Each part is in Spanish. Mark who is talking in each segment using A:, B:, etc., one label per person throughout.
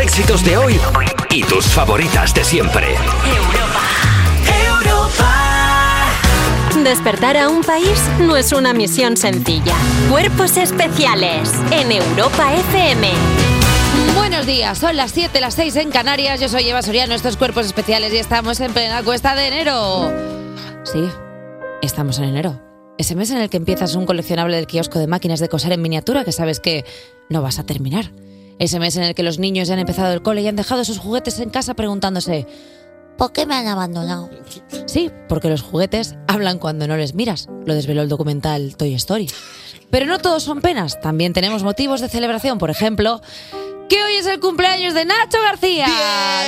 A: éxitos de hoy y tus favoritas de siempre.
B: Despertar a un país no es una misión sencilla. Cuerpos especiales en Europa FM.
C: Buenos días, son las 7, las 6 en Canarias. Yo soy Eva Soriano, estos cuerpos especiales y estamos en plena cuesta de enero. Sí, estamos en enero. Ese mes en el que empiezas un coleccionable del kiosco de máquinas de coser en miniatura que sabes que no vas a terminar. Ese mes en el que los niños ya han empezado el cole y han dejado sus juguetes en casa preguntándose, ¿por qué me han abandonado? Sí, porque los juguetes hablan cuando no les miras, lo desveló el documental Toy Story. Pero no todos son penas, también tenemos motivos de celebración, por ejemplo, que hoy es el cumpleaños de Nacho García.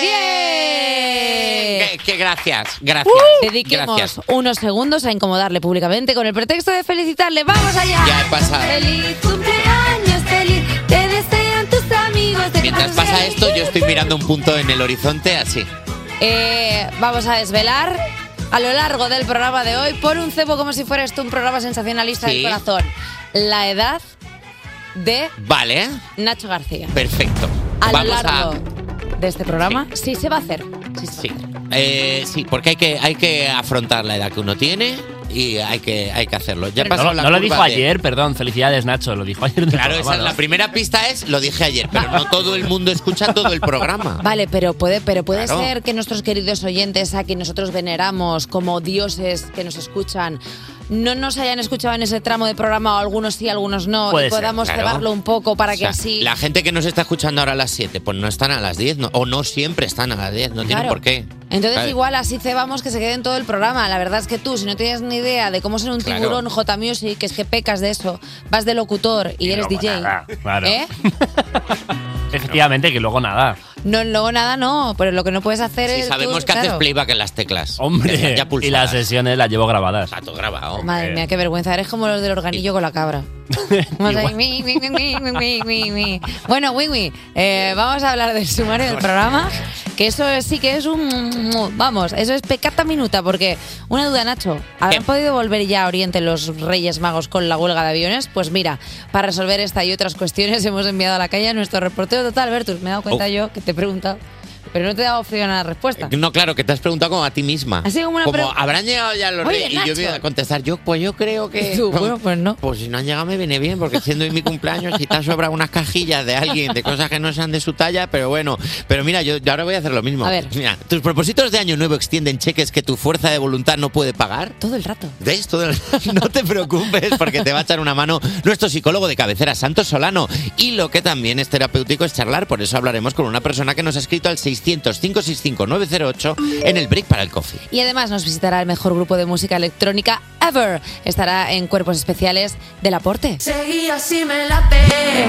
C: ¡Bien!
D: Que, que gracias, gracias.
C: ¡Uh! Dediquemos
D: ¡Uh! gracias.
C: unos segundos a incomodarle públicamente con el pretexto de felicitarle. ¡Vamos allá!
D: Ya he pasado.
C: ¡Feliz cumpleaños, feliz! Te desean tus amigos. te
D: Mientras
C: conocen.
D: pasa esto, yo estoy mirando un punto en el horizonte así.
C: Eh, vamos a desvelar a lo largo del programa de hoy por un cebo como si fueras tú un programa sensacionalista
D: Sí.
C: del corazón. La edad de
D: Vale,
C: Nacho García.
D: perfecto.
C: A lo
D: Vamos
C: largo
D: a.
C: de este programa, sí. se va a hacer. Sí, se va a
D: Sí, eh, sí, porque hay que, hay que afrontar la edad que uno tiene y hay que, hay que hacerlo. Ya he
E: No,
D: pasado
E: lo-
D: la
E: no lo
D: curva
E: dijo
D: de-
E: ayer, perdón. Felicidades, Nacho. Lo dijo ayer. en el
D: Claro,
E: programa,
D: esa es
E: ¿no?
D: la primera pista es, lo dije ayer, pero no todo el mundo escucha todo el programa.
C: Vale, pero puede, pero puede
D: Claro.
C: ser que nuestros queridos oyentes, a quien nosotros veneramos como dioses que nos escuchan, no nos hayan escuchado en ese tramo de programa, o algunos sí, algunos no,
D: Puede
C: y
D: ser,
C: podamos
D: claro.
C: cebarlo un poco para
D: O sea,
C: que así.
D: La gente que nos está escuchando ahora a las 7, pues no están a las 10, no- o no siempre están a las 10, no tienen
C: Claro.
D: por qué.
C: Entonces
D: Claro.
C: igual así cebamos que se quede en todo el programa. La verdad es que tú, si no tienes ni idea de cómo ser un
D: Claro.
C: tiburón J Music, que es que pecas de eso, vas de locutor y, eres
E: luego
C: DJ.
E: nada, claro.
C: ¿Eh?
E: Efectivamente, que luego nada.
C: No, luego nada, no, pero lo que no puedes hacer
D: Sí,
C: es.
D: sabemos
C: tú-
D: que haces
C: claro.
D: playback en las teclas. Que
E: Hombre,
D: están ya
E: y las
D: pulsadas.
E: sesiones las llevo grabadas.
D: Está todo grabado.
C: Madre mía, qué vergüenza. Eres como los del organillo con la cabra. Vamos ahí, mi, mi, mi, mi, mi, mi, mi, mi. Bueno, Wiwi, eh, vamos a hablar del sumario del programa, que eso sí que es un... Vamos, eso es pecata minuta, porque una duda, Nacho, ¿habrán
D: ¿Qué?
C: podido volver ya a Oriente los Reyes Magos con la huelga de aviones? Pues mira, para resolver esta y otras cuestiones hemos enviado a la calle a nuestro reportero total, Bertus. Me he dado cuenta
D: Oh.
C: yo que te he preguntado, pero no te he dado opción a la respuesta.
D: Eh, No, claro, que te has preguntado como a ti misma.
C: Ha sido como una pregu-
D: habrán llegado ya los
C: Oye,
D: reyes. Y yo voy a
C: Nacho.
D: contestar, yo, pues yo creo que.
C: Tú, bueno, pues no.
D: Pues si no han llegado me viene bien, porque siendo hoy mi cumpleaños, si te han sobrado unas cajillas de alguien, de cosas que no sean de su talla, pero bueno. Pero mira, yo, yo ahora voy a hacer lo mismo.
C: A ver.
D: Mira, tus propósitos de año nuevo extienden cheques que tu fuerza de voluntad no puede pagar.
C: Todo el rato.
D: ¿Ves? Todo el- No te preocupes porque te va a echar una mano nuestro psicólogo de cabecera, Santos Solano. Y lo que también es terapéutico es charlar, por eso hablaremos con una persona que nos ha escrito al 600-565-908 en el break para el coffee.
C: Y además nos visitará el mejor grupo de música electrónica ever. Estará en Cuerpos Especiales del Aporte.
F: Seguí así me la pegué.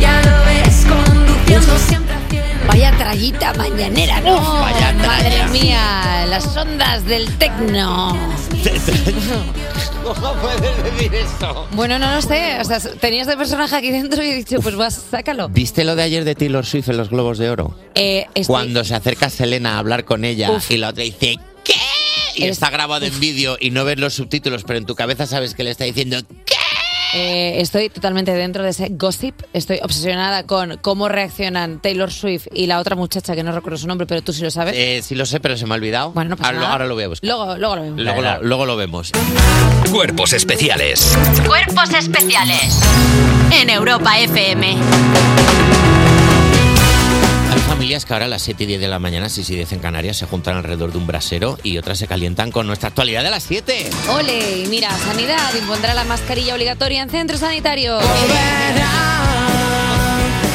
F: Ya lo ves, conduciendo siempre haciendo.
C: Vaya trayita mañanera, ¿no?
D: vaya
C: Madre
D: tralla.
C: mía, las ondas del tecno.
D: ¿Cómo puedes decir eso?
C: Bueno, no lo sé. O sea, tenías de personaje aquí dentro y he dicho, pues vas, sácalo.
D: ¿Viste lo de ayer de Taylor Swift en los Globos de Oro?
C: Eh, estoy-
D: Cuando se acerca Selena a hablar con ella
C: Uf.
D: y la otra dice ¿Qué? Y
C: Es-
D: está grabado en vídeo y no ves los subtítulos, pero en tu cabeza sabes que le está diciendo ¿Qué?
C: Eh, estoy totalmente dentro de ese gossip. Estoy obsesionada con cómo reaccionan Taylor Swift y la otra muchacha que no recuerdo su nombre, pero tú sí lo sabes.
D: Eh, sí lo sé, pero se me ha olvidado.
C: bueno, no pasa
D: ahora,
C: nada.
D: ahora lo voy a buscar.
C: Luego, luego lo vemos.
D: Luego lo, luego lo vemos.
A: Cuerpos especiales
B: Cuerpos especiales en Europa FM.
D: Hay familias que ahora a las 7 y 10 de la mañana, si 10 en Canarias, se juntan alrededor de un brasero y otras se calientan con nuestra actualidad de las 7.
C: Ole, y mira, Sanidad impondrá la mascarilla obligatoria en centros sanitarios.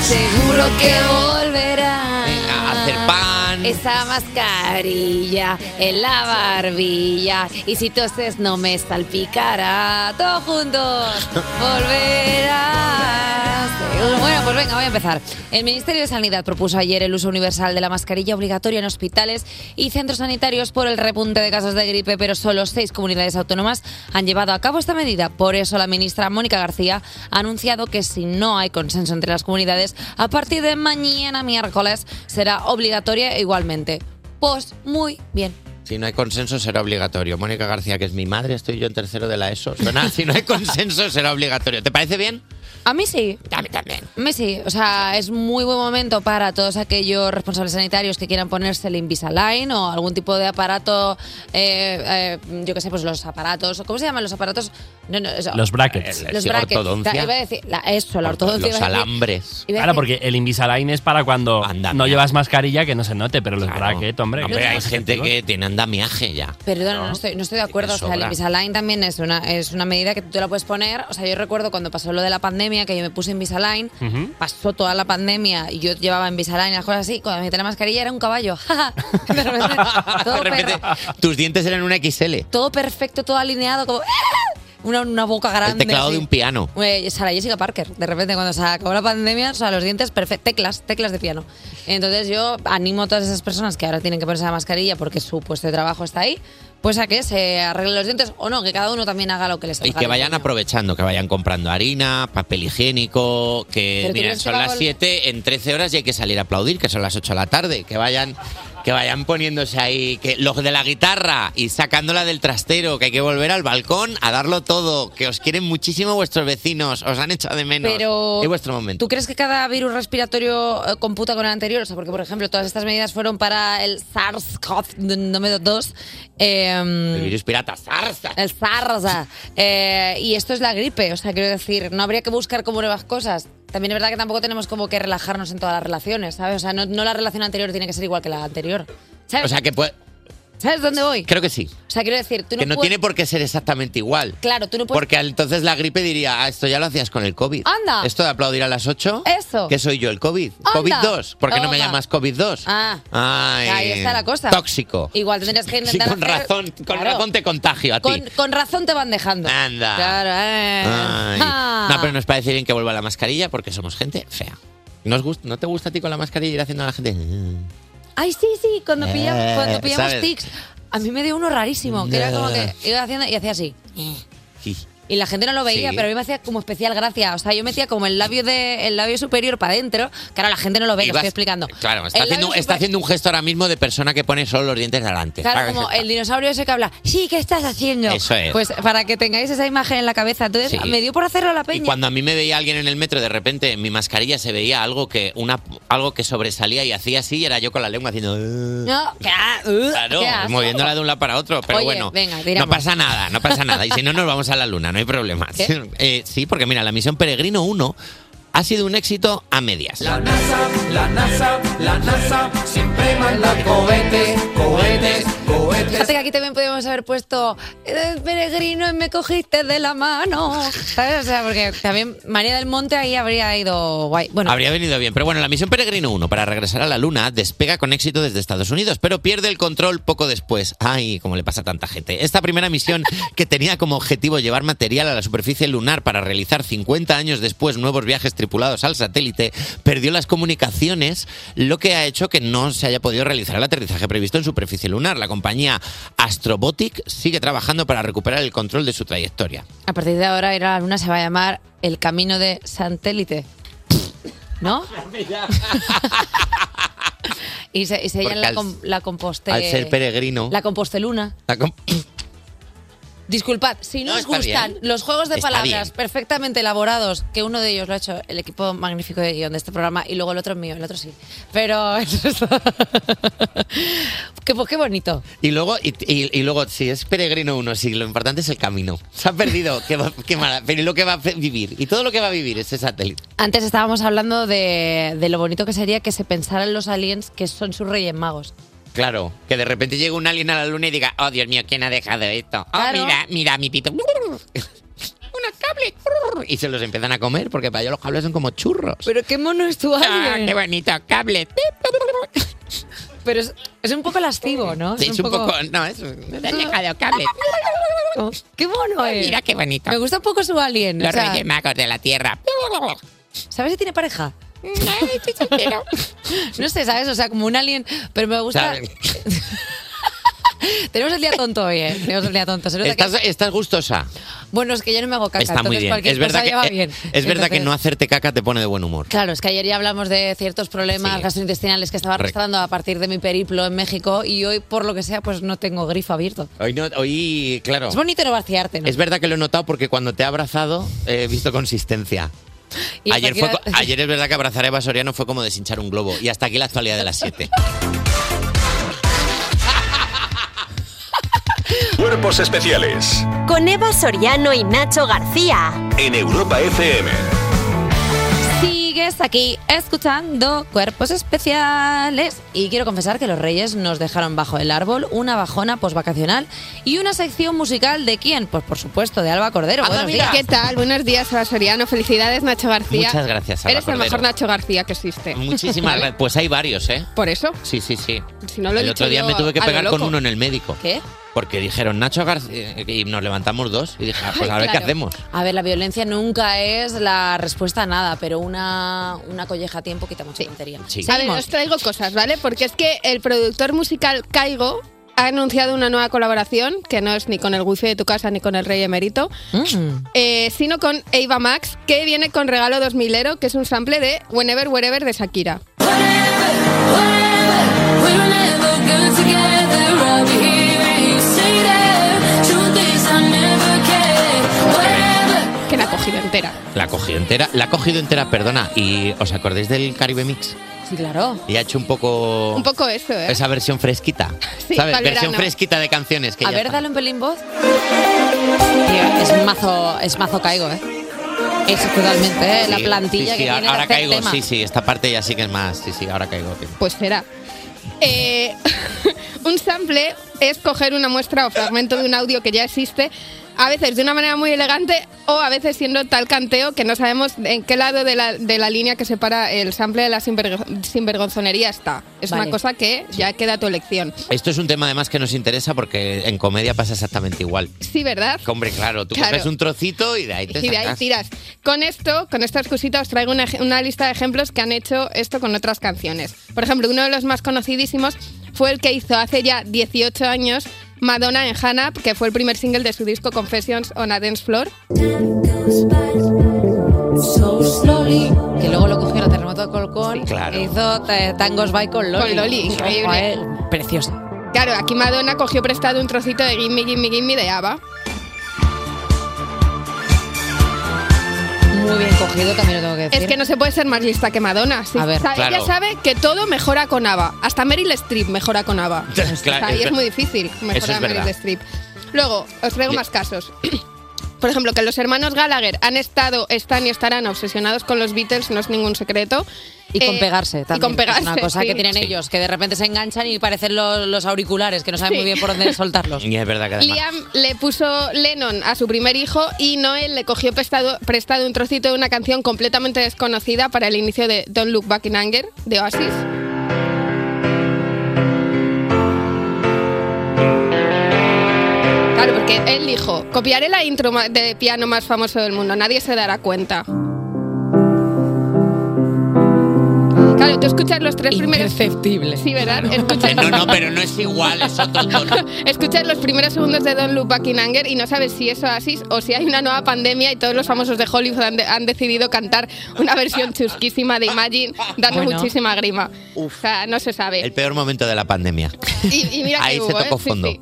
C: seguro que volverá.
D: Venga, a hacer pan.
C: Esa mascarilla en la barbilla. Y si toses no me salpicará. Todos juntos. Volverá. Seguro- Bueno, pues venga, voy a empezar. El Ministerio de Sanidad propuso ayer el uso universal de la mascarilla obligatoria en hospitales y centros sanitarios por el repunte de casos de gripe, pero solo seis comunidades autónomas han llevado a cabo esta medida. Por eso la ministra Mónica García ha anunciado que si no hay consenso entre las comunidades, a partir de mañana miércoles será obligatoria igualmente. Pues muy bien.
D: Si no hay consenso, será obligatorio. Mónica García, que es mi madre, estoy yo en tercero de la ESO. Suena, si no hay consenso, será obligatorio. ¿Te parece bien?
C: A mí sí.
D: A mí también.
C: Messi, o sea, es muy buen momento para todos aquellos responsables sanitarios que quieran ponerse el Invisalign o algún tipo de aparato, eh, eh, yo qué sé, pues los aparatos, ¿cómo se llaman los aparatos? No, no, eso. Eh,
E: Los brackets.
C: los
E: Sí,
C: brackets.
E: ortodoncia.
C: Da- iba a decir, la- eso, la ortodoncia.
E: los
C: iba a decir.
E: alambres.
C: iba a
E: Claro,
C: decir-
E: porque el Invisalign es para cuando no llevas mascarilla que no se note, pero los brackets, hombre.
D: Hombre, hay gente que tiene andamiaje ya.
C: Perdona, no, estoy, no estoy de acuerdo. O sea, el
D: sobra.
C: Invisalign también es una, es una medida que tú te la puedes poner. O sea, yo recuerdo cuando pasó lo de la pandemia, que yo me puse Invisalign,
G: Ujú.
C: pasó toda la pandemia y yo llevaba Invisalign y las cosas así. Cuando me quité la mascarilla era un caballo. todo, per-
D: Tus dientes eran una XL.
C: todo perfecto, todo alineado, como ¡Ah! una, una boca grande.
D: El teclado
C: así.
D: de un piano.
C: Eh, Sara Jessica Parker, de repente cuando se acabó la pandemia, o sea, los dientes perfectos, teclas, teclas de piano. Entonces yo animo a todas esas personas que ahora tienen que ponerse la mascarilla porque su puesto de trabajo está ahí, pues a que se arreglen los dientes o no, que cada uno también haga lo que les salga.
D: Y que vayan aprovechando, que vayan comprando harina, papel higiénico, que
C: Pero tú
D: mira,
C: crees que
D: son
C: va a
D: las
C: vol-
D: 7, en 13 horas ya hay que salir a aplaudir, que son las 8 de la tarde, que vayan que vayan poniéndose ahí que los de la guitarra y sacándola del trastero, que hay que volver al balcón a darlo todo, que os quieren muchísimo vuestros vecinos, os han echado de menos.
C: Pero
D: es vuestro momento.
C: ¿Tú crees que cada virus respiratorio eh, computa con el anterior? O sea, porque por ejemplo, todas estas medidas fueron para el SARS-CoV-2. eh,
D: El virus pirata, zarza.
C: El zarza. Eh, y esto es la gripe, o sea, quiero decir, no habría que buscar como nuevas cosas. También es verdad que tampoco tenemos como que relajarnos en todas las relaciones, ¿sabes? O sea, no, no la relación anterior tiene que ser igual que la anterior. ¿Sabes,
D: O sea que puede-
C: ¿Sabes dónde voy?
D: creo que sí.
C: O sea, quiero decir, tú no
D: que no
C: puedes-
D: tiene por qué ser exactamente igual.
C: Claro, tú no puedes...
D: Porque al- entonces la gripe diría, ah, esto ya lo hacías con el COVID.
C: Anda.
D: Esto de aplaudir a las 8.
C: Eso.
D: Que soy yo el COVID.
C: Anda.
D: COVID-2. ¿Por qué no
C: Toma.
D: me llamas COVID-2?
C: Ah,
D: Ay,
C: ahí está la cosa.
D: Tóxico.
C: Igual tendrías que
D: Sí,
C: intentar...
D: con
C: hacer-
D: razón, con
C: Claro.
D: razón te contagio a ti.
C: Con, con razón te van dejando.
D: Anda.
C: Claro, eh.
D: Ay.
C: Ah.
D: No, pero nos parece bien que vuelva la mascarilla porque somos gente fea. ¿Nos gust- ¿No te gusta a ti con la mascarilla ir haciendo a la gente?
C: Ay, sí, sí, cuando,
D: Eh,
C: pillamos, cuando pillamos
D: ¿sabes?
C: tics. A mí me dio uno rarísimo, que era como que
D: Eh.
C: iba haciendo y hacía así.
D: Sí.
C: Y la gente no lo veía,
D: Sí.
C: pero a mí me hacía como especial gracia. O sea, yo metía como el labio de el labio superior para adentro. Claro, la gente no lo ve, lo
D: Ibas-
C: estoy explicando.
D: Claro, está,
C: El
D: haciendo,
C: labio
D: está
C: super-
D: haciendo un gesto ahora mismo de persona que pone solo los dientes delante.
C: Claro, como el dinosaurio ese que habla, sí, ¿qué estás haciendo?
D: Eso es.
C: Pues para que tengáis esa imagen en la cabeza. Entonces,
D: Sí.
C: me dio por hacerlo a la peña.
D: Cuando a mí me veía alguien en el metro, de repente en mi mascarilla se veía algo que una algo que sobresalía y hacía así, y era yo con la lengua haciendo. "Eh".
C: No, qué a- uh,
D: Claro,
C: qué asco.
D: moviéndola de un lado para otro, pero
C: Oye,
D: bueno,
C: venga,
D: no
C: tiramos.
D: pasa nada, no pasa nada. Y si no, nos vamos a la luna, no hay problema.
C: ¿Qué?
D: Eh, sí, porque mira, la misión Peregrino 1 ha sido un éxito a medias.
H: La NASA, la NASA, la NASA siempre manda cohetes, cohetes, cohetes.
C: Fíjate que aquí también podríamos haber puesto "Eh, peregrino me cogiste de la mano. ¿Sabes? O sea, porque también María del Monte ahí habría ido guay. Bueno,
D: Habría venido bien, pero bueno, la misión Peregrino 1 para regresar a la Luna despega con éxito desde Estados Unidos, pero pierde el control poco después. Ay, como le pasa a tanta gente. Esta primera misión, que tenía como objetivo llevar material a la superficie lunar para realizar 50 años después nuevos viajes tripulados al satélite, perdió las comunicaciones, lo que ha hecho que no se haya podido realizar el aterrizaje previsto en superficie lunar. La compañía Astrobotic sigue trabajando para recuperar el control de su trayectoria.
C: a partir de ahora ir a la luna se va a llamar el camino de Santélite. ¿No? y se, y se
D: Porque
C: llama la,
D: al-
C: com- la composte.
D: Al ser peregrino,
C: La composteluna.
D: la com-
C: Disculpad, si no,
D: No,
C: os
D: está
C: gustan
D: bien.
C: los juegos de
D: Está
C: palabras
D: bien.
C: perfectamente elaborados, que uno de ellos lo ha hecho el equipo magnífico de guión de este programa y luego el otro es mío, el otro sí. Pero eso está- que, pues qué bonito.
D: Y luego, y, y- y luego, si es peregrino uno, sí, lo importante es el camino. Se ha perdido, qué, va- qué mala, pero lo que va a fe- vivir. Y todo lo que va a vivir ese satélite.
C: Antes estábamos hablando de, de lo bonito que sería que se pensaran los aliens que son sus reyes magos.
D: Claro, que de repente llegue un alien a la luna y diga, oh Dios mío, ¿quién ha dejado esto? Oh,
C: Claro.
D: mira, mira, mi pito. Unos cables. Y se los empiezan a comer porque para ellos los cables son como churros.
C: Pero qué mono es tu
D: Ah,
C: alien.
D: qué bonito, cable.
C: Pero es, es un poco lascivo, ¿no?
D: Sí, es un poco. No, es. Me han dejado cable.
C: Qué mono es.
D: Mira qué bonito.
C: Me gusta un poco su alien. o
D: Los
C: sea,
D: reyes magos de la tierra.
C: ¿Sabes si tiene pareja? No sé, ¿sabes? O sea, como un alien, pero me gusta.
D: ¿Sabes?
C: Tenemos el día tonto hoy, ¿eh? Tenemos el día tonto. Se nota que-
D: ¿Estás, estás gustosa.
C: Bueno, es que yo no me hago caca.
D: Está muy
C: entonces
D: bien.
C: cualquier
D: Es verdad,
C: cosa ya va
D: que, eh,
C: bien.
D: es verdad que
C: Entonces-
D: no hacerte caca te pone de buen humor.
C: Claro, es que ayer ya hablamos de ciertos problemas gastrointestinales que estaba
D: Correcto.
C: arrastrando a partir de mi periplo en México y hoy, por lo que sea, pues no tengo grifo abierto.
D: Hoy, no, hoy claro.
C: Es bonito no vaciarte, ¿no?
D: Es verdad que lo he notado porque cuando te he abrazado eh, he visto consistencia.
C: Y
D: Ayer, fue,
C: cualquiera-
D: co- ayer es verdad que abrazar a Eva Soriano fue como deshinchar un globo. Y hasta aquí la actualidad de las 7.
G: Cuerpos especiales
B: Con Eva Soriano y Nacho García.
G: en Europa FM.
C: Sigues aquí escuchando Cuerpos Especiales. Y quiero confesar que los Reyes nos dejaron bajo el árbol una bajona posvacacional y una sección musical de quién? Pues por supuesto, de Alba Cordero. Buenos días.
I: ¿Qué tal? Buenos días, Eva Soriano. Felicidades, Nacho García.
D: Muchas gracias, Alba
I: Eres el mejor
D: Cordero.
I: Nacho García que existe.
D: Muchísimas gracias. Pues hay varios, ¿eh?
I: Por eso.
D: Sí, sí, sí.
I: Si no lo he
D: el
I: dicho
D: otro día
I: yo
D: me tuve que
I: a lo
D: pegar con
I: loco.
D: uno en el médico.
C: ¿Qué?
D: Porque dijeron Nacho García. Y nos levantamos dos. Y dije, ah, pues a ver qué
C: Claro.
D: hacemos.
C: A ver, la violencia nunca es la respuesta a nada, pero una, una colleja a tiempo quita mucha tontería.
D: Sí.
I: A ver, os traigo cosas, ¿vale? Porque es que el productor musical Caigo ha anunciado una nueva colaboración que no es ni con el wifi de tu casa ni con el rey emérito,
C: Mm.
I: eh, sino con Eva Max, que viene con regalo 2000ero, que es un sample de Whenever, Wherever de Shakira. Que la ha cogido entera.
D: La ha cogido entera. La ha cogido entera, perdona. ¿Y os acordáis del Caribe Mix?
C: Sí, claro.
D: Y ha hecho un poco.
I: Un poco eso, ¿eh?
D: Esa versión fresquita.
I: Sí,
D: ¿Sabes?
I: pa'l
D: Versión
I: verano.
D: fresquita de canciones. Que
C: A
D: ya
C: ver,
D: están.
C: dale un pelín voz. Tío, es mazo, es mazo caigo, ¿eh? Es totalmente ¿eh? la
D: Sí,
C: plantilla que
D: sí, sí,
C: tiene de
D: ahora
C: hacer
D: caigo,
C: tema.
D: sí, sí, esta parte ya sí que es más, sí, sí, ahora caigo. que-
I: Pues será. Eh, un sample es coger una muestra o fragmento de un audio que ya existe, a veces de una manera muy elegante o a veces siendo tal canteo que no sabemos en qué lado de la, de la línea que separa el sample de la sinvergo- sinvergonzonería está. Es
D: Vale.
I: una cosa que ya queda a tu elección.
D: Esto es un tema además que nos interesa porque en comedia pasa exactamente igual.
I: Sí, ¿verdad?
D: Hombre, claro, tú
I: Claro.
D: coges un trocito y de ahí te
I: Y de ahí
D: sacas.
I: tiras. Con esto, con esta excusita, os traigo una, ej- una lista de ejemplos que han hecho esto con otras canciones. Por ejemplo, uno de los más conocidísimos fue el que hizo hace ya 18 años Madonna en Hannah, que fue el primer single de su disco Confessions on a Dance Floor.
C: Que luego lo cogió el terremoto de Colcón
I: claro.
C: e hizo eh, Tangos by con Loli.
I: Con Loli, increíble.
C: Joder, Preciosa.
I: Claro, aquí Madonna cogió prestado un trocito de Gimme, Gimme, Gimme de ABBA.
C: Muy bien cogido, también lo tengo que decir.
I: Es que no se puede ser más lista que Madonna. sí.
C: A ver.
I: O sea,
C: Claro.
I: Ella sabe que todo mejora con ABBA. Hasta Meryl Streep mejora con ABBA.
D: Claro,
I: O sea, y
D: es
I: es
D: ver-
I: muy difícil
D: Eso
I: mejorar
D: es
I: a Meryl
D: verdad.
I: Streep. Luego, os traigo
D: Bien.
I: más casos. Por ejemplo, que los hermanos Gallagher han estado, están y estarán obsesionados con los Beatles no es ningún secreto.
C: Y con
I: Eh,
C: pegarse también.
I: Y con
C: que
I: pegarse.
C: Es una cosa que
I: sí.
C: tienen ellos, que de repente se enganchan y parecen los, los auriculares, que no saben
I: Sí.
C: muy bien por dónde soltarlos.
D: Y es verdad que además...
I: Liam le puso Lennon a su primer hijo y Noel le cogió prestado, prestado un trocito de una canción completamente desconocida para el inicio de Don't Look Back in Anger de Oasis. Claro, porque él dijo, copiaré la intro ma- de piano más famoso del mundo, nadie se dará cuenta. Claro, tú escuchas los tres primeros...
C: Imperceptible.
I: Sí, ¿verdad? Escuchas-
D: Eh, No, no, pero no es igual, es otro tono.
I: Escuchas los primeros segundos de Don't Look Back in Anger y no sabes si es Oasis o si hay una nueva pandemia y todos los famosos de Hollywood han, de- han decidido cantar una versión chusquísima de Imagine dando
D: Bueno.
I: muchísima grima. O sea, no se sabe.
D: El peor momento de la pandemia.
I: Y, y mira que
D: Ahí se
I: hubo, ¿eh?
D: tocó
I: Sí,
D: fondo.
I: sí.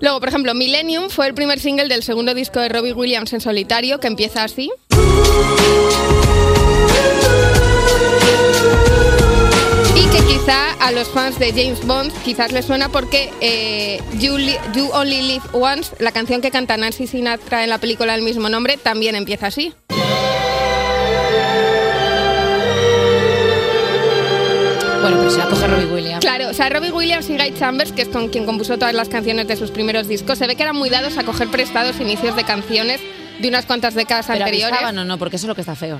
I: Luego, por ejemplo, Millennium fue el primer single del segundo disco de Robbie Williams en solitario que empieza así. Y que quizá a los fans de James Bond quizás les suena porque eh, you, Li- You Only Live Once, la canción que canta Nancy Sinatra en la película del mismo nombre, también empieza así.
C: Bueno, pero se la coge Robbie Williams.
I: Claro, o sea, Robbie Williams y Guy Chambers, que es con quien compuso todas las canciones de sus primeros discos, se ve que eran muy dados a coger prestados inicios de canciones de unas cuantas décadas
C: Pero
I: anteriores.
C: avisaban o no, porque eso es lo que está feo.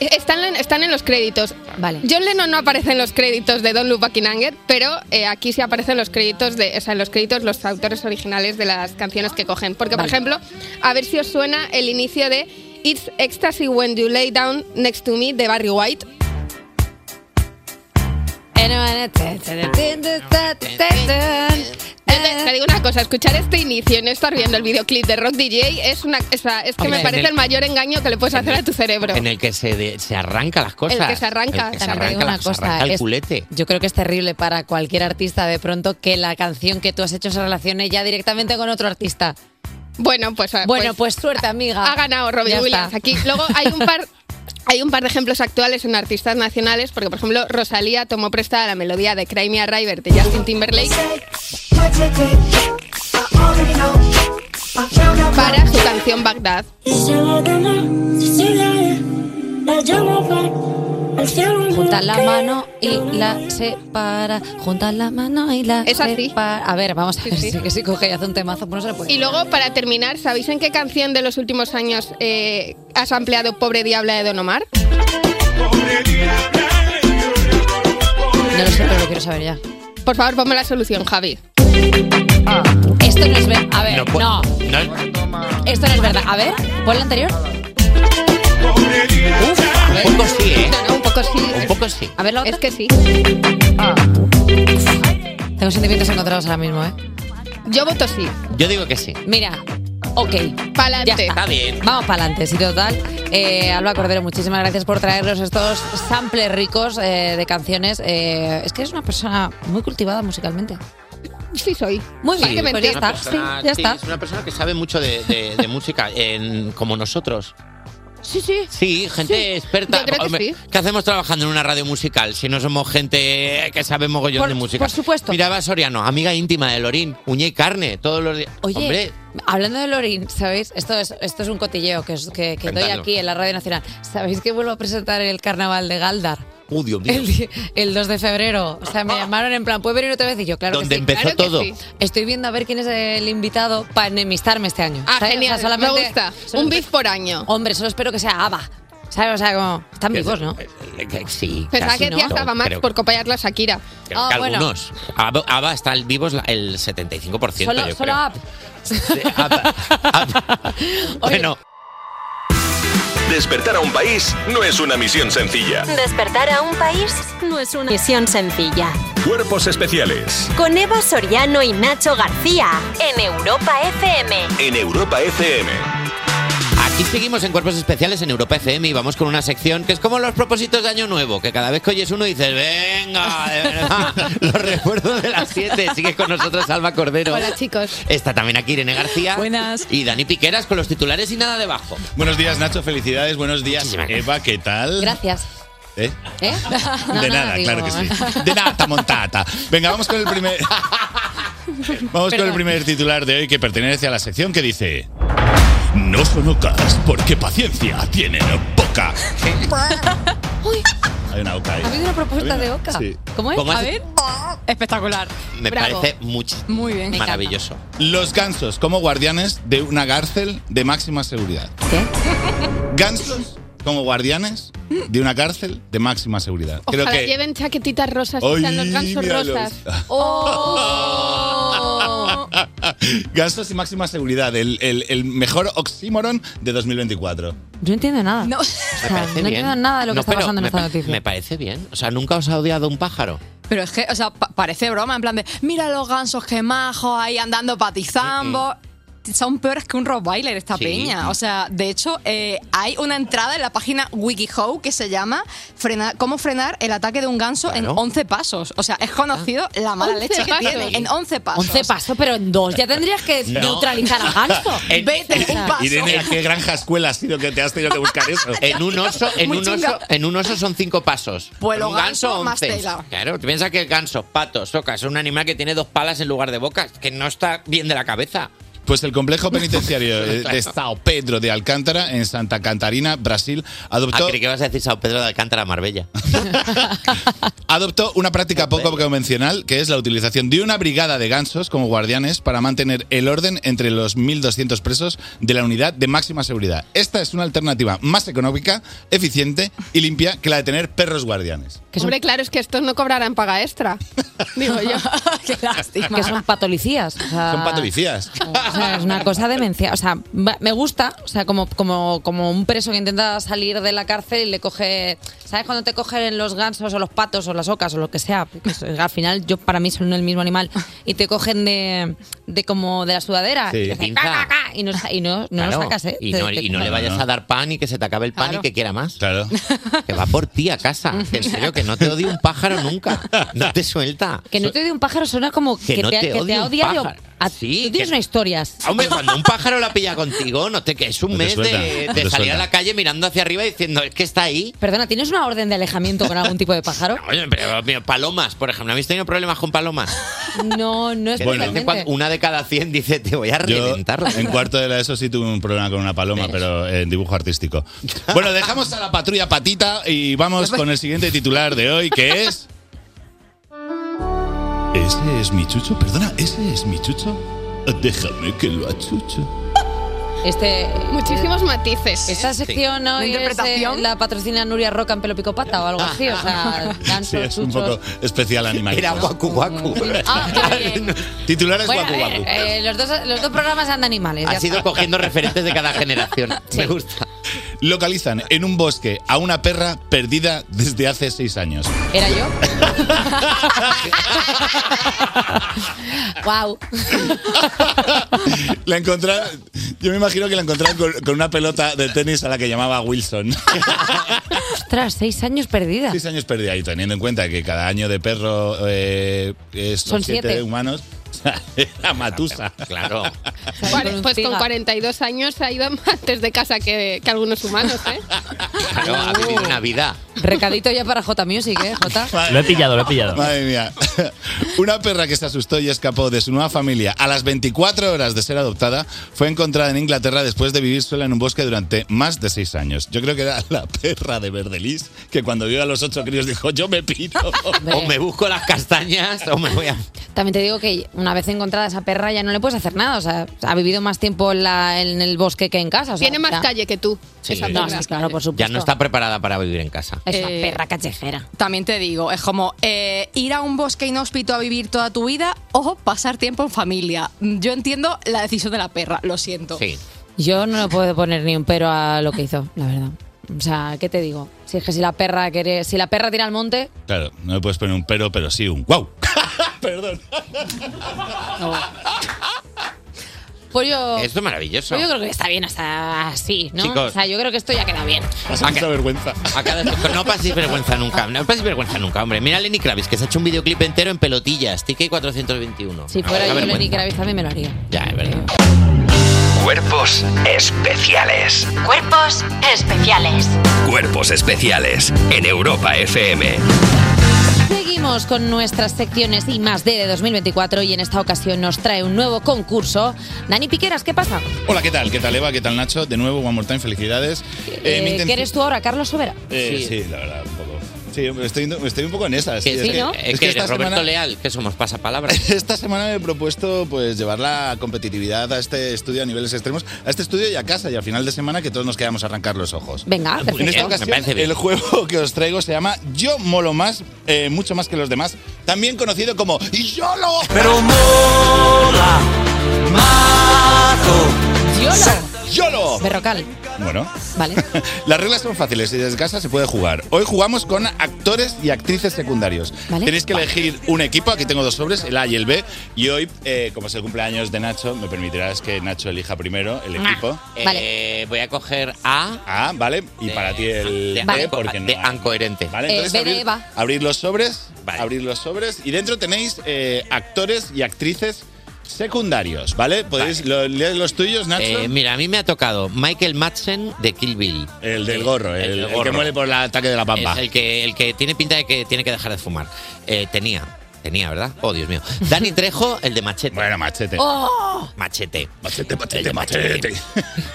I: Eh, Están, en- están en los créditos.
C: Vale.
I: John Lennon no aparece en los créditos de Don Look Back in Anger, pero eh, aquí sí aparecen los créditos de, o sea, en los créditos los autores originales de las canciones que cogen. Porque,
C: Vale.
I: por ejemplo, a ver si os suena el inicio de It's Ecstasy When You Lay Down Next to Me de Barry White.
C: Eh,
I: Te digo una cosa, escuchar este inicio y no estar viendo el videoclip de Rock DJ es una o sea, es que
D: Hombre,
I: me parece
D: en el-
I: el mayor engaño que le puedes hacer a tu cerebro.
D: En el que se, de- se arranca las cosas.
I: que se arranca.
D: El que se
I: También
C: te digo
D: arranca,
C: una
D: las cosas,
C: cosa,
D: arranca el
C: es-
D: culete.
C: Yo creo que es terrible para cualquier artista de pronto que la canción que tú has hecho se relacione ya directamente con otro artista.
I: Bueno, pues
C: Bueno, pues, suerte, amiga.
I: Ha ganado Robbie
C: Ya
I: Williams
C: está.
I: aquí. Luego hay un par Hay un par de ejemplos actuales en artistas nacionales, porque por ejemplo Rosalía tomó prestada la melodía de Cry Me a River de Justin Timberlake para su canción Bagdad.
C: Junta la mano y la separa. Junta la mano y la
I: Es así.
C: separa. A ver, vamos a ver. si- que si coge y hace un temazo, pues no se le puede.
I: Y luego, para terminar, ¿sabéis en qué canción de los últimos años eh, has ampliado Pobre Diabla de Don Omar?
C: No lo sé, pero lo quiero saber ya.
I: Por favor, ponme la solución, Javi.
J: Ah.
C: Esto no es verdad. A ver,
D: pu-
C: no. Esto no es verdad. A ver, ¿cuál la anterior?
D: Un poco sí, ¿eh?
I: No, no, un poco sí.
D: Un poco sí.
C: A ver, la otra.
I: Es que sí.
C: Tengo sentimientos encontrados ahora mismo, ¿eh?
I: Yo voto sí.
D: Yo digo que sí.
C: Mira, ok. Ya
I: Pa'lante.
C: está.
D: bien.
C: Vamos para adelante, sí, total. Eh, Alba Cordero, muchísimas gracias por traernos estos samples ricos eh, de canciones. Eh, es que eres una persona muy cultivada musicalmente.
I: Sí soy.
C: Muy
I: Sí,
C: bien, pues ya
I: mentira.
D: es
C: está.
D: una persona-
C: sí, ya
D: sí,
C: está.
D: Es una persona que sabe mucho de, de- de música, en- como nosotros.
I: Sí, sí.
D: Sí, gente experta.
I: Yo creo que sí.
D: ¿Qué hacemos trabajando en una radio musical si no somos gente que sabe mogollón
C: Por-
D: de música?
C: por supuesto.
D: Miraba Soriano, amiga íntima de Lorín, uña y carne, todos los días.
C: Oye,
D: Hombre,
C: hablando de Lorin, ¿sabéis? Esto es, esto es un cotilleo que, os- que, que doy
D: Cuéntalo.
C: aquí en la Radio Nacional. ¿Sabéis que vuelvo a presentar el carnaval de Galdar?
D: uh, Dios mío.
C: El, di- el 2 de febrero. O sea, me llamaron en plan, ¿puedo venir otra vez? Y yo, claro que
D: Donde
C: sí.
D: empezó
I: claro que
D: todo.
I: sí.
C: Estoy viendo a ver quién es el invitado para enemistarme este año.
I: Ah,
C: ¿sabes? O sea,
I: genial.
C: solamente-
I: Me gusta.
C: solo-
I: Un beef por año.
C: Hombre, solo espero que sea ABBA. ¿Sabes? O sea, como. Están vivos, ¿no?
D: Eh, que Sí.
I: Pensaba
D: casi,
I: que
D: ¿no?
I: decías estaba más
D: Creo-
I: por copiar la Shakira.
D: creo
C: Ah,
D: que
C: bueno.
D: algunos. ABBA, ABBA está el vivo el 75%,
C: Solo,
D: yo
C: solo
D: creo.
C: ABBA.
D: Sí, ABBA,
G: Ah,
D: ABBA. Bueno,
G: Despertar a un país no es una misión sencilla.
B: Despertar a un país no es una misión sencilla.
G: Cuerpos especiales
B: Con Eva Soriano y Nacho García en Europa FM.
G: en Europa FM.
D: Aquí seguimos en Cuerpos Especiales en Europa FM y vamos con una sección que es como los propósitos de Año Nuevo, que cada vez que oyes uno dices, venga, de verdad, los recuerdos de las 7. Sigue con nosotros Alba Cordero.
I: Hola, chicos.
D: Está también aquí Irene García.
C: Buenas.
D: Y Dani Piqueras con los titulares y nada debajo.
J: Buenos días, Nacho. Felicidades. Buenos días,
D: Muchísimas gracias.
J: Eva. ¿Qué tal?
C: Gracias.
J: ¿Eh?
C: ¿Eh? No,
J: de
C: no,
J: nada,
C: digo, ¿eh?
J: claro que sí. De nada, montata. Venga, vamos con el primer. Vamos con el primer titular de hoy que pertenece a la sección que dice. No son ocas, porque paciencia tienen poca. Hay una oca ahí.
C: ¿Ha habido una propuesta
J: ¿Ha
C: de
J: habido?
C: Oca?
J: Sí.
C: ¿Cómo es?
D: ¿Cómo
C: A
D: es?
C: ver.
K: Espectacular.
D: Me
C: Bravo.
D: parece mucho.
K: Muy bien.
C: Me encanta.
D: Maravilloso.
J: Los gansos como guardianes de una cárcel de máxima seguridad.
C: ¿Qué?
J: Gansos como guardianes de una cárcel de máxima seguridad.
I: Ojalá
J: Creo que
I: lleven chaquetitas rosas y
J: Ay,
I: sean los gansos
J: míralos.
I: rosas.
C: ¡Oh!
J: Gastos y máxima seguridad, el, el- el mejor oxímoron de 2024.
C: Yo no entiendo nada.
K: No.
C: O sea,
D: Me parece
C: no
D: bien.
C: entiendo nada de lo que
D: No,
C: está
D: pero
C: pasando en
D: me
C: esta
D: pa-
C: noticia.
D: Me parece bien. O sea, nunca os ha odiado un pájaro.
K: Pero es que, o sea, pa- parece broma, en plan de, mira los gansos que majos ahí andando patizando. Son peores que un rottweiler esta
D: Mm, Sí. mm.
K: peña. O sea, de hecho, eh, hay una entrada en la página WikiHow que se llama Frena- ¿Cómo frenar el ataque de un ganso en
D: Claro.
K: 11 pasos? O sea, es conocido
C: Ah.
K: la mala
I: 11
K: leche que
I: pasos.
K: tiene. En 11 pasos.
C: 11 pasos, pero en dos. Ya tendrías que
D: No.
C: neutralizar al ganso.
D: En-
K: Vete, un paso.
J: Irene, ¿a qué granja escuela has sido que te has tenido que buscar eso?
D: En un oso, en
K: Muy
D: un
K: chunga.
D: oso, en un oso son cinco pasos.
K: Pues lo
D: un
K: ganso más
D: 11.
K: tela.
D: Claro, tú piensas que el ganso, pato, soca, es un animal que tiene dos palas en lugar de bocas, que no está bien de la cabeza.
J: Pues el complejo penitenciario de,
D: Claro.
J: de Sao Pedro de Alcántara, en Santa Catarina, Brasil,
D: Ah,
J: adoptó,
D: creí que vas a decir Sao Pedro de Alcántara, Marbella.
J: adoptó una práctica poco convencional, que es la utilización de una brigada de gansos como guardianes para mantener el orden entre los 1.200 presos de la unidad de máxima seguridad. Esta es una alternativa más económica, eficiente y limpia que la de tener perros guardianes.
C: Que son,
I: Hombre, claro, es que estos no cobrarán paga extra. Digo yo.
K: Qué lástima.
C: que son patolicías. o sea-
J: Son patolicías.
C: O sea, es una cosa demencial. O sea, va- me gusta, o sea, como, como, como un preso que intenta salir de la cárcel y le coge. ¿Sabes cuando te cogen los gansos o los patos o las ocas o lo que sea? Porque eso, al final, yo para mí son el mismo animal. Y te cogen de, de como de la sudadera.
J: Sí.
C: Y, hacen
D: Pinza.
C: ca, ca, ca, y no, sa- y no, no
D: Claro.
C: lo sacas, ¿eh?
D: Y
C: Te-
D: no,
C: te-
D: y no le
J: No,
D: vayas
J: no.
D: a dar pan y que se te acabe el pan
K: Claro.
D: y que quiera más.
J: Claro.
D: Que va por ti a casa. Que en serio, que no te odie un pájaro nunca. No te suelta.
C: Que no te dé un pájaro suena como que,
D: Que no
C: te,
D: te
C: que
D: odie
C: te
D: un
C: odia de-
D: pájaro. Sí,
C: Tú tienes
D: que-
C: una historia.
D: Hombre, cuando un pájaro la pilla contigo, no te que es un
C: te
D: mes de-
C: suelta,
D: de,
C: no te
D: salir
C: suelta.
D: a la calle mirando hacia arriba y diciendo, es que está ahí.
C: Perdona, ¿tienes una orden de alejamiento con algún tipo de pájaro?
D: Oye, pero mira, palomas, por ejemplo, ¿habéis tenido problemas con palomas?
C: No, no es
D: Que de vez en
C: especialmente.
D: cuando una de cada 100 dice, te voy a
J: Yo,
D: reventar.
J: en cuarto de la ESO sí tuve un problema con una paloma, pero en dibujo artístico. Bueno, dejamos a la patrulla patita y vamos con el siguiente titular de hoy, que es... ¿Ese es mi chucho? Perdona, ¿ese es mi chucho? Déjame que lo achucho.
C: Este,
I: Muchísimos matices. ¿eh?
C: Esta sección hoy es, eh, la patrocina Nuria Roca en pelo picopata o algo así. O sea, gansos,
J: Sí, es un
C: chuchos.
J: poco especial animal.
D: Era
J: guacu
D: guacu.
J: Titulares
C: Ah, Bueno,
J: guacu guacu.
C: eh, eh, los, dos, los dos programas andan animales. ya
J: Has ido
C: está.
J: cogiendo referentes de cada generación. Me gusta. Localizan en un bosque a una perra perdida desde hace seis años.
C: ¿Era yo? wow.
J: La encontraron. Yo me imagino que la encontraron con, con una pelota de tenis a la que llamaba Wilson.
C: Ostras, seis años perdida.
J: Seis años perdida. Y teniendo en cuenta que cada año de perro eh, es- son,
C: Son
J: siete,
C: siete.
J: humanos. La matusa. Claro.
I: Cuare- pues con 42 años ha ido antes de casa que, que algunos humanos, ¿eh?
C: Uh.
D: Claro, ha vivido una vida.
C: Recadito ya para J Music, ¿eh? J.
E: Lo he pillado, lo he pillado.
J: Madre mía. Una perra que se asustó y escapó de su nueva familia a las 24 horas de ser adoptada fue encontrada en Inglaterra después de vivir sola en un bosque durante más de seis años. Yo creo que era la perra de Verdelis que cuando vio a los ocho críos dijo, yo me piro.
D: O me busco las castañas o me voy a...
C: También te digo que una vez encontrada esa perra ya no le puedes hacer nada. O sea, ha vivido más tiempo en, la- en el bosque que en casa. o sea,
I: Tiene más
C: ya-
I: calle que tú.
D: Sí.
C: Esa No, perra. sí, claro, por
D: Ya no está preparada para vivir en casa.
C: Es una perra callejera.
K: Eh, También te digo, es como eh, ir a un bosque inhóspito a vivir toda tu vida o pasar tiempo en familia. Yo entiendo la decisión de la perra, lo siento.
C: Yo no le puedo poner ni un pero a lo que hizo, la verdad. O sea, ¿qué te digo? Si es que si la perra quiere, si la perra tira al monte,
J: Claro, no le puedes poner un pero, pero sí un wow.
C: Perdón. Pues yo.
D: Esto es maravilloso.
C: pues yo creo que está bien hasta así, ¿no? O
D: Chicos.
C: sea, yo creo que esto ya queda bien.
D: Pasa mucha
J: vergüenza.
D: no paséis vergüenza nunca. No paséis vergüenza nunca, hombre. Mira a Lenny Kravitz, que se ha hecho un videoclip entero en pelotillas. TK421.
C: Si fuera
D: Ah,
C: yo
D: vergüenza.
C: Lenny Kravitz también me lo haría.
D: Ya, es verdad.
A: Cuerpos especiales.
B: Cuerpos especiales.
A: Cuerpos especiales en Europa FM.
C: Seguimos con nuestras secciones y más de 2024 y en esta ocasión nos trae un nuevo concurso. Dani Piqueras, ¿qué pasa?
J: Hola, ¿qué tal? ¿Qué tal Eva? ¿Qué tal Nacho? De nuevo, one more time, felicidades. Eh, mi
C: Eh,
J: intención-
C: ¿Qué eres tú ahora, Carlos Sobera?
J: Eh, sí. la verdad, un poco. Sí, hombre, estoy, estoy un poco en esas.
C: Que
J: sí,
C: sí, ¿no?
D: Es que eres Roberto
J: Leal, que somos pasapalabras. Esta semana me he propuesto pues llevar la competitividad a este estudio a niveles extremos, a este estudio y a casa, y al final de semana que todos nos quedamos a arrancar los ojos.
C: Venga,
J: Ah, En esta
C: perfecto.
J: ocasión, el juego que os traigo se llama Yo molo más, eh, mucho más que los demás, también conocido como YOLO. Pero mola, YOLO. YOLO.
C: Berrocal.
J: Bueno.
C: Vale.
J: Las reglas son fáciles y desde casa se puede jugar. Hoy jugamos con actores y actrices secundarios. Tenéis que elegir un equipo. Aquí tengo dos sobres, el A y el B. Y hoy, eh, como es el cumpleaños de Nacho, me permitirás que Nacho elija primero el
D: Ah,
J: equipo.
D: Eh, voy a coger a...
J: A, ¿vale? Y para ti el
D: de
J: B,
D: Vale.
J: porque no.
D: de ancoherente.
J: Vale,
D: Eh,
J: entonces
D: B de
J: abrir,
D: Eva.
J: abrir los sobres, abrir los sobres y dentro tenéis eh, actores y actrices secundarios, ¿vale? Podéis lo- leer los tuyos, Nacho.
D: Eh, mira, a mí me ha tocado Michael Madsen de Kill Bill. Eh,
J: El del gorro, el- el que muere por el ataque de la pampa.
D: Es el, que, el que tiene pinta de que tiene que dejar de fumar. Eh, tenía, tenía, ¿verdad? Oh, Dios mío. Dani Trejo, el de Machete.
J: Bueno, Machete.
C: ¡Oh!
D: Machete.
J: Machete,
D: machete, machete.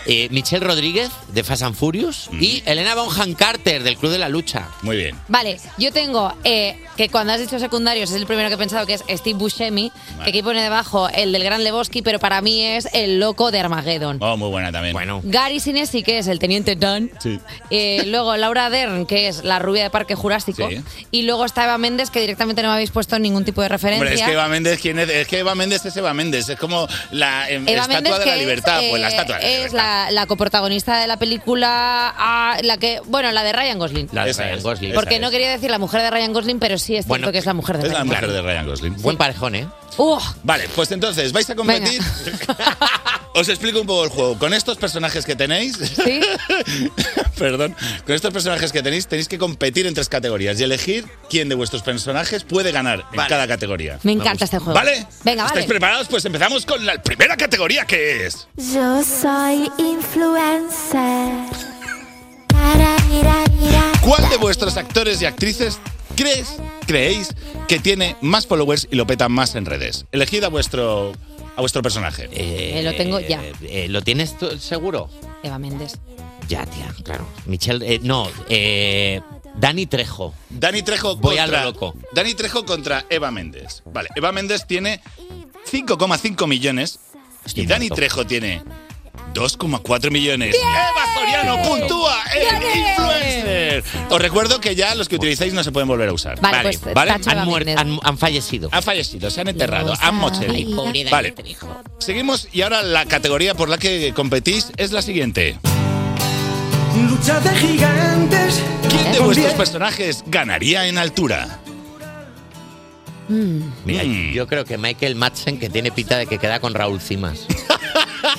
D: Eh, Michelle Rodríguez, de Fast and Furious. Y Elena Bonham Carter, del Club de la Lucha.
J: Mm. Muy bien.
C: Vale, yo tengo eh, que cuando has dicho secundarios es el primero que he pensado que es Steve Buscemi, que aquí pone debajo el del Gran Lebowski, pero para mí es el loco de Armageddon.
J: Oh, muy buena también.
D: Bueno.
C: Gary Sinesi, que es el teniente Dunn.
J: Sí.
C: Eh, luego Laura Dern, que es la rubia de Parque Jurásico.
J: Sí.
C: Y luego está Eva Méndez, que directamente no me habéis puesto ningún tipo de referencia.
J: Hombre, es que Eva Méndez, ¿quién es? Es que Eva Méndez es Eva Méndez. Es como la em,
C: Eva
J: estatua
C: Méndez,
J: de la
C: que
J: libertad.
C: es,
J: pues la
C: eh,
J: estatua de la
C: es la, la coprotagonista de la película, ah, la que, bueno, la de Ryan Gosling.
D: La de Ryan Gosling.
C: Porque no quería decir la mujer de Ryan Gosling, pero sí es cierto que es la mujer de
J: Es la
C: Ryan
J: mujer
C: Gosling.
J: de Ryan Gosling.
D: Buen parejón, ¿eh?
C: ¡Uh!
J: Vale, pues entonces, vais a competir. Os explico un poco el juego. Con estos personajes que tenéis. perdón. Con estos personajes que tenéis, tenéis que competir en tres categorías y elegir quién de vuestros personajes puede ganar en cada categoría.
C: Me encanta este juego.
J: ¿Vale?
C: Venga, vale.
J: ¿Estáis preparados? Pues empezamos con la primera categoría que es.
L: Yo soy influencer. Para ir a
J: ¿Cuál de vuestros actores y actrices crees, creéis que tiene más followers y lo peta más en redes? Elegid a vuestro, a vuestro personaje.
C: Eh, lo tengo ya.
D: Eh, ¿Lo tienes tú seguro?
C: Eva Méndez.
D: Ya, tía, claro. Michelle, eh, no, eh, Dani Trejo.
J: Dani Trejo
D: Voy a
J: contra,
D: lo loco.
J: Dani Trejo contra Eva Méndez. Vale, Eva Méndez tiene 5,5 millones y Dani
D: muerto.
J: Trejo tiene 2,4 millones.
H: Eva Soriano puntúa
J: en influencer. Os recuerdo que ya los que utilizáis no se pueden volver a usar.
H: Vale, pues, tacho Eva
J: han, muerto,
H: Méndez.
J: han,
D: han fallecido.
J: Han fallecido, se han enterrado, han mochado.
H: Ay, pobre Dani
J: Vale. Seguimos y ahora la categoría por la que competís es la siguiente.
H: Lucha de gigantes.
J: ¿Quién de vuestros personajes ganaría en altura?
C: Mm.
D: Mira,
J: Mm.
D: yo creo que Michael Madsen, que tiene pinta de que queda con Raúl Cimas.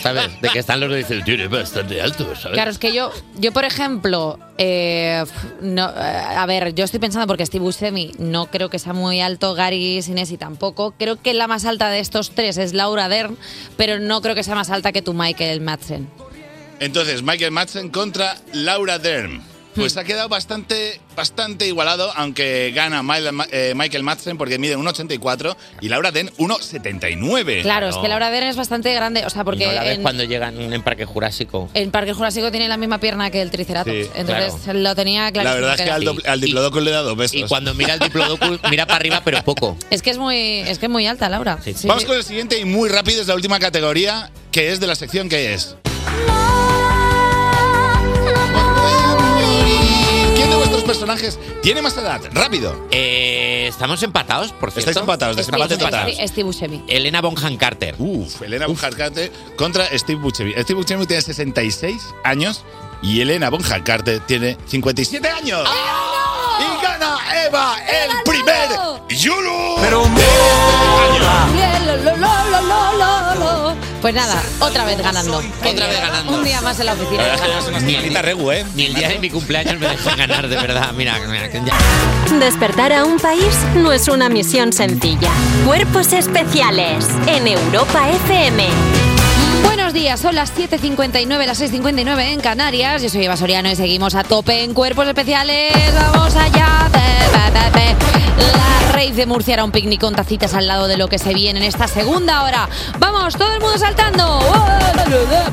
D: ¿Sabes? De que están los dos y dicen, tío, es bastante alto, ¿sabes?
C: Claro, es que yo, yo por ejemplo, eh, f- no, eh, a ver, yo estoy pensando porque Steve Buscemi no creo que sea muy alto, Gary Sinesi tampoco. Creo que la más alta de estos tres es Laura Dern, pero no creo que sea más alta que tu Michael Madsen.
J: Entonces, Michael Madsen contra Laura Dern. Pues
H: Hmm.
J: ha quedado bastante, bastante igualado, aunque gana Mil- Ma- eh, Michael Madsen porque mide 1,84 y Laura Dern 1,79.
C: Claro, es que Laura Dern es bastante grande, o sea, porque
D: Eh, no la ves
C: en,
D: cuando llegan en un parque jurásico.
C: en Parque Jurásico tiene la misma pierna que el Triceratops,
D: Sí,
C: entonces lo tenía claro.
J: diplodocus le he dado besos.
D: Y cuando mira al diplodocus, mira para arriba, pero poco.
C: Es que es muy, es que es muy alta, Laura. Sí,
J: Vamos
C: sí.
J: con el siguiente y muy rápido, es la última categoría, que es de la sección que es. ¿Quién de vuestros personajes tiene más edad? Rápido.
D: Eh, estamos empatados, por cierto.
J: Estáis empatados, desempate total.
C: Steve- Steve Buscemi.
D: Elena Bonham Carter.
J: Uf, Elena Bonham Carter contra Steve Buscemi. Steve Buscemi tiene 66 años y Elena Bonham Carter tiene 57 años. ¡Y gana Eva el primer Yulu! ¡Pero
C: Lo, lo, lo, lo, lo, lo, lo. Pues nada, otra vez ganando. Otra
D: vez ganando.
C: Un día más en la oficina.
D: Ni el,
J: ¿eh?
D: ni el día de mi cumpleaños me dejó ganar, de verdad. Mira, mira, que ya.
B: Despertar a un país no es una misión sencilla. Cuerpos especiales en Europa FM.
C: Buenos días, son las 7.59, las 6.59 en Canarias. Yo soy Eva Soriano y seguimos a tope en Cuerpos Especiales. ¡Vamos allá! Te, te, te. La rave de Murcia era un picnic con tacitas al lado de lo que se viene en esta segunda hora. ¡Vamos, todo el mundo saltando!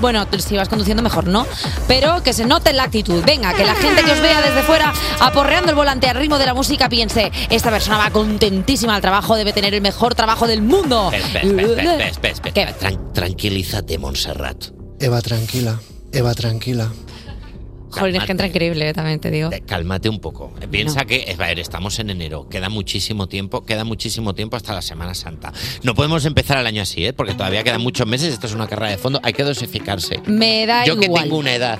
C: Bueno, si vas conduciendo mejor no, pero que se note la actitud. Venga, que la gente que os vea desde fuera aporreando el volante al ritmo de la música piense esta persona va contentísima al trabajo, debe tener el mejor trabajo del mundo.
D: Espera, espera, espera, espera, espera. Tran- tranquilízate, Montserrat.
M: Eva, tranquila. Eva, tranquila.
C: Jolín, es que entra increíble, eh, también te digo.
D: Cálmate un poco. Piensa que, a ver, estamos en enero, queda muchísimo tiempo, queda muchísimo tiempo hasta la Semana Santa. No podemos empezar el año así, ¿eh? porque todavía quedan muchos meses, esto es una carrera de fondo, hay que dosificarse.
C: Me da
D: Yo que
C: igual.
D: tengo una edad,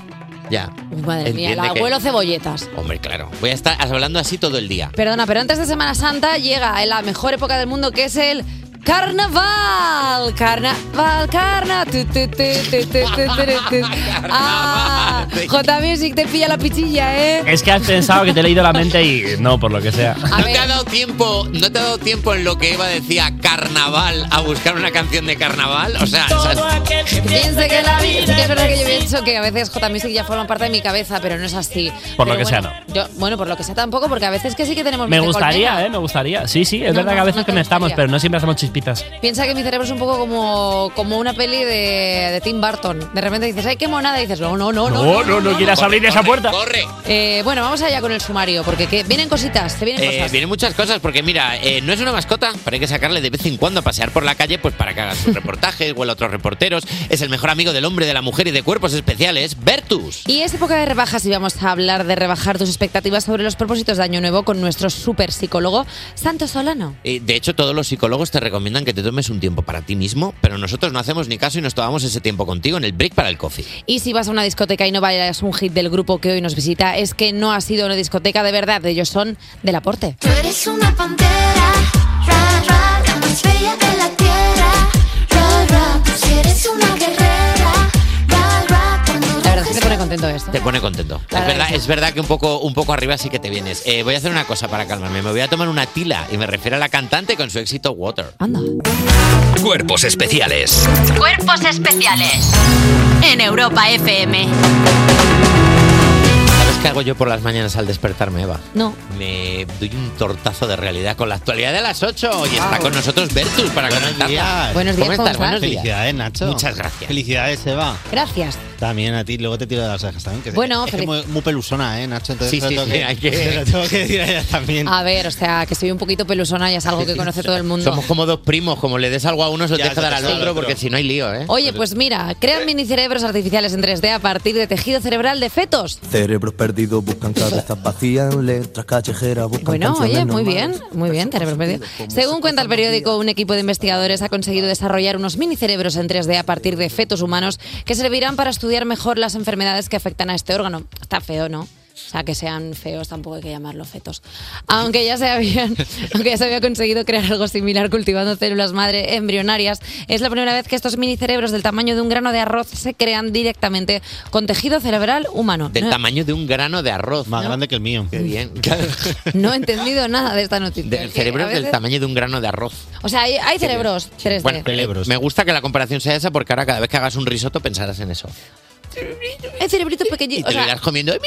D: ya.
C: Madre mía, el
D: Entiende que-
C: abuelo cebolletas.
D: Hombre, claro, voy a estar hablando así todo el día.
C: Perdona, pero antes de Semana Santa llega en la mejor época del mundo que es el carnaval. Carnaval, carna. tu, tu, tu, tu, tu, tu, tu, tu. Ah, J Music te pilla la pichilla, ¿eh?
E: Es que has pensado que te he leído la mente y no, por lo que sea.
D: No te, ha dado tiempo, no te ha dado tiempo en lo que Eva decía carnaval a buscar una canción de carnaval. O sea, ¿sabes?
C: Piense que la vida. Es verdad que yo pienso que a veces J Music ya forma parte de mi cabeza, pero no es así.
E: Por
C: Pero
E: lo que sea,
C: bueno, Yo, bueno, por lo que sea tampoco, porque a veces que sí que tenemos.
E: Me
C: mente este colmena.
E: gustaría, ¿eh? Me gustaría. Sí, sí, es
C: No,
E: verdad
C: no,
E: que a veces
C: no te
E: conectamos,
C: gustaría.
E: pero no siempre hacemos chispitas.
C: Piensa que mi cerebro es un poco como, como una peli de, de Tim Burton. De repente dices, ay, qué monada. Y dices, no, no, no, no.
E: No, no, no quieras abrir esa puerta.
D: Corre.
C: Eh, bueno, vamos allá con el sumario, porque que vienen cositas, se vienen
D: Eh,
C: cosas.
D: vienen muchas cosas, porque mira, eh, no es una mascota, pero hay que sacarle de vez en cuando a pasear por la calle, pues para que haga sus reportajes, huele a otros reporteros. Es el mejor amigo del hombre, de la mujer y de cuerpos especiales, Vertus.
C: Y es época de rebajas y vamos a hablar de rebajar tus expectativas sobre los propósitos de Año Nuevo con nuestro super psicólogo, Santo Solano.
D: Eh, de hecho, todos los psicólogos te recomiendan que te tomes un tiempo para ti mismo, pero nosotros no hacemos ni caso y nos tomamos ese tiempo contigo en el break para el coffee.
C: Y si vas a una discoteca y no bailas un hit del grupo que hoy nos visita, es que no ha sido una discoteca de verdad, ellos son del aporte.
F: Tú eres una pantera, ra, ra, la más bella de la tierra, ra, ra, tú sí pues eres una guerrera.
C: eso.
D: Te pone contento.
C: La verdad
D: Es verdad,
C: que sí.
D: es verdad que un poco, un poco arriba sí que te vienes. Eh, voy a hacer una cosa para calmarme. Me voy a tomar una tila y me refiero a la cantante con su éxito Water.
C: Anda.
A: Cuerpos especiales.
B: Cuerpos especiales en Europa FM.
D: ¿Sabes qué hago yo por las mañanas al despertarme, Eva?
C: No.
D: Me doy un tortazo de realidad con la actualidad de las 8 y está con nosotros Bertus para conectarla.
C: Buenos días,
D: ¿Cómo
C: ¿cómo
D: estás?
C: estás?
D: Buenos días.
N: Felicidades, Nacho.
D: Muchas gracias.
N: Felicidades, Eva.
C: Gracias.
N: También a ti, luego te tiro de las orejas también. Que
C: Bueno,
N: es que
C: fel-
N: muy, muy pelusona, ¿eh, Nacho? Entonces
D: Sí,
N: te lo
D: sí,
N: tengo
D: sí,
N: que,
D: hay que- Ah,
N: te lo tengo que decir a ella también.
C: A ver, o sea, que soy un poquito pelusona y es algo que conoce todo el mundo.
D: Somos como dos primos, como le des algo a uno, se lo
N: Ya,
D: tienes que dar al
N: sí,
D: otro
N: otro.
D: porque si no hay lío, ¿eh?
C: Oye, pues mira, crean mini cerebros artificiales en 3D a partir de tejido cerebral de fetos.
O: Cerebros perdidos buscan cabezas vacías, letras callejeras buscan
C: Bueno,
O: canciones
C: oye, muy
O: normales.
C: bien, muy bien, cerebro perdido. Según cuenta el periódico, un equipo de investigadores ha conseguido desarrollar unos mini cerebros en 3D a partir de fetos humanos que servirán para estudiar mejor las enfermedades que afectan a este órgano. Está feo, ¿no? O sea, que sean feos tampoco hay que llamarlos fetos. Aunque ya, se habían, aunque ya se había conseguido crear algo similar cultivando células madre embrionarias, es la primera vez que estos mini cerebros del tamaño de un grano de arroz se crean directamente con tejido cerebral humano.
D: Del
C: No-
D: tamaño de un grano de arroz. Más grande que el mío. Qué bien.
C: No he entendido nada de esta noticia.
D: Del
C: que
D: cerebro
C: a
D: del
C: veces-
D: tamaño de un grano de arroz.
C: O sea, hay, hay cerebros 3D.
D: Bueno, eh, me gusta que la comparación sea esa porque ahora cada vez que hagas un risotto pensarás en eso.
C: Hay cerebritos
D: Y
C: pequeñitos.
D: te
C: O
D: lo
C: sea,
D: irás comiendo. "Ay,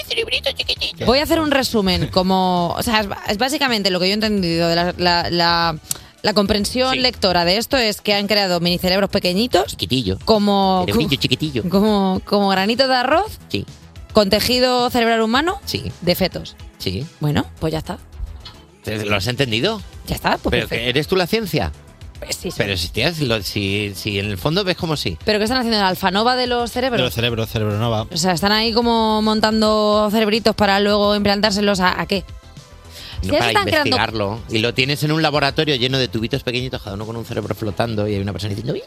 D: mi
C: voy a hacer un resumen. Como, o sea, es, es básicamente lo que yo he entendido de la, la- la- la comprensión lectora de esto es que han creado minicerebros pequeñitos.
D: Chiquitillo.
C: Como, como,
D: Cerebrillo chiquitillo.
C: como, como granitos de arroz
D: Sí,
C: con tejido cerebral humano
D: sí,
C: de fetos.
D: sí.
C: Bueno, pues ya está.
D: ¿Lo has entendido?
C: Ya está, pues
D: ¿Pero
C: perfecto. Pues
D: que eres tú la ciencia?
C: sí,
D: Pero si, tía, si, lo- si- si en el fondo ves como sí.
C: ¿Pero qué están haciendo? ¿La alfanova de los cerebros?
D: cerebro, cerebro no va.
C: O sea, están ahí como montando cerebritos para luego implantárselos a, a qué. Si ya se
D: para
C: están creando-
D: investigarlo. Y lo tienes en un laboratorio lleno de tubitos pequeñitos, cada uno con un cerebro flotando, y hay una persona diciendo, "Uy,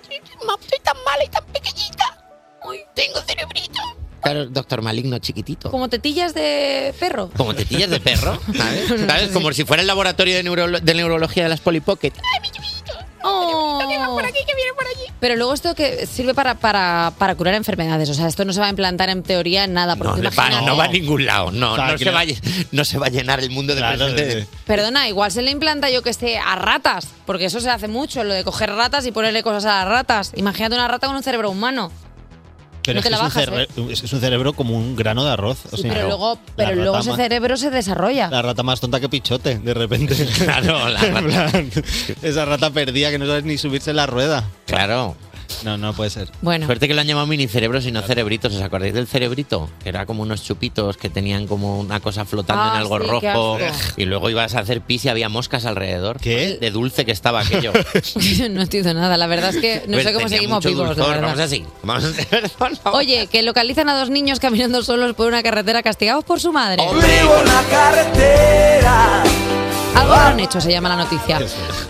D: Soy tan mala y tan pequeñita. Uy, tengo cerebrito. claro, doctor maligno chiquitito.
C: Como tetillas de perro.
D: Como tetillas de perro, ¿sabes? ¿Sabes? Como si fuera el laboratorio de, neurolo- de neurología de las Polipocket.
C: Oh. Pero luego esto que sirve para, para, para curar enfermedades. O sea, esto no se va a implantar en teoría en nada.
D: No,
C: Porque
D: le va,
C: imagínate-
D: no va a ningún lado. No,
N: O sea,
D: no,
N: que
D: se
N: le-
D: va, a lle- no se va a llenar el mundo de presente.
C: Perdona, igual se le implanta, yo que sé, a ratas. Porque eso se hace mucho, lo de coger ratas y ponerle cosas a las ratas. Imagínate una rata con un cerebro humano.
N: Pero
C: No
N: es,
C: te
N: que
C: la
N: es un
C: bajas,
N: cerre-
D: eh?
N: es- es un cerebro como un grano de arroz. o
C: Sí,
N: sea,
C: pero luego,
N: la
C: pero
N: rata
C: luego ese
N: más-
C: cerebro se desarrolla.
N: La rata más tonta que pichote, de repente.
D: Claro, la rata.
N: esa rata perdida que no sabes ni subirse en la rueda.
D: Claro.
N: No, no puede ser.
C: Bueno.
D: Suerte que lo han llamado minicerebros y no cerebritos. ¿Os acordáis del cerebrito? Que era como unos chupitos que tenían como una cosa flotando
C: Ah,
D: en algo
C: sí, qué
D: rojo.
C: asco.
D: Y luego ibas a hacer pis y había moscas alrededor. ¿Qué? De dulce que estaba aquello.
C: no entiendo nada. La verdad es que no
D: Pues
C: sé cómo
D: tenía
C: seguimos
D: mucho
C: vivos. la
D: dulzor.
C: verdad.
D: Vamos así. Vamos así.
C: Oye, que localizan a dos niños caminando solos por una carretera castigados por su madre. Algo lo han hecho, se llama la noticia.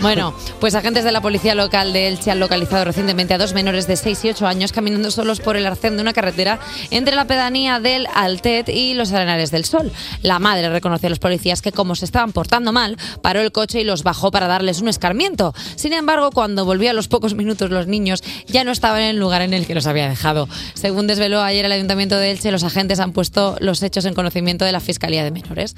C: Bueno, pues agentes de la policía local de Elche han localizado recientemente a dos menores de 6 y 8 años caminando solos por el arcén de una carretera entre la pedanía del Altet y los Arenales del Sol. La madre reconoció a los policías que como se estaban portando mal, paró el coche y los bajó para darles un escarmiento. Sin embargo, cuando volvió a los pocos minutos los niños ya no estaban en el lugar en el que los había dejado. Según desveló ayer el ayuntamiento de Elche, los agentes han puesto los hechos en conocimiento de la Fiscalía de Menores.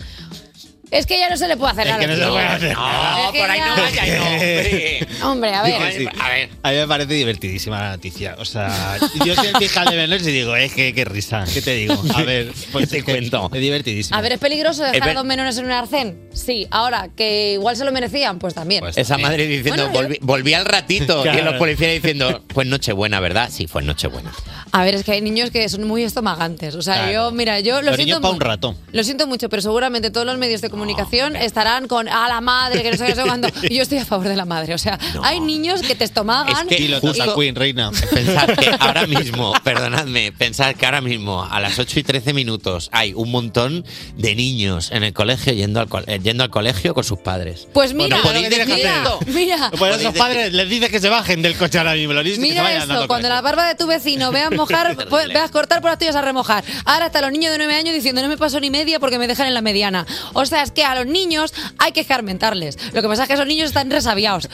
C: Es que ya no se le puede hacer nada. tío.
D: No, Ah, por ahí no vaya, no, hombre.
C: Hombre, a ver.
N: Digo, sí.
D: A ver.
N: A mí me parece divertidísima la noticia. O sea, yo soy el fija de menores y digo, eh, qué, qué risa. ¿Qué te digo? A ver, pues te cuento. Es divertidísimo.
C: A ver, ¿es peligroso
N: Es
C: dejar a
N: ver-
C: dos menores en un arcén? Sí, ahora, que igual se lo merecían, pues también.
D: Esa madre diciendo, volví, volví al ratito. Y
N: Claro.
D: los policías diciendo, pues Nochebuena, ¿verdad? Sí, fue Nochebuena.
C: A ver, es que hay niños que son muy estomagantes. O sea,
D: Claro.
C: yo, mira, yo lo
D: Los
C: siento,
D: niños pa' un
C: mu-
D: rato.
C: lo siento mucho, pero seguramente todos los medios de comunicación estarán con a la madre, que no sé qué, no sé cuándo. Y Yo estoy a favor de la madre. O sea, hay niños que te estomagan.
N: Dilo,
C: y-
N: Tata Queen, reina.
D: Pensad que ahora mismo, perdonadme, pensad que ahora mismo a las 8 y 13 minutos hay un montón de niños en el colegio yendo al, col- eh, yendo al colegio con sus padres.
C: Pues mira,
D: Bueno, podéis
C: mira,
D: dejarlo.
C: mira,
P: Por esos padres les dices que se bajen del coche ahora mismo.
C: Mira esto, cuando la barba de tu vecino veas mojar, pues, veas cortar por las tuyas a remojar. Ahora hasta los niños de 9 años diciendo no me paso ni media porque me dejan en la mediana. O sea, es que a los niños hay que escarmentarles. Lo que pasa es que esos niños están resabiados.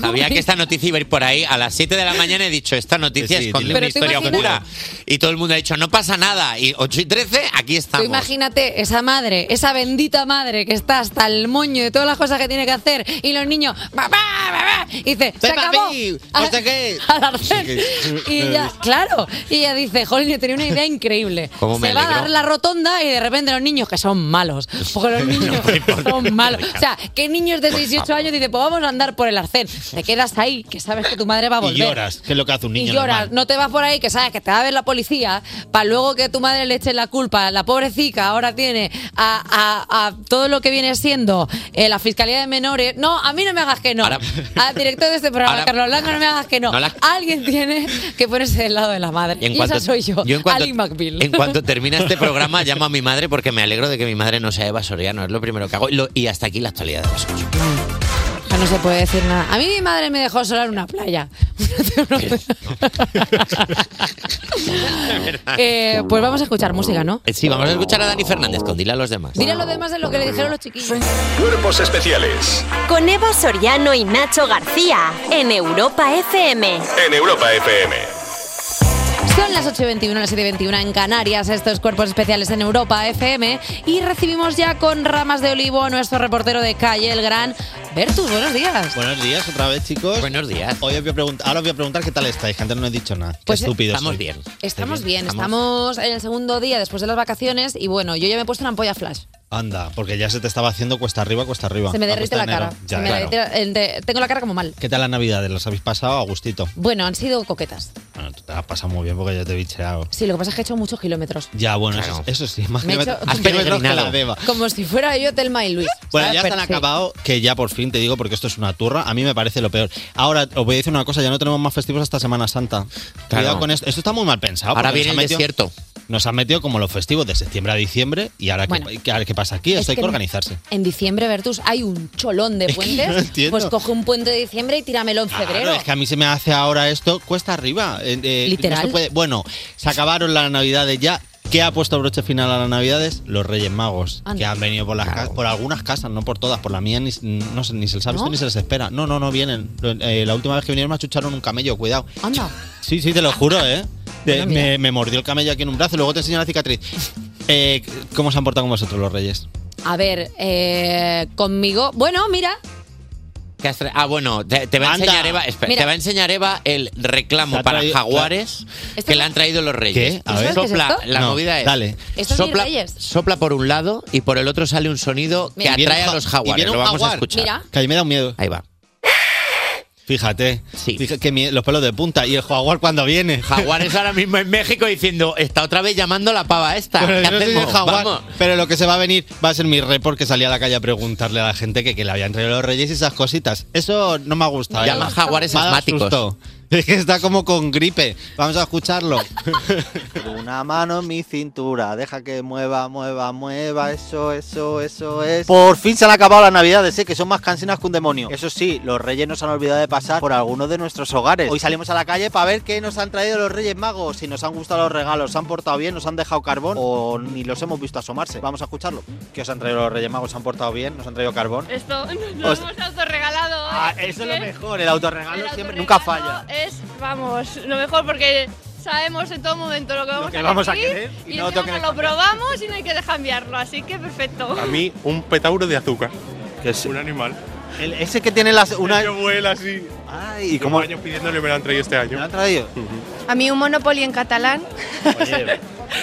D: Sabía que esta noticia iba a ir por ahí. A las 7 de la mañana he dicho, esta noticia
C: Sí,
D: es esconde
C: tiene-
D: una
C: Pero tú
D: historia
C: imaginas-
D: oscura. Y todo el mundo ha dicho, no pasa nada. Y 8 y 13, aquí
C: Tú
D: estamos.
C: imagínate esa madre, esa bendita madre que está hasta el moño de todas las cosas que tiene que hacer y los niños, papá, papá, y dice, se
D: Peppa
C: acabó.
D: Pig,
C: A-
D: no sé qué.
C: al arcén. Y ella, claro, y ella dice, jolín, yo tenía una idea increíble.
D: Cómo me
C: se va a
D: alegro.
C: dar la rotonda y de repente los niños que son malos, porque los niños son malos. O sea, que niños de
P: Por
C: 18
P: favor.
C: años dice, pues vamos a andar por el arcén. Te quedas ahí, que sabes que tu madre va a volver
P: Y lloras, que es lo que hace un niño.
C: y lloras,
P: normal.
C: no te vas por ahí que sabes que te va a ver la policía, para luego que tu madre le eche la culpa. La pobrecita ahora tiene a, a- a todo lo que viene siendo eh, la Fiscalía de Menores. No, a mí no me hagas que no. Al director de este programa,
D: ahora-
C: Carlos Blanco, no me hagas que no.
D: No la-
C: Alguien tiene que ponerse del lado de la madre.
D: Y
C: Y,
D: en cuanto-
C: esa soy yo,
D: yo en cuanto-
C: Ali McBeal.
D: En cuanto termina este programa, llamo a mi madre porque me alegro de que mi madre no sea Eva Soriano. Es lo primero que hago. Y, lo- y hasta aquí la actualidad de los ocho.
C: Ya no se puede decir nada. A mí mi madre me dejó sola en una playa. Eh, pues vamos a escuchar música, ¿no?
D: Eh, Sí, vamos a escuchar a Dani Fernández con Dile a los demás.
C: Dile a los demás de lo que le dijeron los chiquillos.
G: Cuerpos especiales
B: Con Eva Soriano y Nacho García en Europa FM.
G: en Europa FM.
C: Son las 8.21, las 7.21 en Canarias, estos cuerpos especiales en Europa FM y recibimos ya con ramas de olivo a nuestro reportero de calle, el gran Bertus, buenos días.
P: Buenos días otra vez, chicos.
D: Buenos días.
P: Hoy os voy a pregunt- ahora os voy a preguntar qué tal estáis, que antes no he dicho nada.
C: Pues,
P: Qué estúpido.
D: estamos
P: soy.
D: bien.
C: Estamos bien, estamos en el segundo día después de las vacaciones y bueno, yo ya me he puesto una ampolla flash.
P: Anda, porque ya se te estaba haciendo cuesta arriba, cuesta arriba.
C: Se me
P: A
C: derrite la
P: cuesta
C: cara.
P: enero. Ya,
C: Se me
P: claro.
C: derrite la- el de- tengo la cara como mal.
P: ¿Qué tal las navidades? ¿Las habéis pasado a gustito?
C: Bueno, han sido coquetas.
P: Bueno, tú te las has pasado muy bien porque yo te he bicheado.
C: Sí, lo que pasa es que he hecho muchos kilómetros.
P: Ya, bueno, eso, eso sí, más
C: Me he
P: que
C: hecho-
P: más kilómetros que la beba.
C: Como si fuera yo Telma y Luis.
P: Bueno,
C: ¿sabes?
P: ya están
C: Pero sí.
P: acabado, que ya por fin te digo, porque esto es una turra. A mí me parece lo peor. Ahora, os voy a decir una cosa: ya no tenemos más festivos hasta Semana Santa. Cuidado con esto. Esto está muy mal pensado.
D: Ahora
P: porque
D: viene
P: nos han
D: el desierto.
P: Nos han metido como los festivos de septiembre a diciembre. ¿Y ahora,
C: Bueno.
P: ¿qué, qué- ahora qué pasa aquí?
C: Es
P: Esto hay
C: que
P: que
C: no-
P: organizarse.
C: En diciembre, Bertus, hay un cholón de puentes.
P: no entiendo.
C: pues coge un puente de diciembre y tíramelo en febrero.
P: Claro, es que a mí se me hace ahora esto cuesta arriba. Eh, eh, no
C: Literal.
P: se puede- Bueno, se acabaron las navidades ya. ¿Qué ha puesto broche final a las navidades? Los Reyes Magos,
C: Anda.
P: que han venido por, las ca- por algunas casas, no por todas, por la mía ni, s- no sé, ni se les ha visto
C: ¿No?
P: ni se les espera. No, no, no vienen. Lo- eh, la última vez que vinieron me achucharon un camello, cuidado.
C: Anda.
P: Sí, sí, te lo juro, ¿eh? De-
C: Bueno, mira.
P: me, me mordió el camello aquí en un brazo y luego te enseño la cicatriz. Eh, ¿Cómo se han portado con vosotros los Reyes?
C: A ver, eh, conmigo. Bueno, mira.
D: ¿Qué has tra- Ah, bueno, te, te va a
P: Anda.
D: enseñar Eva. espera,
C: Mira.
D: te va a enseñar Eva el reclamo
P: Se ha
D: para
P: traído-
D: jaguares que le han traído los reyes.
P: ¿Qué? A ¿Tú ver. sabes qué es
D: Sopla,
P: esto?
D: la
P: No,
D: movida es.
P: dale.
C: ¿Esto es mis
D: sopla,
C: reyes?
D: sopla por un lado y por el otro sale un sonido
C: Mira. Y
D: que
C: viene
D: atrae
P: un
D: a
P: ja-
D: los
P: y
D: jaguares.
P: viene un
D: Lo vamos a
P: jaguar.
D: escuchar.
C: Mira.
P: Que a mí me da un miedo.
D: Ahí va.
P: Fíjate. Fija- que mi- los pelos de punta. ¿Y el jaguar cuando viene?
D: Jaguares ahora mismo en México diciendo, está otra vez llamando la pava esta.
P: Pero,
D: ¿Qué
P: yo soy de
D: hacemos?
P: jaguar,
D: Vamos.
P: pero lo que se va a venir va a ser mi report que salía a la calle a preguntarle a la gente que, que le habían traído los reyes y esas cositas. Eso no me ha gustado.
D: Llama
P: ¿eh?
D: jaguares
P: Me ha dado
D: asmáticos.
P: susto. Es que está como con gripe. Vamos a escucharlo.
N: Una mano en mi cintura, deja que mueva, mueva, mueva, eso, eso, eso es.
Q: Por fin se han acabado las
N: navidades, sé que son más cansinas que un demonio. Eso sí, los reyes nos han olvidado de pasar por algunos de nuestros hogares. Hoy salimos a la calle para ver qué nos han traído los reyes magos, si nos han gustado los regalos, se han portado bien, nos han dejado carbón o ni los hemos visto asomarse. Vamos a escucharlo. ¿Qué os han traído los reyes magos? ¿Se han portado bien? ¿Nos han traído carbón?
R: Esto
N: lo Os-
R: hemos autorregalado. ¿eh?
N: Ah, eso es lo mejor, el autorregalo siempre, nunca falla.
R: Es, vamos, lo mejor porque sabemos en todo momento lo que vamos,
N: que vamos a
R: elegir
N: querer y
R: y
N: no lo
R: encima
N: tengo que
R: nos lo probamos y no hay que cambiarlo, así que perfecto.
I: A mí, un petauro de azúcar. Que es un animal.
N: ese que tiene las. Una...
I: Que vuela así.
N: Ay,
I: ¿y cómo? años pidiéndole me lo han traído este año. ¿Me lo han
N: traído?
R: A mí un Monopoly en catalán.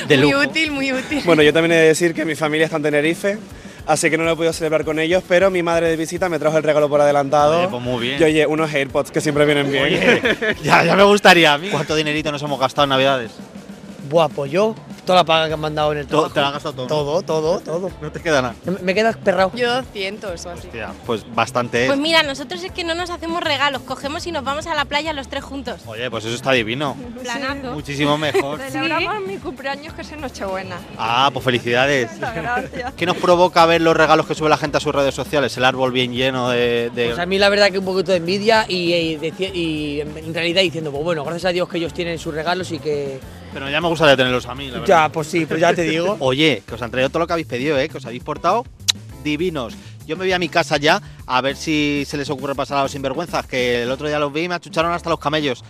I: de lujo.
R: Muy útil, muy útil.
I: Bueno, yo también he de decir que mi familia está en Tenerife, así que no lo he podido celebrar con ellos, pero mi madre de visita me trajo el regalo por adelantado.
N: Oye, pues muy bien.
I: Y oye, unos AirPods que siempre vienen bien.
N: Oye, ya, ya me gustaría a mí. ¿Cuánto dinerito nos hemos gastado en Navidades?
I: Buah, pues yo
S: Toda la paga que han mandado en el
R: Todo,
S: trabajo.
R: te la has gastado todo.
S: Todo, todo, todo.
R: No te queda nada.
S: Me quedas perrado.
T: Yo 200 o así.
R: Ya, Pues bastante. es.
T: Pues mira, nosotros es que no nos hacemos regalos, cogemos y nos vamos a la playa los tres juntos.
R: Oye, pues eso está divino.
T: Planazo.
R: Muchísimo mejor.
I: Celebramos mi cumpleaños que es en Nochebuena.
R: Ah, pues felicidades.
I: Muchas gracias.
R: ¿Qué nos provoca ver los regalos que sube la gente a sus redes sociales? El árbol bien lleno de... de-
S: Pues a mí la verdad que un poquito de envidia y, y deci- y en realidad diciendo, pues bueno, gracias a Dios que ellos tienen sus regalos y que...
R: Pero ya me gustaría tenerlos a mí, la verdad.
S: Ya, pues sí, pues ya te digo.
R: Oye, que os han traído todo lo que habéis pedido, ¿eh? Que os habéis portado divinos. Yo me voy a mi casa ya a ver si se les ocurre pasar a los sinvergüenzas, que el otro día los vi y me achucharon hasta los camellos.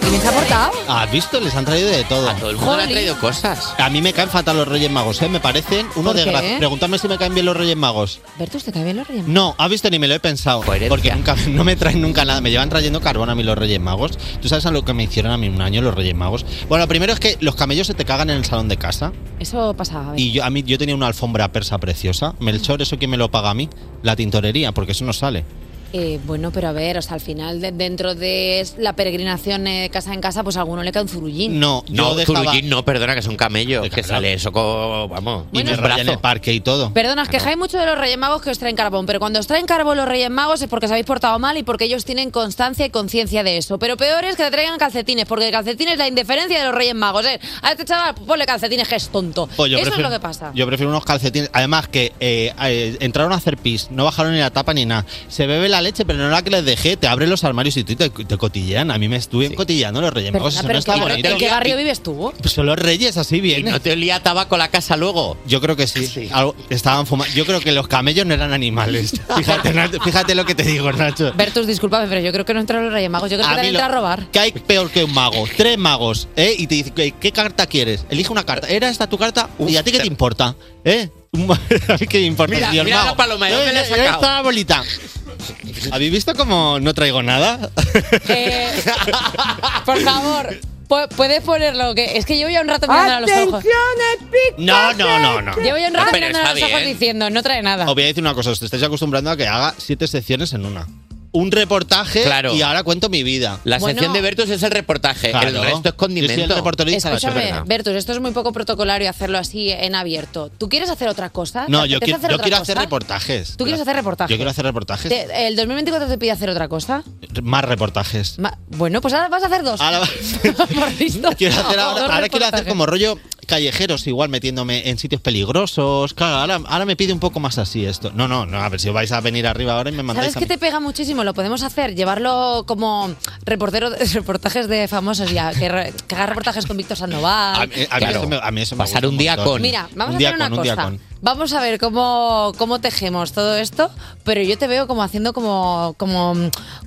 C: ¿Quién se ha portado?
P: ¿Has visto? Les han traído de todo. A todo el
C: mundo le han Jolín. traído
P: cosas. A mí me caen fatal los Reyes Magos, ¿eh? Me parecen uno
C: ¿Por
P: de
C: qué?
P: gracia. Preguntadme si me caen bien los Reyes Magos.
C: Bertus, ¿te cae bien los reyes?
P: No, has visto ni me lo he pensado. Porque nunca, no me traen nunca nada. Me llevan trayendo carbón a mí los Reyes Magos. ¿Tú sabes a lo que me hicieron a mí un año los Reyes Magos? Bueno, lo primero es que los camellos se te cagan en el salón de casa.
C: Eso pasaba. a ver.
P: Y yo, a mí, yo tenía una alfombra persa preciosa. Melchor, ¿eso quién me lo paga a mí? La tintorería, porque eso no sale.
C: Eh, bueno, pero a ver, o sea, al final, de- dentro de la peregrinación eh, casa en casa, pues a alguno le cae un zurullín.
D: no,
P: yo dejaba-
D: Zurullín no, perdona, que es un camello. Que sale eso como, vamos,
P: Y me rayan el parque y todo.
C: Perdona, os quejáis mucho de los Reyes Magos que os traen carbón, pero cuando os traen carbón los Reyes Magos es porque os habéis portado mal y porque ellos tienen constancia y conciencia de eso. Pero peor es que te traigan calcetines, porque el calcetín es la indiferencia de los Reyes Magos. ¿eh? A este chaval ponle calcetines que es tonto.
P: Pues yo
C: eso
P: prefiero-
C: es lo que pasa.
P: Yo prefiero unos calcetines. Además que eh, eh, entraron a hacer pis, no bajaron ni la tapa ni nada. Se bebe la leche, pero no la que les dejé. Te abren los armarios y tú te, te cotillean. A mí me estuvieron cotilleando los reyes. Magos.
C: Perdona,
P: Eso
C: pero
P: no está
C: ¿en qué-
P: bonito.
C: ¿En qué barrio vives tú?
P: Pues Son los reyes así bien. no
D: te olía tabaco la casa luego?
P: Yo creo que sí. Algo- estaban fumando. Yo creo que los camellos no eran animales. Fíjate, Nacho- fíjate lo que te digo, Nacho.
C: Bertus, discúlpame, pero yo creo que no entraron los Reyes Magos, yo creo que te
P: mí
C: han
P: lo-
C: entrado a robar.
P: ¿Qué hay peor que un mago? Tres magos, ¿eh? Y te dice, ¿qué, qué carta quieres? Elige una carta. ¿Era esta tu carta? ¿Y a ti qué te importa? ¿Eh? Un ma- ¿A mí qué me importa?
D: Mira,
P: si el
D: mira la
P: mago-
D: paloma, ¿de dónde
P: Eh,
D: la has
P: eh,
D: sacado?
P: Esta la bolita. ¿Habéis visto cómo no traigo nada?
C: Eh, Ah, Por favor, pu- puedes ponerlo, que es que yo voy a un rato mirando a los ojos.
P: No, no, no, no.
C: Llevo yo un rato
P: Pero
C: mirando a
P: está
C: los ojos
P: bien.
C: diciendo, no trae nada.
P: Os voy a decir una cosa, os estáis acostumbrando a que haga siete secciones en una. Un reportaje y ahora cuento mi vida.
D: La sección de Bertus es el reportaje, el resto es condimento.
P: Yo soy el reportero de Instagram,
C: Escúchame,
P: es verdad.
C: Bertus, esto es muy poco protocolario hacerlo así en abierto. ¿Tú quieres hacer otra cosa?
P: No,
C: ¿Te
P: yo,
C: apetece
P: quiero, yo
C: otra
P: quiero
C: cosa?
P: hacer reportajes.
C: ¿Tú quieres hacer reportajes?
P: Yo quiero hacer reportajes.
C: Te- ¿El 2024 te pide hacer otra cosa?
P: Más reportajes.
C: Ma- bueno, pues ahora vas a hacer dos.
P: Ahora Quiero hacer ahora,
C: Dos
P: ahora quiero hacer
C: reportajes.
P: como rollo callejeros, igual metiéndome en sitios peligrosos. Claro, ahora, ahora me pide un poco más así esto. No, no, no, a ver si vais a venir arriba ahora y me mandáis
C: ¿Sabes
P: a
C: qué
P: mí.
C: te pega muchísimo? Lo podemos hacer, llevarlo como reportero de- reportajes de famosos ya, que, re- que haga reportajes con Víctor Sandoval.
P: A mí- a mí eso me- a mí eso me
D: Pasar
P: gusta
D: un día
P: Pues montón.
D: con.
C: Mira, vamos
P: Un día
C: a hacer una
P: con, un día
C: cosa.
P: con.
C: Vamos a ver cómo, cómo tejemos todo esto, pero yo te veo como haciendo como, como,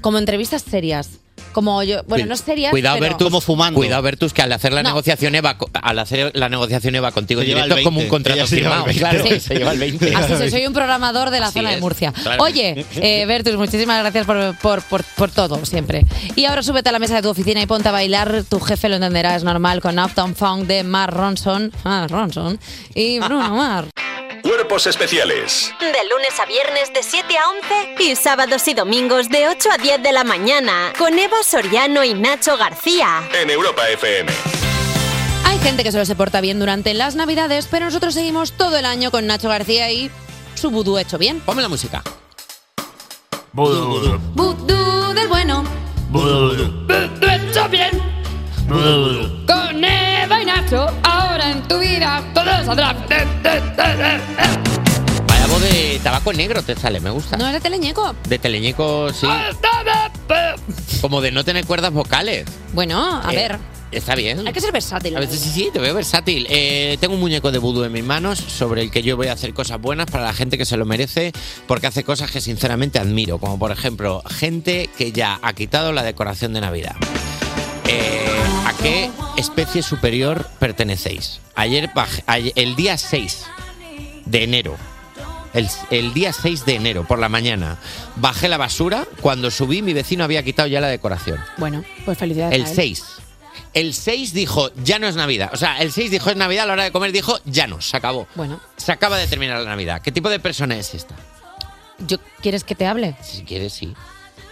C: como entrevistas serias. Como yo, bueno, no serias,
D: Cuidado,
C: pero...
D: Bertus,
P: Pues
D: Cuidado, Bertus, que al hacer la
C: No.
D: negociación Eva, co- al hacer la negociación Eva contigo
P: Se
D: en
P: lleva
D: directo
P: el
D: es como
P: 20,
D: un contrato
P: ella se lleva
D: firmado.
P: el 20.
D: Claro,
P: Sí.
D: se lleva el 20.
C: Así Ah, soy, soy un programador de la
D: Así
C: zona de
D: es,
C: Murcia.
D: claro.
C: Oye, eh, Bertus, muchísimas gracias por, por, por- por todo, siempre. Y ahora súbete a la mesa de tu oficina y ponte a bailar. Tu jefe lo entenderá, es normal, con Uptown Funk de Mar Ronson, Mar Ronson y Bruno Mar.
G: Cuerpos especiales
B: De lunes a viernes de 7 a 11 y sábados y domingos de 8 a 10 de la mañana con Eva Soriano y Nacho García.
G: en Europa FM.
C: Hay gente que solo se porta bien durante las Navidades, pero nosotros seguimos todo el año con Nacho García y su vudú hecho bien.
D: Ponme la música.
C: Vudú del bueno.
L: Lo he hecho bien con Eva y Nacho. Ahora en tu vida todo saldrá.
D: Vaya voz de tabaco negro te sale, me gusta.
C: No Ah. es de Teleñeco.
D: De teleñeco, sí. Como de no tener cuerdas vocales.
C: Bueno, a
D: Eh,
C: ver.
D: Está bien.
C: Hay que ser versátil.
D: A veces sí, sí, te veo versátil. Eh, tengo un muñeco de vudú en mis manos sobre el que yo voy a hacer cosas buenas para la gente que se lo merece, porque hace cosas que sinceramente admiro, como por ejemplo gente que ya ha quitado la decoración de Navidad. Eh, ¿A qué especie superior pertenecéis? Ayer, baj- ayer- el día 6 de enero, el, el día 6 de enero por la mañana, bajé la basura, cuando subí mi vecino había quitado ya la decoración.
C: Bueno, pues felicidades.
D: El
C: a él.
D: 6. El 6 dijo, ya no es Navidad. O sea, el 6 dijo, es Navidad, a la hora de comer dijo, ya no, se acabó.
C: Bueno.
D: Se acaba de terminar la Navidad. ¿Qué tipo de persona es esta?
C: Yo, ¿Quieres que te hable?
D: Si quieres, sí.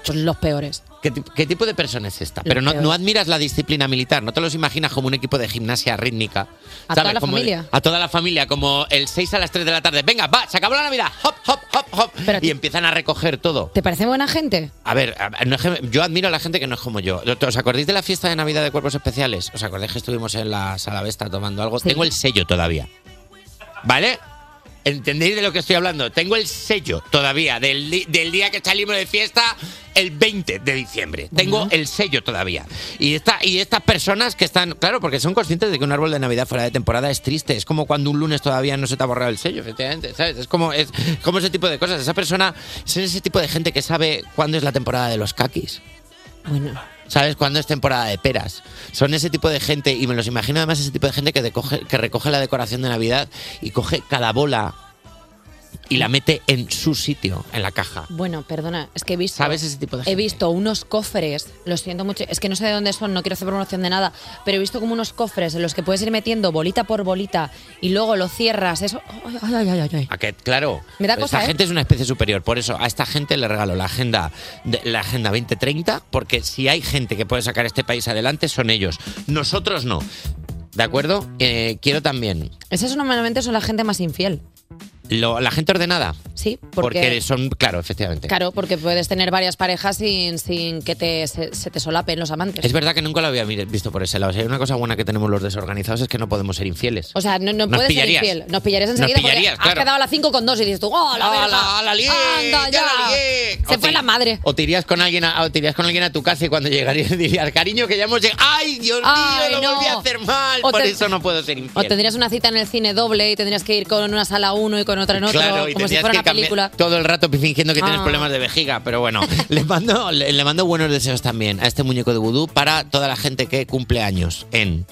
C: son los peores.
D: ¿Qué, ti- qué tipo de persona es esta? Pero no,
C: peor.
D: no admiras la disciplina militar, no te los imaginas como un equipo de gimnasia rítmica.
C: A toda la
D: Como-
C: familia.
D: A toda la familia, como el 6 a las 3 de la tarde. Venga, va, se acabó la Navidad. Hop, hop, hop, hop. y empiezan a recoger todo.
C: ¿Te parece buena gente?
D: A ver, a- no es que- yo admiro a la gente que no es como yo. ¿Os acordáis de la fiesta de Navidad de Cuerpos Especiales? ¿Os acordáis que estuvimos en la sala Vesta tomando algo? Tengo el sello todavía. ¿Vale? ¿Entendéis de lo que estoy hablando? Tengo el sello todavía del, di- del día que salimos de fiesta, el 20 de diciembre. Tengo el sello todavía. Y, esta, y estas personas que están, claro, porque son conscientes de que un árbol de Navidad fuera de temporada es triste. Es como cuando un lunes todavía no se te ha borrado el sello, efectivamente. ¿sabes? Es, como, es como ese tipo de cosas. Esa persona es ese tipo de gente que sabe cuándo es la temporada de los caquis.
C: Bueno.
D: ¿Sabes cuándo es temporada de peras? Son ese tipo de gente, y me los imagino además ese tipo de gente que, decoge- que recoge la decoración de Navidad y coge cada bola y la mete en su sitio, en la caja.
C: Bueno, perdona, es que he visto.
D: ¿Sabes ese tipo de
C: He
D: gente?
C: visto unos cofres, lo siento mucho, es que no sé de dónde son, no quiero hacer promoción de nada, pero he visto como unos cofres en los que puedes ir metiendo bolita por bolita y luego lo cierras, eso. Ay, ay, ay, ay, ay.
D: A que, claro,
C: Me da
D: esta
C: cosa, ¿eh?
D: gente es una especie superior. Por eso, a esta gente le regalo la agenda, de- la agenda 2030, porque si hay gente que puede sacar este país adelante, son ellos. Nosotros no. ¿De acuerdo? Eh, quiero también
C: Esas normalmente son la gente más infiel,
D: lo- la gente ordenada.
C: ¿sí?
D: Porque, son, claro, efectivamente.
C: Claro, porque puedes tener varias parejas sin, sin que te, se, se te solapen los amantes.
D: Es verdad que nunca lo había mi- visto por ese lado. O sea, una cosa buena que tenemos los desorganizados es que no podemos ser infieles.
C: O sea, no, no
D: Nos
C: puedes ser
D: pillarías.
C: infiel. Nos pillarías
D: Nos
C: enseguida
D: pillarías,
C: porque
D: claro.
C: has quedado a las 5 con 2 y dices tú, ¡oh, la
D: ¡Ah,
C: verga!
D: la- la lié!
C: ¡Anda,
D: ¡Ya
C: ya!
D: la
C: Se fue la madre.
D: O te irías con alguien a, o te irías con alguien a tu casa y cuando llegarías dirías, cariño, que ya hemos llegado. ¡Ay, Dios
C: Ay,
D: mío! Lo
C: no.
D: volví a hacer mal.
C: O
D: por
C: te-
D: eso no puedo ser
C: O
D: infiel.
C: tendrías una cita en el cine doble y tendrías que ir con una sala uno y con otra en otro,
D: Claro, y
C: como si
D: tendrías
C: fuera
D: que
C: una
D: cambiar
C: película.
D: todo el rato fingiendo que tienes
C: Ah.
D: problemas de vejiga, pero bueno, le mando, le, le mando buenos deseos también a este muñeco de vudú para toda la gente que cumple años en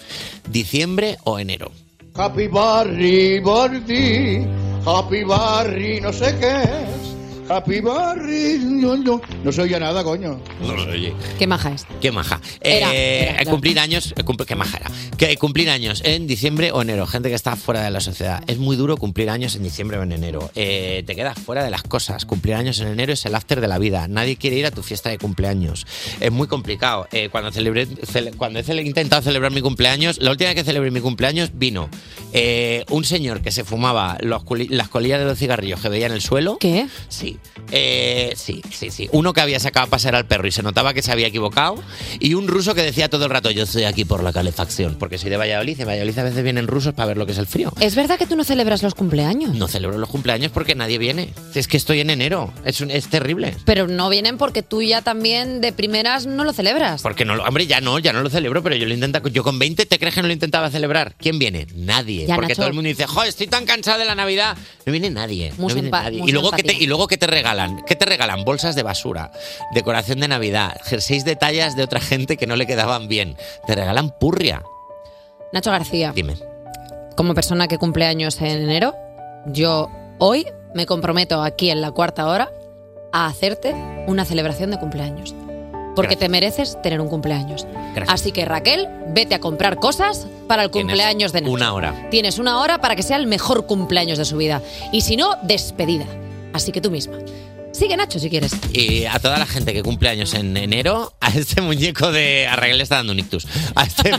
D: diciembre o enero.
I: Happy Barry, Barry, Happy Barry, no sé qué es. Happy Barry, no, no, no se oye nada, coño.
D: No lo oye.
C: Qué maja es.
D: Qué maja.
I: Era,
D: Eh,
I: era, era.
D: Cumplir años, eh, cum- qué maja era. Que cumplir años en diciembre o enero. Gente que está fuera de la sociedad. Es muy duro cumplir años en diciembre o en enero. Eh, te quedas fuera de las cosas. Cumplir años en enero es el after de la vida. Nadie quiere ir a tu fiesta de cumpleaños. Es muy complicado. Eh, cuando celebré, cele- cuando he cele- intentado celebrar mi cumpleaños, la última vez que celebré mi cumpleaños vino eh, un señor que se fumaba los culi- las colillas de los cigarrillos que veía en el suelo.
C: ¿Qué?
D: Sí. Eh, sí, sí, sí. Uno que había sacado a pasear al perro y se notaba que se había equivocado. Y un ruso que decía todo el rato, yo estoy aquí por la calefacción, porque soy de Valladolid. y En Valladolid a veces vienen rusos para ver lo que es el frío.
C: ¿Es verdad que tú no celebras los cumpleaños?
D: No celebro los cumpleaños porque nadie viene. Es que estoy en enero. Es, un- es terrible.
C: Pero no vienen porque tú ya también de primeras no lo celebras.
D: Porque no, lo- hombre, ya no, ya no lo celebro, pero yo lo intento. Yo con 20, ¿te crees que no lo intentaba celebrar? ¿Quién viene? Nadie.
C: Ya,
D: porque
C: Nacho.
D: todo el mundo dice, jo, estoy tan cansado de la Navidad. No viene nadie. no
C: Mucha
D: viene
C: empa-
D: nadie. Y
C: mucha
D: luego, que te,
C: empatía.
D: y luego que te regalan, ¿qué te regalan? Bolsas de basura, decoración de Navidad, jerseys de tallas de otra gente que no le quedaban bien. Te regalan purria.
C: Nacho García,
D: Dime.
C: como persona que cumple años en enero, yo hoy me comprometo aquí en la cuarta hora a hacerte una celebración de cumpleaños. Porque te mereces tener un cumpleaños.
D: Gracias.
C: Así que Raquel, vete a comprar cosas para el
D: Tienes
C: cumpleaños de Nacho.
D: Una hora.
C: Tienes una hora para que sea el mejor cumpleaños de su vida. Y si no, despedida. Así que tú misma. Sigue Nacho si quieres.
D: Y a toda la gente que cumple años en enero, a este muñeco de. A Raquel le está dando un ictus. A este,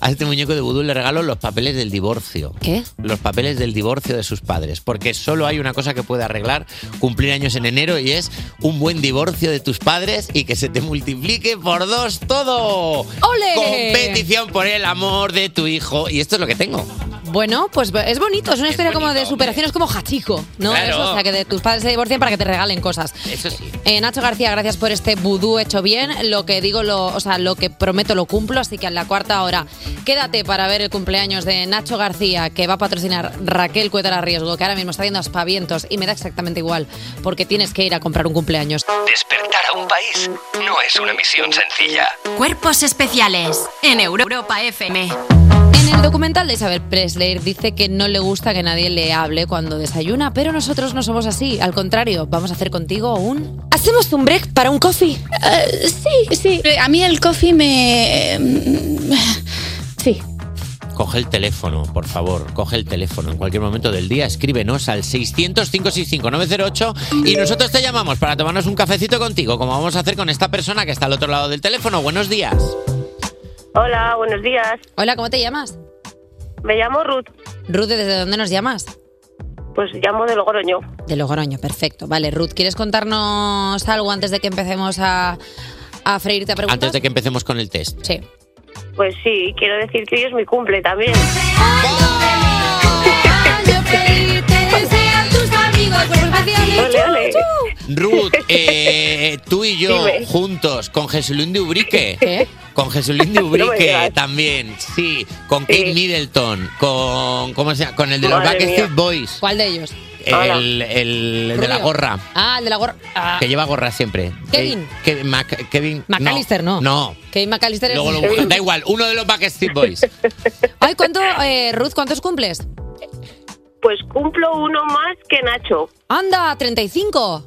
D: a este muñeco de vudú le regalo los papeles del divorcio.
C: ¿Qué?
D: Los papeles del divorcio de sus padres. Porque solo hay una cosa que puede arreglar cumplir años en enero y es un buen divorcio de tus padres y que se te multiplique por dos todo.
C: ¡Ole!
D: Competición por el amor de tu hijo. Y esto es lo que tengo.
C: Bueno, pues es bonito, es una historia como de superación, es como Hachico, ¿no?
D: Claro.
C: Eso, o sea, que de tus padres se divorcian para que te regalen cosas.
D: Eso sí.
C: Eh, Nacho García, gracias por este vudú hecho bien. Lo que digo, lo, o sea, lo que prometo lo cumplo, así que a la cuarta hora quédate para ver el cumpleaños de Nacho García, que va a patrocinar Raquel Cuetara Riesgo, que ahora mismo está yendo a espavientos y me da exactamente igual, porque tienes que ir a comprar un cumpleaños.
A: Despertar a un país no es una misión sencilla.
B: Cuerpos especiales en Europa FM.
C: En el documental de Isabel Presley dice que no le gusta que nadie le hable cuando desayuna, pero nosotros no somos así. Al contrario, vamos a hacer contigo un... Eh, ¿Hacemos un break para un coffee? eh,
U: sí, sí. A mí el coffee me... Sí.
D: coge el teléfono, por favor, coge el teléfono en cualquier momento del día, escríbenos al 600-565-908 y nosotros te llamamos para tomarnos un cafecito contigo, como vamos a hacer con esta persona que está al otro lado del teléfono. Buenos días.
K: Hola, buenos días.
C: Hola, ¿cómo te llamas?
K: Me llamo Ruth.
C: Ruth, ¿desde dónde nos llamas?
K: Pues llamo de Logroño.
C: De Logroño, perfecto. Vale, Ruth, ¿quieres contarnos algo antes de que empecemos a, a freírte a preguntas?
D: Antes de que empecemos con el test.
C: Sí.
K: Pues sí, quiero decir que hoy es mi cumple también. Ole, ole.
D: Ruth, eh, tú y yo
K: Dime.
D: juntos con Jesulín de Ubrique.
K: ¿Qué?
D: Con Jesulín de
K: No me
D: Ubrique
K: digas.
D: también, sí. Con Kate Middleton, con, ¿cómo se llama? con el de los
C: Madre
D: Backstreet
C: mía.
D: Boys.
C: ¿Cuál de ellos?
D: El, el de la
C: Rubio.
D: gorra.
C: Ah, el de la gorra. Ah.
D: Que lleva gorra siempre.
C: Kevin.
D: Eh, Ke- Mac- Kevin. no.
C: McAllister, no.
D: No.
C: Kevin McAllister es...
D: Luego lo busco. Da igual, uno de los Backstreet Boys.
C: Ay, ¿cuánto, eh, Ruth, cuántos cumples?
K: Pues cumplo uno más que Nacho.
C: Anda, 35.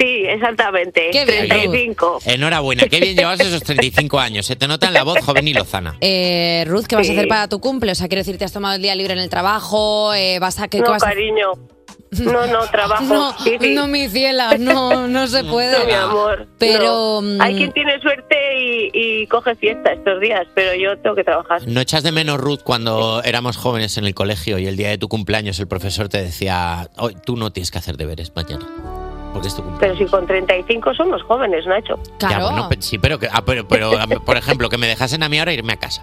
K: Sí, exactamente.
C: Qué bien, Ruth.
K: 35.
D: Enhorabuena, qué bien llevas esos 35 años. Se te nota en la voz joven y lozana.
C: Eh, Ruth, ¿qué vas
K: Sí.
C: a hacer para tu cumple? O sea, quiero decir, ¿te has tomado el día libre en el trabajo? Eh, ¿Vas a qué, qué
K: No,
C: vas a-
K: cariño. No, no, trabajo.
C: No,
K: Sí, sí.
C: no, mi ciela, no, no se puede.
K: No, mi amor.
C: Pero,
K: no. Hay
C: mm,
K: quien tiene suerte y, y coge fiesta estos días, pero yo tengo que trabajar.
D: ¿No echas de menos, Ruth, cuando éramos jóvenes en el colegio y el día de tu cumpleaños el profesor te decía, hoy tú no tienes que hacer deberes mañana? Porque es tu cumpleaños.
K: Pero si con 35 somos jóvenes, Nacho.
D: Ya, bueno, pe- sí, pero, que- ah, pero, pero, ah, por ejemplo, que me dejasen a mí ahora e irme a casa.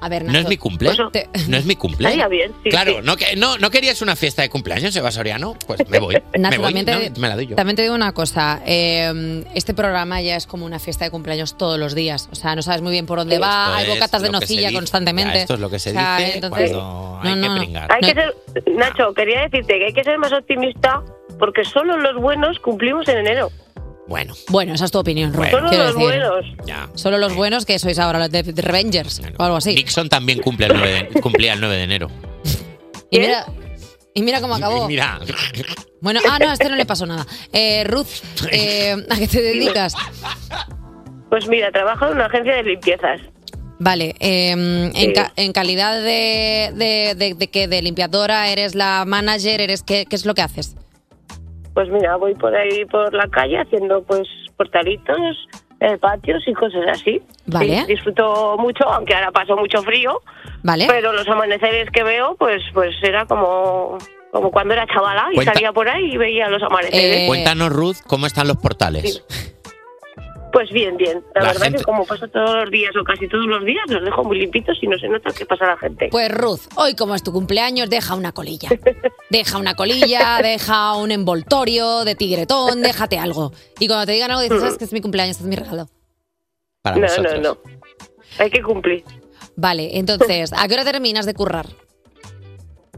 C: A ver,
D: No es mi cumple.
C: Te-
D: No es mi cumple.
C: pues, Estaría bien, sí,
D: claro,
C: sí.
D: No, que, no, no querías una fiesta de cumpleaños, Eva Soriano. Pues me voy.
C: Nacho,
D: me voy.
C: también te-
D: No, me la doy yo.
C: También te digo una cosa, eh, este programa ya es como una fiesta de cumpleaños todos los días, o sea, no sabes muy bien por dónde
D: Esto
C: va, hay
D: es
C: bocatas de
D: lo que se
C: nocilla
D: dice.
C: constantemente.
D: Ya, esto es lo que se
C: O sea,
D: dice
C: entonces-
D: cuando
C: no,
D: hay
C: no,
D: que
C: no.
D: pringar.
K: Hay que ser, Nacho, quería decirte que hay que ser más optimista porque solo los buenos cumplimos en enero.
D: Bueno.
C: Bueno, esa es tu opinión, Ruth.
K: Solo
C: quiero
K: los
C: decir.
K: buenos.
C: Solo los buenos que sois ahora, los de de Revengers o algo así.
D: Nixon también cumple el 9 de- cumplía el 9 de enero.
C: Y mira, y mira cómo acabó.
D: Y Mira.
C: Bueno, ah, no, a este no le pasó nada. Eh, Ruth, eh, ¿a qué te dedicas?
K: Pues mira, trabajo en una agencia de limpiezas.
C: Vale, eh, en,
K: Sí.
C: ca- en calidad de, de, de, de que de limpiadora, eres la manager, eres ¿qué, qué es lo que haces?
K: Pues mira, voy por ahí por la calle haciendo pues portalitos, eh, patios y cosas así.
C: Vale.
K: Sí, disfruto mucho, aunque ahora paso mucho frío.
C: Vale.
K: Pero los amaneceres que veo, pues pues era como como cuando era chavala y
D: Cuenta-
K: salía por ahí y veía los
C: Eh,
K: amaneceres.
D: Cuéntanos, Ruth, cómo están los portales.
K: Pues bien, bien. La,
D: La
K: verdad
D: gente-
K: que como paso todos los días o casi todos los días, los dejo muy limpitos y no se nota que pasa la gente.
C: Pues Ruth, hoy como es tu cumpleaños, deja una colilla. Deja una colilla, deja un envoltorio de tigretón, déjate algo. Y cuando te digan algo, dices, sabes que es mi cumpleaños, este es mi regalo.
D: Para
K: no, no,
D: vosotros.
K: no. Hay que cumplir.
C: Vale, entonces, ¿a qué hora terminas de currar?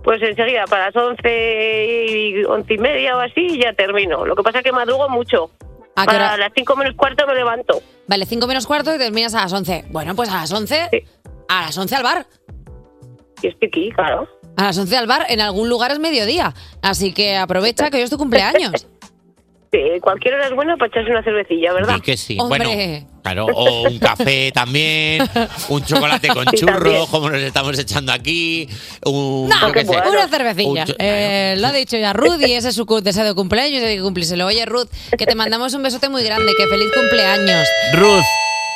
K: Pues enseguida, para las once y once y media o así, ya termino. Lo que pasa es que madrugo mucho.
C: ¿A qué hora?
K: Para las cinco menos cuarto me levanto.
C: Vale, 5 menos cuarto y terminas a las 11. Bueno, pues a las 11, a las 11 al bar.
K: Y estoy aquí, claro.
C: A las 11 al bar, en algún lugar es mediodía. Así que aprovecha que hoy es tu cumpleaños.
K: Sí, cualquier hora es buena para echarse una cervecilla, ¿verdad?
D: Di que sí.
C: Hombre.
D: Bueno, claro, o un café también, un chocolate con
K: Sí, también.
D: churros, como nos estamos echando aquí, un...
C: No,
D: yo qué sé,
C: una
D: un
C: cervecilla.
D: cho-
C: Eh, lo ha dicho ya Ruth y ese es su cu- deseo de cumpleaños y hay que cumplírselo. Oye, Ruth, que te mandamos un besote muy grande, que feliz cumpleaños.
E: Ruth.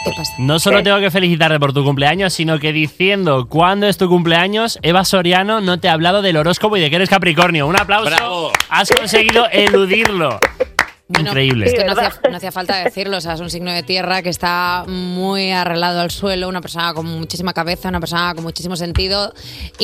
C: ¿Qué pasa?
E: No solo tengo que felicitarte por tu cumpleaños, sino que diciendo cuándo es tu cumpleaños, Eva Soriano no te ha hablado del horóscopo y de que eres Capricornio. Un aplauso. Has conseguido eludirlo. Increíble.
C: Es que no hacía, no hacía falta decirlo, o sea, es un signo de tierra que está muy arreglado al suelo, una persona con muchísima cabeza, una persona con muchísimo sentido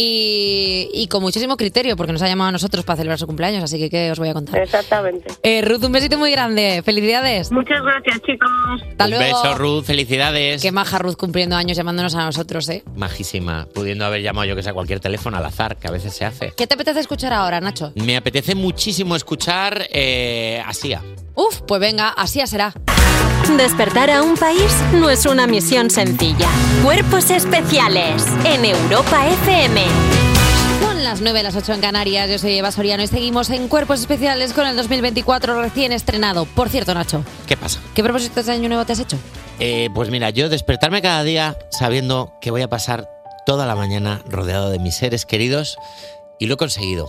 C: y, y con muchísimo criterio, porque nos ha llamado a nosotros para celebrar su cumpleaños, así que ¿qué os voy a contar?
K: Exactamente.
C: Eh, Ruth, un besito muy grande, felicidades.
K: Muchas gracias, chicos.
C: Hasta
D: Un
C: luego.
D: beso, Ruth, felicidades.
C: Qué maja Ruth cumpliendo años llamándonos a nosotros, ¿eh?
D: Majísima, pudiendo haber llamado yo que sea cualquier teléfono al azar, que a veces se hace.
C: ¿Qué te apetece escuchar ahora, Nacho?
D: Me apetece muchísimo escuchar eh, Asia.
C: Uf, pues venga, así será.
B: Despertar a un país no es una misión sencilla. Cuerpos especiales en Europa FM.
C: Son las 9 las 8 en Canarias, yo soy Eva Soriano y seguimos en Cuerpos Especiales con el 2024 recién estrenado. Por cierto, Nacho,
D: ¿Qué pasa?
C: ¿qué propósitos de año nuevo te has hecho?
D: Eh, pues mira, yo despertarme cada día sabiendo que voy a pasar toda la mañana rodeado de mis seres queridos y lo he conseguido.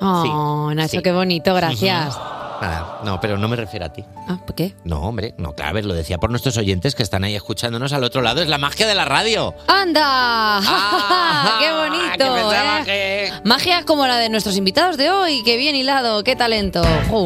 C: Oh, Nacho,
D: sí.
C: qué bonito, gracias.
D: Nada, no, pero no me refiero a ti.
C: Ah, ¿por qué?
D: No, hombre, no, claro, a ver, lo decía por nuestros oyentes que están ahí escuchándonos al otro lado. Es la magia de la radio.
C: ¡Anda!
D: Ah,
C: ¡Qué bonito! ¿eh? Magia como la de nuestros invitados de hoy. ¡Qué bien hilado! ¡Qué talento! ¡Ju!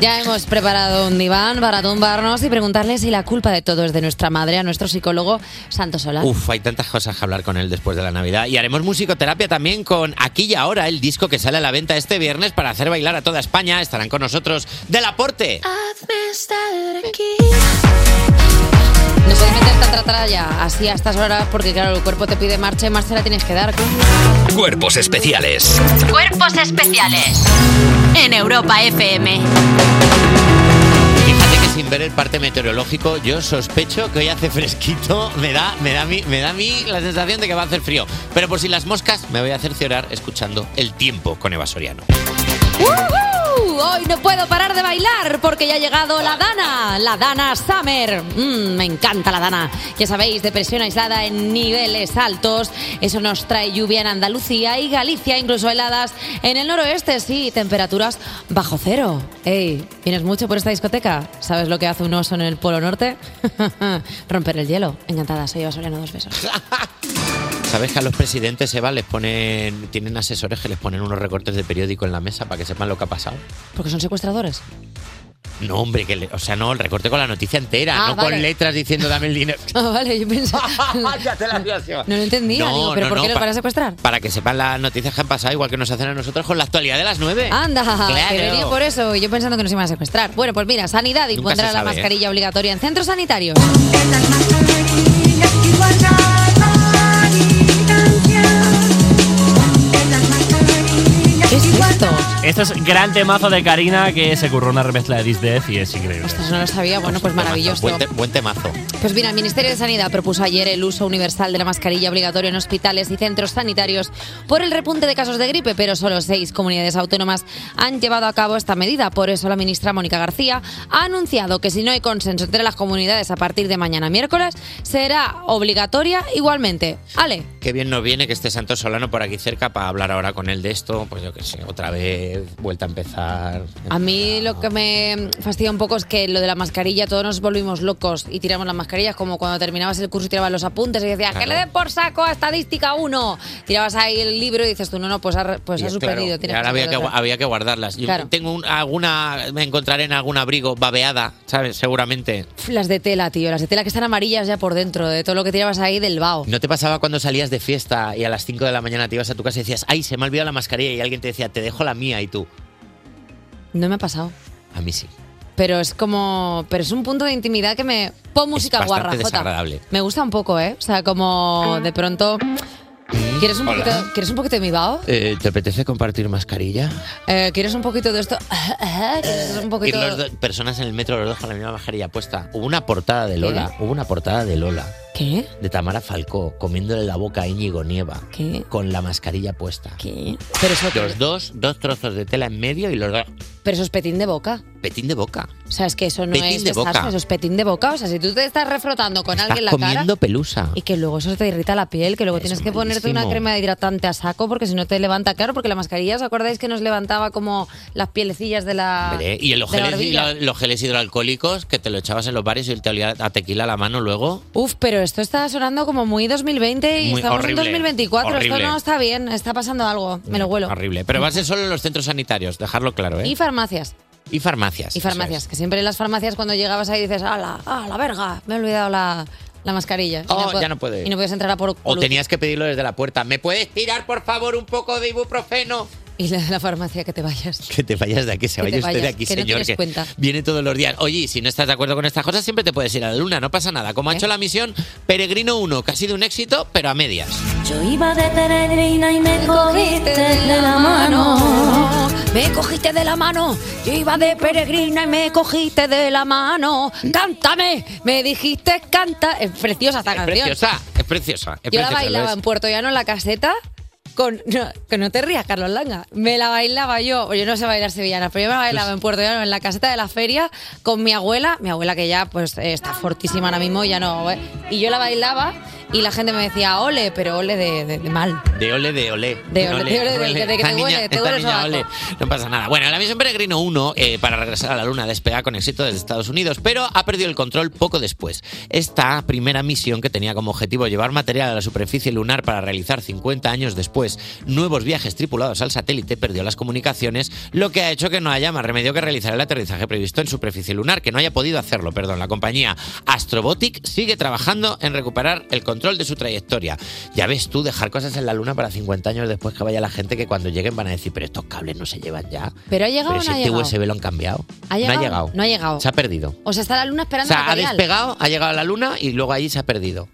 C: Ya hemos preparado un diván para tumbarnos y preguntarle si la culpa de todo es de nuestra madre, a nuestro psicólogo Santos Solán.
D: Uf, hay tantas cosas que hablar con él después de la Navidad. Y haremos musicoterapia también con Aquí y Ahora, el disco que sale a la venta este viernes para hacer bailar a toda España. Estarán con nosotros Del Aporte.
H: Hazme estar aquí.
C: No puedes meter esta tratralla así a estas horas porque, claro, el cuerpo te pide marcha y marcha la tienes que dar.
A: Cuerpos especiales.
B: Cuerpos especiales en Europa FM.
D: Fíjate que sin ver el parte meteorológico, yo sospecho que hoy hace fresquito. Me da, me da a mí, me da a mí la sensación de que va a hacer frío. Pero por si las moscas, me voy a cerciorar escuchando El Tiempo con Eva Soriano.
C: ¡Uhú! Hoy no puedo parar de bailar porque ya ha llegado la Dana, la Dana Summer. Mm, me encanta la Dana. Ya sabéis, depresión aislada en niveles altos. Eso nos trae lluvia en Andalucía y Galicia, incluso heladas en el noroeste, sí, temperaturas bajo cero. Ey, ¿vienes mucho por esta discoteca? ¿Sabes lo que hace un oso en el Polo Norte? Romper el hielo. Encantada, soy Eva Soriano, dos besos.
D: ¿Sabes que a los presidentes, Eva, les ponen, tienen asesores que les ponen unos recortes de periódico en la mesa para que sepan lo que ha pasado?
C: Porque son secuestradores.
D: No, hombre, que le- o sea, no, el recorte con la noticia entera,
C: Ah,
D: no
C: vale.
D: con letras diciendo dame el dinero.
C: Ah, vale, yo pensaba. no lo entendía,
D: No,
C: digo, ¿pero
D: no,
C: por
D: no,
C: qué los
D: pa-
C: van a secuestrar?
D: Para que sepan las noticias que han pasado, igual que nos hacen a nosotros con la actualidad de las nueve.
C: Anda,
D: Claro.
C: que venía por eso, y yo pensando que nos iban a secuestrar. Bueno, pues mira, Sanidad
D: Nunca
C: impondrá
D: se
C: la
D: sabe, ¿eh?
C: mascarilla obligatoria en centros sanitarios. ¿Qué es esto?
E: Esto Este es gran temazo de Karina que se curró una remezcla de This Death y es increíble.
C: Pues no lo sabía, bueno, pues maravilloso.
D: Buen, te- buen temazo.
C: Pues mira, el Ministerio de Sanidad propuso ayer el uso universal de la mascarilla obligatoria en hospitales y centros sanitarios por el repunte de casos de gripe, pero solo seis comunidades autónomas han llevado a cabo esta medida. Por eso la ministra Mónica García ha anunciado que si no hay consenso entre las comunidades a partir de mañana miércoles, será obligatoria igualmente. Ale.
D: Qué bien nos viene que esté Santos Solano por aquí cerca para hablar ahora con él de esto. Pues yo qué sé, otra vez, vuelta a empezar.
C: A mí lo que me fastidia un poco es que lo de la mascarilla, todos nos volvimos locos y tiramos las mascarillas, como cuando terminabas el curso y tirabas los apuntes y decías, que
D: Claro.
C: le den por saco a estadística 1. Tirabas ahí el libro y dices tú, no, no, pues ha, re- pues
D: Y
C: ha
D: es
C: suspendido.
D: claro,
C: tienes
D: y ahora
C: que
D: había que,
C: sacar
D: gua-
C: otra.
D: había que guardarlas. Yo
C: Claro.
D: tengo un- alguna, me encontraré en algún abrigo babeada, ¿sabes? Seguramente.
C: Pf, Las de tela, tío, las de tela que están amarillas ya por dentro, de todo lo que tirabas ahí del vaho.
D: ¿No te pasaba cuando salías de fiesta y a las 5 de la mañana te ibas a tu casa y decías, ay, se me ha olvidado la mascarilla y alguien te decía, te dejo la mía y tú?
C: No me ha pasado.
D: A mí sí.
C: Pero es como. Pero es un punto de intimidad que me. Pon música
D: bastante
C: guarra, Jota.
D: desagradable.
C: Me gusta un poco, ¿eh? O sea, como de pronto. ¿Quieres un,
D: Hola.
C: poquito, ¿Quieres un poquito de mi vaho?
D: Eh, ¿Te apetece compartir mascarilla?
C: Eh, ¿Quieres un poquito de esto? ¿Quieres un
D: Ir
C: poquito
D: los dos- personas en el metro, los dos con la misma mascarilla puesta. Hubo una portada de Lola, hubo una portada de Lola.
C: ¿Qué?
D: De Tamara Falcó, comiéndole la boca a Íñigo Nieva.
C: ¿Qué?
D: Con la mascarilla puesta.
C: ¿Qué?
D: Los dos, dos trozos de tela en medio y los dos...
C: Pero eso es petín de boca.
D: Petín de boca.
C: O sea, es que eso no
D: Petín
C: es
D: de
C: pesar,
D: boca.
C: eso es petín de boca. O sea, si tú te estás refrotando con
D: Estás
C: alguien la
D: comiendo
C: cara
D: pelusa.
C: y que luego eso te irrita la piel, que luego tienes que ponerte una
D: malísimo.
C: crema hidratante a saco porque si no te levanta, claro, porque la mascarilla, ¿os acordáis que nos levantaba como las pielecillas de la
D: Hombre, Y los
C: Ah, de la
D: geles, y
C: barbilla?
D: la- los geles hidroalcohólicos que te lo echabas en los bares y te olía a tequila la mano luego.
C: Uf, pero esto está sonando como muy 2020 y
D: Muy
C: estamos
D: horrible,
C: en 2024.
D: horrible.
C: Esto no está bien, está pasando algo, me lo huelo.
D: Horrible. Pero va a ser solo en los centros sanitarios, dejarlo claro, ¿eh?
C: Y farmacias.
D: Y farmacias.
C: Y farmacias, que siempre en las farmacias cuando llegabas ahí dices, ¡ala, a la verga! Me he olvidado la, la mascarilla. Y
D: Oh,
C: puedo-
D: ya no puedes.
C: Y no puedes entrar a por
D: O
C: culo.
D: tenías que pedirlo desde la puerta. ¿Me puedes tirar, por favor, un poco de ibuprofeno?
C: Y la de la farmacia que te vayas.
D: Que te vayas de aquí, se
C: Que
D: vaya
C: te
D: usted de
C: vayas,
D: aquí,
C: que no
D: señor.
C: tienes cuenta.
D: viene todos los días. Oye, y si no estás de acuerdo con estas cosas, siempre te puedes ir a la luna, no pasa nada.
C: ¿Eh?
D: Como ha hecho la misión Peregrino 1, que ha sido un éxito, pero a medias.
H: Yo iba de peregrina y me
C: cogiste de la mano. Me cogiste de la mano. Yo iba de peregrina y me cogiste de la mano. ¡Cántame! Me dijiste, canta. Es preciosa esta canción.
D: Preciosa, es preciosa. es
C: Yo la
D: preciosa, lo
C: bailaba
D: es.
C: en Puerto Llano en la caseta con. No, que no te rías, Carlos Langa. Me la bailaba yo. Yo no sé bailar sevillanas, pero yo me la
D: Pues
C: bailaba en Puerto Llano en la caseta de la feria con mi abuela. Mi abuela que ya pues eh, está fortísima ahora mismo, ya no. eh, Y yo la bailaba y la gente me decía ole, pero ole de, de- de mal.
D: De ole, de ole.
C: De ole, de ole, de que- de que
D: Esta
C: te huele,
D: niña-
C: te
D: esta
C: huele
D: niña
C: sobaco.
D: ole. No pasa nada. Bueno, el avión Peregrino 1, eh, para regresar a la Luna, despega con éxito desde Estados Unidos, pero ha perdido el control poco después. Esta primera misión, que tenía como objetivo llevar material a la superficie lunar para realizar 50 años después nuevos viajes tripulados al satélite, perdió las comunicaciones, lo que ha hecho que no haya más remedio que realizar el aterrizaje previsto en superficie lunar, que no haya podido hacerlo, perdón. La compañía Astrobotic sigue trabajando en recuperar el control de su trayectoria. Ya ves tú, dejar cosas en la Luna para 50 años después que vaya la gente, que cuando lleguen van a decir, pero estos cables no se llevan ya.
C: Pero ha llegado
D: Pero
C: o
D: si
C: no ha
D: este
C: llegado.
D: USB lo han cambiado.
C: ¿Ha
D: No
C: llegado?
D: ha llegado.
C: No ha llegado.
D: Se ha perdido.
C: O sea, está la luna
D: O
C: esperando
D: sea, ha
C: material.
D: despegado, ha llegado a la Luna y luego ahí se ha perdido.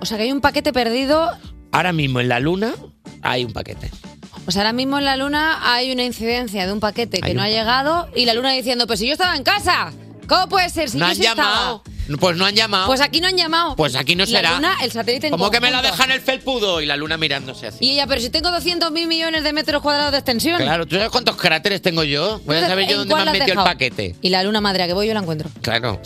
C: O sea, que hay un paquete perdido.
D: Ahora mismo en la Luna hay un paquete.
C: O sea, ahora mismo en la luna hay una incidencia de un paquete que
D: Hay
C: no
D: un
C: ha llegado y la luna diciendo, pues si yo estaba en casa, ¿cómo puede ser? Si
D: no
C: yo
D: han
C: sí estaba".
D: llamado. Pues no han llamado.
C: Pues aquí no han llamado.
D: Pues aquí no será.
C: La luna, el satélite en
D: Como que me la
C: conjunto.
D: dejan el felpudo y la Luna mirándose así.
C: Y ella, pero si tengo 200 mil millones de metros cuadrados de extensión.
D: Claro, ¿tú sabes cuántos cráteres tengo yo? Voy a
C: Entonces,
D: saber yo
C: ¿en
D: dónde me
C: cuál
D: han
C: la has
D: metido
C: dejado?
D: el paquete.
C: Y la luna madre a que voy yo la encuentro.
D: Claro.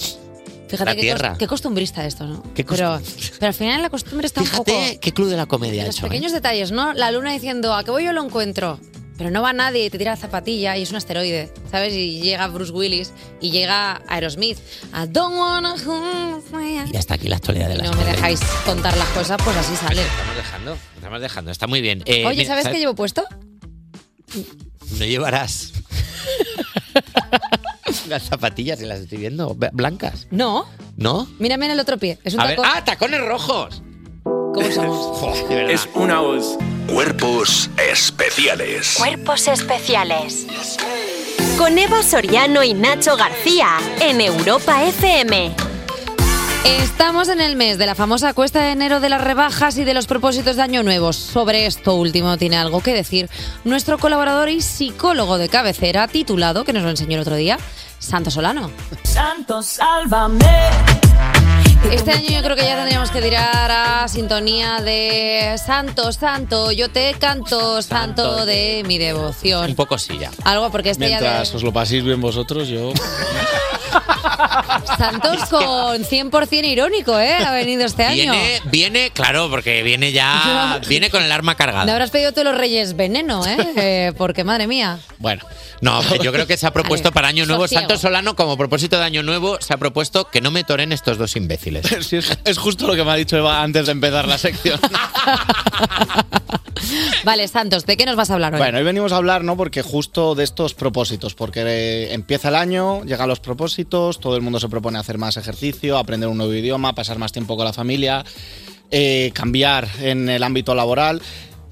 C: Fíjate
D: la
C: qué, cos-
D: Tierra.
C: qué costumbrista esto, ¿no?
D: Qué
C: pero, pero al final la costumbre está un poco...
D: ¿Qué, qué club de la comedia ha
C: Los
D: hecho? eh?
C: pequeños detalles, ¿no? La luna diciendo, ¿a qué voy yo lo encuentro? Pero no va nadie y te tira la zapatilla y es un asteroide, ¿sabes? Y llega Bruce Willis y llega Aerosmith. I don't wanna hold my hand.
D: Y hasta aquí la actualidad de la
C: No me dejáis contar las cosas, pues así sale.
D: Estamos dejando, estamos dejando, está muy bien. Eh,
C: Oye,
D: mira,
C: ¿sabes qué llevo puesto?
D: No llevarás. las zapatillas, si las estoy viendo, b- blancas,
C: No,
D: ¿no?
C: mírame en el otro pie. Es un
D: A ver,
C: tacón.
D: ¡ah, tacones rojos!
C: ¿Cómo somos?
G: Es una voz. Cuerpos especiales.
B: Cuerpos especiales. Con Eva Soriano y Nacho García en Europa FM.
C: Estamos en el mes de la famosa cuesta de enero de las rebajas y de los propósitos de año nuevo. Sobre esto último tiene algo que decir nuestro colaborador y psicólogo de cabecera titulado, que nos lo enseñó el otro día, Santo Solano.
L: Santo, sálvame.
C: Este año yo creo que ya tendríamos que tirar a sintonía de Santo, Santo, yo te canto, Santo de mi devoción.
D: Un poco sí ya.
C: Algo porque este ya de
N: Mientras os lo paséis bien vosotros, yo.
C: Santos con 100% irónico, ¿eh? Ha venido este año.
D: Viene, viene, claro, porque viene ya, viene con el arma cargada.
C: Le habrás pedido todos los reyes veneno, ¿eh? Eh, Porque madre mía.
D: Bueno, no, yo creo que se ha propuesto para Año Nuevo.
C: sosiego.
D: Santos Solano, como propósito de Año Nuevo, se ha propuesto que no me toren estos dos imbéciles.
N: es, justo lo que me ha dicho Eva antes de empezar la sección.
C: Vale, Santos, ¿de qué nos vas a hablar hoy?
N: Bueno, hoy venimos a hablar, ¿no? Porque justo de estos propósitos, porque eh, empieza el año, llegan los propósitos, todo el mundo se propone hacer más ejercicio, aprender un nuevo idioma, pasar más tiempo con la familia, eh, cambiar en el ámbito laboral.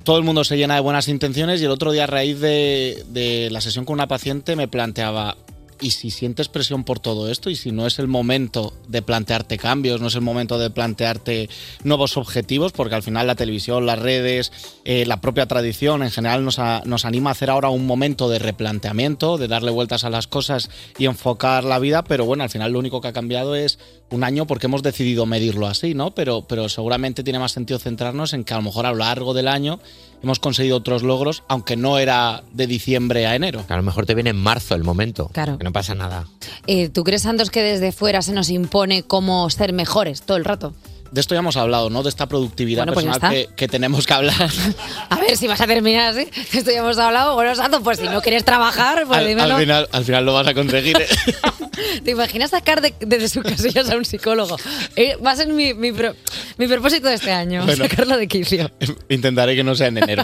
N: Todo el mundo se llena de buenas intenciones y el otro día a raíz de, de la sesión con una paciente me planteaba, ¿y si sientes presión por todo esto? ¿Y si no es el momento de plantearte cambios? ¿No es el momento de plantearte nuevos objetivos? Porque al final la televisión, las redes, eh, la propia tradición en general nos, a- nos anima a hacer ahora un momento de replanteamiento, de darle vueltas a las cosas y enfocar la vida, pero bueno, al final lo único que ha cambiado es un año porque hemos decidido medirlo así, ¿no? Pero, pero seguramente tiene más sentido centrarnos en que a lo mejor a lo largo del año hemos conseguido otros logros, aunque no era de diciembre a enero.
D: A lo mejor te viene en marzo el momento.
C: Claro.
D: Que no pasa nada.
C: Eh, ¿Tú crees, Santos, que desde fuera se nos impone cómo ser mejores todo el rato?
N: De esto ya hemos hablado, ¿no? De esta productividad
C: Bueno, pues ya
N: personal
C: está.
N: que, que tenemos que hablar.
C: A ver si vas a terminar así. De Esto ya hemos hablado. Bueno, Santos, pues si no quieres trabajar, pues
N: al,
C: dímelo.
N: al final, al final lo vas a conseguir. ¿eh?
C: ¿Te imaginas sacar de- desde sus casillas a un psicólogo? Eh, va a ser mi, mi pro- mi propósito de este año,
N: Bueno.
C: sacarlo de quicio.
N: Intentaré que no sea en enero.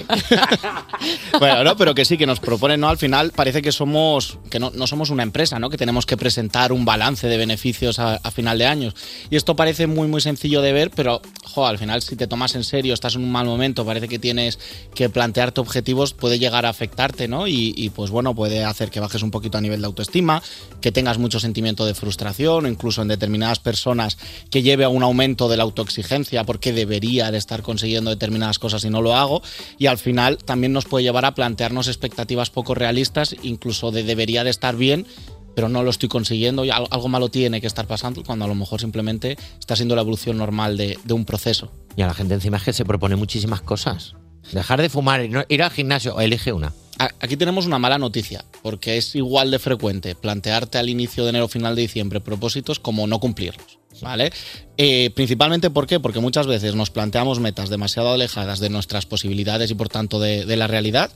N: bueno, no, pero que sí, que nos proponen, ¿no? Al final parece que somos, que no, no somos una empresa, ¿no? Que tenemos que presentar un balance de beneficios a, a final de años. Y esto parece muy, muy sencillo de ver, pero, jo, al final si te tomas en serio, estás en un mal momento, parece que tienes que plantearte objetivos, puede llegar a afectarte, ¿no? Y, y, pues bueno, puede hacer que bajes un poquito a nivel de autoestima, que tengas mucho sentimiento de frustración, o incluso en determinadas personas que lleve a un aumento de la autoexigencia porque debería de estar consiguiendo determinadas cosas y no lo hago. Y al final también nos puede llevar a plantearnos expectativas poco realistas, incluso de debería de estar bien, pero no lo estoy consiguiendo y al- algo malo tiene que estar pasando cuando a lo mejor simplemente está siendo la evolución normal de, de un proceso.
D: Y a la gente encima es que se propone muchísimas cosas. Dejar de fumar, y no- ir al gimnasio, elige una.
N: a- aquí tenemos una mala noticia, porque es igual de frecuente plantearte al inicio de enero, final de diciembre propósitos como no cumplirlos. ¿Vale? Eh, principalmente, ¿por qué? Porque muchas veces nos planteamos metas demasiado alejadas de nuestras posibilidades y por tanto de, de la realidad,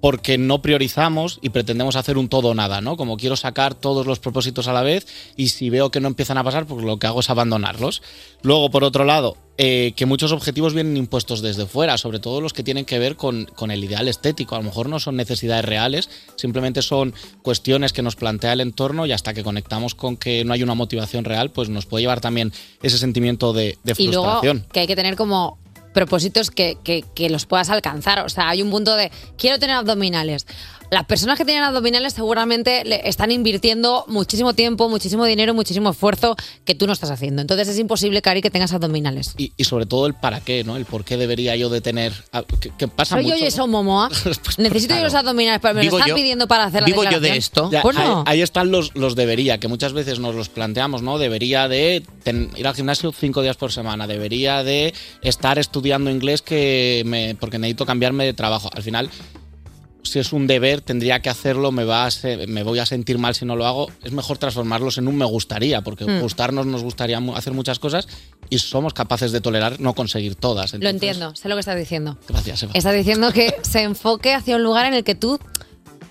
N: porque no priorizamos y pretendemos hacer un todo o nada, ¿no? Como quiero sacar todos los propósitos a la vez y si veo que no empiezan a pasar, pues lo que hago es abandonarlos. Luego, por otro lado, eh, que muchos objetivos vienen impuestos desde fuera, sobre todo los que tienen que ver con, con el ideal estético. A lo mejor no son necesidades reales, simplemente son cuestiones que nos plantea el entorno y hasta que conectamos con que no hay una motivación real, pues nos puede llevar también ese sentimiento de, de
C: y luego
N: frustración.
C: que hay que tener como propósitos que, que- que los puedas alcanzar. O sea, hay un punto de quiero tener abdominales. Las personas que tienen abdominales seguramente le están invirtiendo muchísimo tiempo, muchísimo dinero, muchísimo esfuerzo que tú no estás haciendo. Entonces es imposible, Cari, que tengas abdominales.
N: Y, y sobre todo el para qué, ¿no? El por qué debería yo de tener... a- Que, que pasa
C: Soy
N: mucho,
C: yo y
N: ¿no? Pues,
C: eso, Momoa. Necesito yo los abdominales, pero me lo
N: Vivo
C: están
N: yo-
C: pidiendo para hacer la declaración.
N: Ya,
C: Pues no.
N: ahí, ahí están los, los debería, que muchas veces nos los planteamos, ¿no? Debería de ten- ir al gimnasio cinco días por semana, debería de estar estudiando inglés que me, porque necesito cambiarme de trabajo. Al final, si es un deber, tendría que hacerlo, me, va a se- me voy a sentir mal si no lo hago. Es mejor transformarlos en un me gustaría, porque
C: Mm.
N: gustarnos nos gustaría mu- hacer muchas cosas y somos capaces de tolerar no conseguir todas.
C: Lo
N: Entonces-
C: entiendo, sé lo que estás diciendo.
N: Gracias, Eva.
C: Estás diciendo que se enfoque hacia un lugar en el que tú,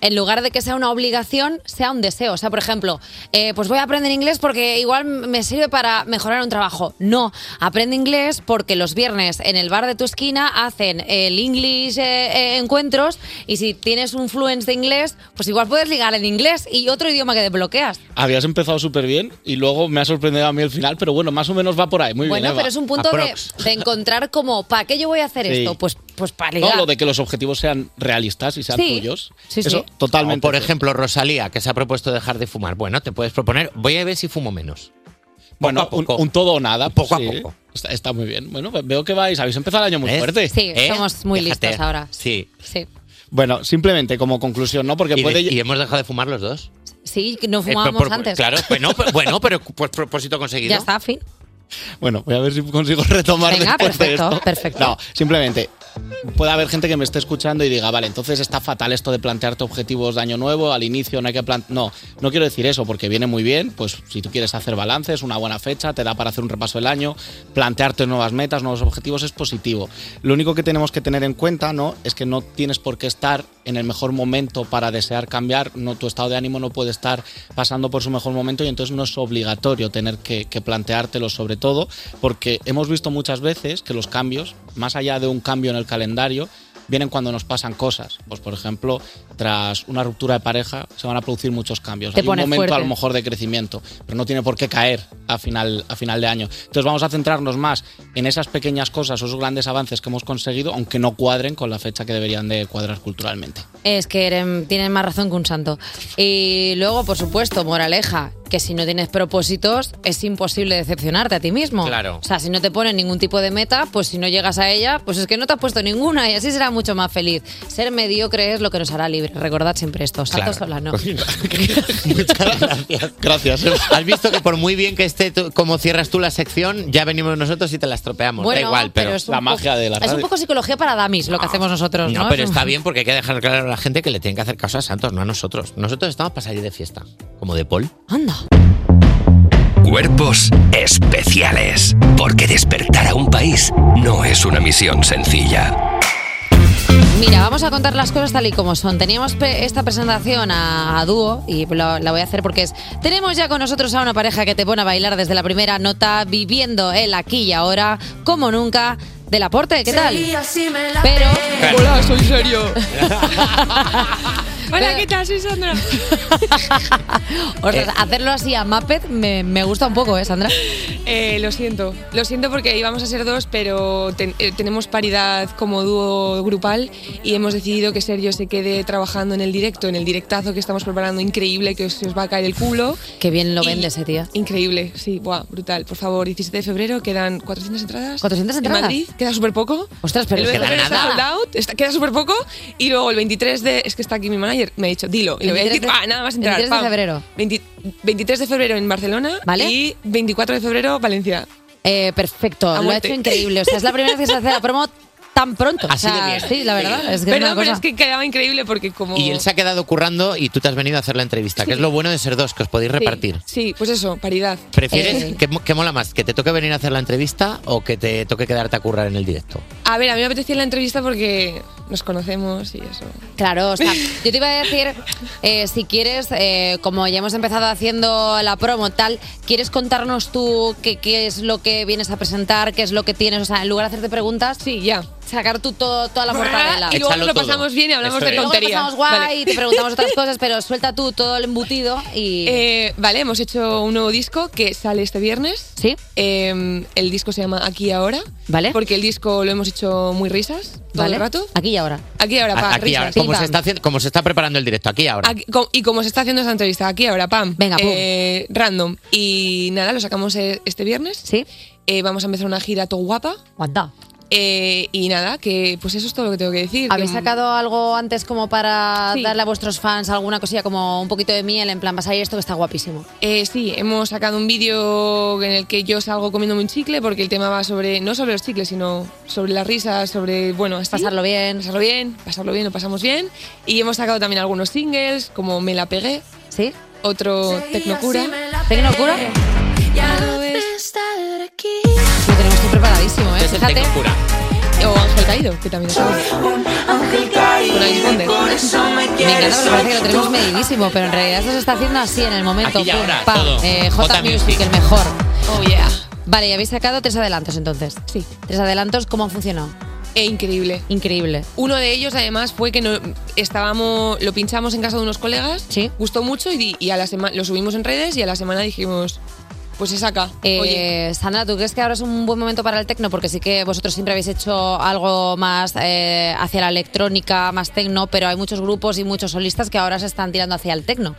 C: en lugar de que sea una obligación, sea un deseo. O sea, por ejemplo, eh, pues voy a aprender inglés porque igual me sirve para mejorar un trabajo. No, aprende inglés porque los viernes en el bar de tu esquina hacen el English eh, eh, encuentros y si tienes un fluence de inglés, pues igual puedes ligar en inglés y otro idioma que desbloqueas.
N: Habías empezado súper bien y luego me ha sorprendido a mí el final, pero bueno, más o menos va por ahí. Muy
C: bueno,
N: bien. Eva.
C: pero es un punto de,
N: Aprox.
C: de encontrar como, ¿para qué yo voy a hacer
N: Sí.
C: esto? Pues, pues para ligar.
N: No, lo de que los objetivos sean realistas y sean
C: Sí.
N: tuyos.
C: Sí, sí.
N: Eso, totalmente.
D: por ejemplo, Rosalía, que se ha propuesto dejar de fumar. Bueno, te puedes proponer, voy a ver si fumo menos.
N: bueno, un- Un, todo o nada.
D: Poco
N: sí.
D: a poco.
N: Está, está muy bien. Bueno, pues veo que vais, habéis empezado el año muy
D: ¿Ves?
N: fuerte.
C: Sí,
N: ¿Eh?
C: somos muy
N: Fíjate.
C: listos ahora.
D: Sí.
C: Sí.
N: Bueno, simplemente como conclusión, ¿no? Porque
D: Y,
N: puede.
D: de- y hemos dejado de fumar los dos.
C: Sí, que no
D: Eh,
C: fumábamos
D: por- por-
C: antes.
D: Claro, bueno, pero, bueno, pero pues, propósito conseguido.
C: Ya está, fin.
N: Bueno, voy a ver si consigo retomar
C: Venga,
N: después de
C: perfecto,
N: esto.
C: perfecto.
N: No, simplemente puede haber gente que me esté escuchando y diga, vale, entonces está fatal esto de plantearte objetivos de año nuevo, al inicio no hay que plan No, no quiero decir eso porque viene muy bien, pues si tú quieres hacer balances, una buena fecha, te da para hacer un repaso del año, plantearte nuevas metas, nuevos objetivos es positivo. Lo único que tenemos que tener en cuenta, ¿no? Es que no tienes por qué estar en el mejor momento para desear cambiar, no, tu estado de ánimo no puede estar pasando por su mejor momento y entonces no es obligatorio tener que, que planteártelo sobre todo, porque hemos visto muchas veces que los cambios, más allá de un cambio en el calendario, vienen cuando nos pasan cosas. Pues por ejemplo, tras una ruptura de pareja se van a producir muchos cambios.
C: Te
N: Hay un
C: pones
N: momento a lo
C: fuerte.
N: mejor de crecimiento, pero no tiene por qué caer a final, a final de año. Entonces vamos a centrarnos más en esas pequeñas cosas o esos grandes avances que hemos conseguido, aunque no cuadren con la fecha que deberían de cuadrar culturalmente.
C: Es que eren- tienen más razón que un santo. Y luego, por supuesto, moraleja, que si no tienes propósitos, es imposible decepcionarte a ti mismo.
D: Claro.
C: O sea, si no te pones ningún tipo de meta, pues si no llegas a ella, pues es que no te has puesto ninguna y así serás mucho más feliz. Ser mediocre es lo que nos hará libre. Recordad siempre esto. Santos
D: Claro. Pues
C: Solano.
N: Gracias.
D: Has visto que por muy bien que esté tú- como cierras tú la sección, ya venimos nosotros y te la estropeamos.
C: Bueno,
D: da igual, pero,
C: es un poco- Es un poco psicología para damis lo que hacemos nosotros, ¿no?
D: No, pero
C: Es un-
D: está bien porque hay que dejar claro a la gente que le tienen que hacer caso a Santos, no a nosotros. Nosotros estamos para salir de fiesta, como de Paul.
A: Cuerpos especiales. Porque despertar a un país no es una misión sencilla.
C: Mira, vamos a contar las cosas tal y como son. Teníamos pre- esta presentación a, a dúo y lo- la voy a hacer porque es. Tenemos ya con nosotros a una pareja que te pone a bailar desde la primera nota, viviendo el aquí y ahora, como nunca, del aporte. ¿Qué tal? Pero.
H: Hola,
C: soy serio.
V: Hola, ¿qué tal? Soy Sandra.
C: O sea, hacerlo así a Muppet me, me gusta un poco, ¿eh, Sandra?
V: Eh, lo siento, lo siento porque íbamos a ser dos, pero ten- eh, tenemos paridad como dúo grupal y hemos decidido que Sergio se quede trabajando en el directo, en el directazo que estamos preparando, increíble, que os, os va a caer el culo.
C: Qué bien lo
V: Y-
C: vende ese día.
V: Increíble, sí, buah, brutal. Por favor, 17 de febrero quedan 400 entradas.
C: 400
V: en
C: entradas.
V: Madrid, queda súper poco.
C: Ostras, pero
V: el
C: es que
V: 20 de febrero
C: da
V: está
C: nada.
V: sold out, está- queda súper poco. Y luego el 23 de. Es que está aquí mi manager, me ha dicho, dilo. Y le voy a
C: 23
V: decir,
C: de-
V: "Ah, nada más entrar.
C: 23 de
V: pam".
C: febrero.
V: 20 23 de febrero en Barcelona
C: ¿Vale?
V: y 24 de febrero Valencia.
C: Eh, perfecto,
V: A
C: lo ha
V: muerte.
C: hecho increíble. O sea, es la primera vez que se hace la promo tan pronto.
D: Así
C: o sea,
D: de bien.
C: Sí, la verdad. Es que es
V: pero,
C: una
V: pero
C: cosa-
V: es que quedaba increíble porque como...
C: Oh.
D: Y él se ha quedado currando y tú te has venido a hacer la entrevista, que es lo bueno de ser dos, que os podéis
V: Sí,
D: repartir.
V: Sí, pues eso, paridad.
D: ¿Prefieres
V: Eh,
D: qué, mo- qué mola más? ¿Que te toque venir a hacer la entrevista o que te toque quedarte a currar en el directo?
V: A ver, a mí me apetecía la entrevista porque nos conocemos y eso.
C: Claro, o sea, yo te iba a decir, eh, si quieres, eh, como ya hemos empezado haciendo la promo tal, ¿quieres contarnos tú qué, qué es lo que vienes a presentar, qué es lo que tienes? O sea, en lugar de hacerte preguntas,
V: sí, ya.
C: sacar tú todo, toda la mortadela.
V: Y luego nos lo Échalo todo. pasamos bien y hablamos Eso de es. tonterías.
C: Luego nos pasamos guay
V: Vale.
C: y te preguntamos otras cosas, pero suelta tú todo el embutido y...
V: Eh, vale, hemos hecho un nuevo disco que sale este viernes. Em,
C: Sí.
V: el disco se llama Aquí y Ahora.
C: Vale.
V: Porque el disco lo hemos hecho muy risas todo
C: ¿Vale?
V: el rato.
C: Aquí y ahora.
V: Aquí y ahora, pa,
D: aquí
V: risas.
D: ahora, como se, está haciendo- como se está preparando el directo, aquí ahora.
V: Aquí- co- y como se está haciendo esta entrevista aquí ahora, pam. Venga,
C: pum.
V: Random. Y nada, lo sacamos eh, este viernes. Eh,
C: Sí.
V: vamos a empezar una gira todo guapa. Eh,
C: Guanta.
V: y nada, que pues eso es todo lo que tengo que decir.
C: ¿Habéis
V: Que- mm,
C: sacado algo antes como para
V: Sí.
C: darle a vuestros fans alguna cosilla como un poquito de miel, en plan, vas a ir esto que está guapísimo?
V: Eh, sí, hemos sacado un vídeo en el que yo salgo comiéndome un chicle porque el tema va sobre, no sobre los chicles, sino sobre las risas, sobre, bueno, así.
C: Pasarlo bien.
V: Pasarlo bien, pasarlo bien, lo pasamos bien. Y hemos sacado también algunos singles, como Me la pegué.
C: Sí.
V: Otro Tecnocura.
C: ¿Tecnocura?
V: Ya lo ves.
C: Lo tenemos tú preparadísimo, ¿eh?
V: Es el
C: Fíjate.
V: Tecnocura. O Ángel Caído, que también está. Con Alice Wonder.
C: Me encanta porque parece que lo tenemos medidísimo, pero en realidad esto se está haciendo así en el momento.
V: Aquí y
C: Pum,
V: ahora,
C: pam.
V: todo.
C: Eh, J,
V: J
C: Music,
V: Music.
C: el mejor.
V: Oh, yeah.
C: Vale, y habéis sacado tres adelantos entonces.
V: Sí.
C: Tres adelantos, ¿cómo han funcionado?
V: E increíble.
C: Increíble.
V: Uno de ellos, además, fue que no, estábamos, lo pinchamos en casa de unos colegas. Gustó mucho y, di- y a la sema- lo subimos en redes y a la semana dijimos, pues es acá.
C: Eh,
V: Oye,
C: Sandra, ¿tú crees que ahora es un buen momento para el tecno? Porque sí que vosotros siempre habéis hecho algo más eh, hacia la electrónica, más tecno, pero hay muchos grupos y muchos solistas que ahora se están tirando hacia el tecno.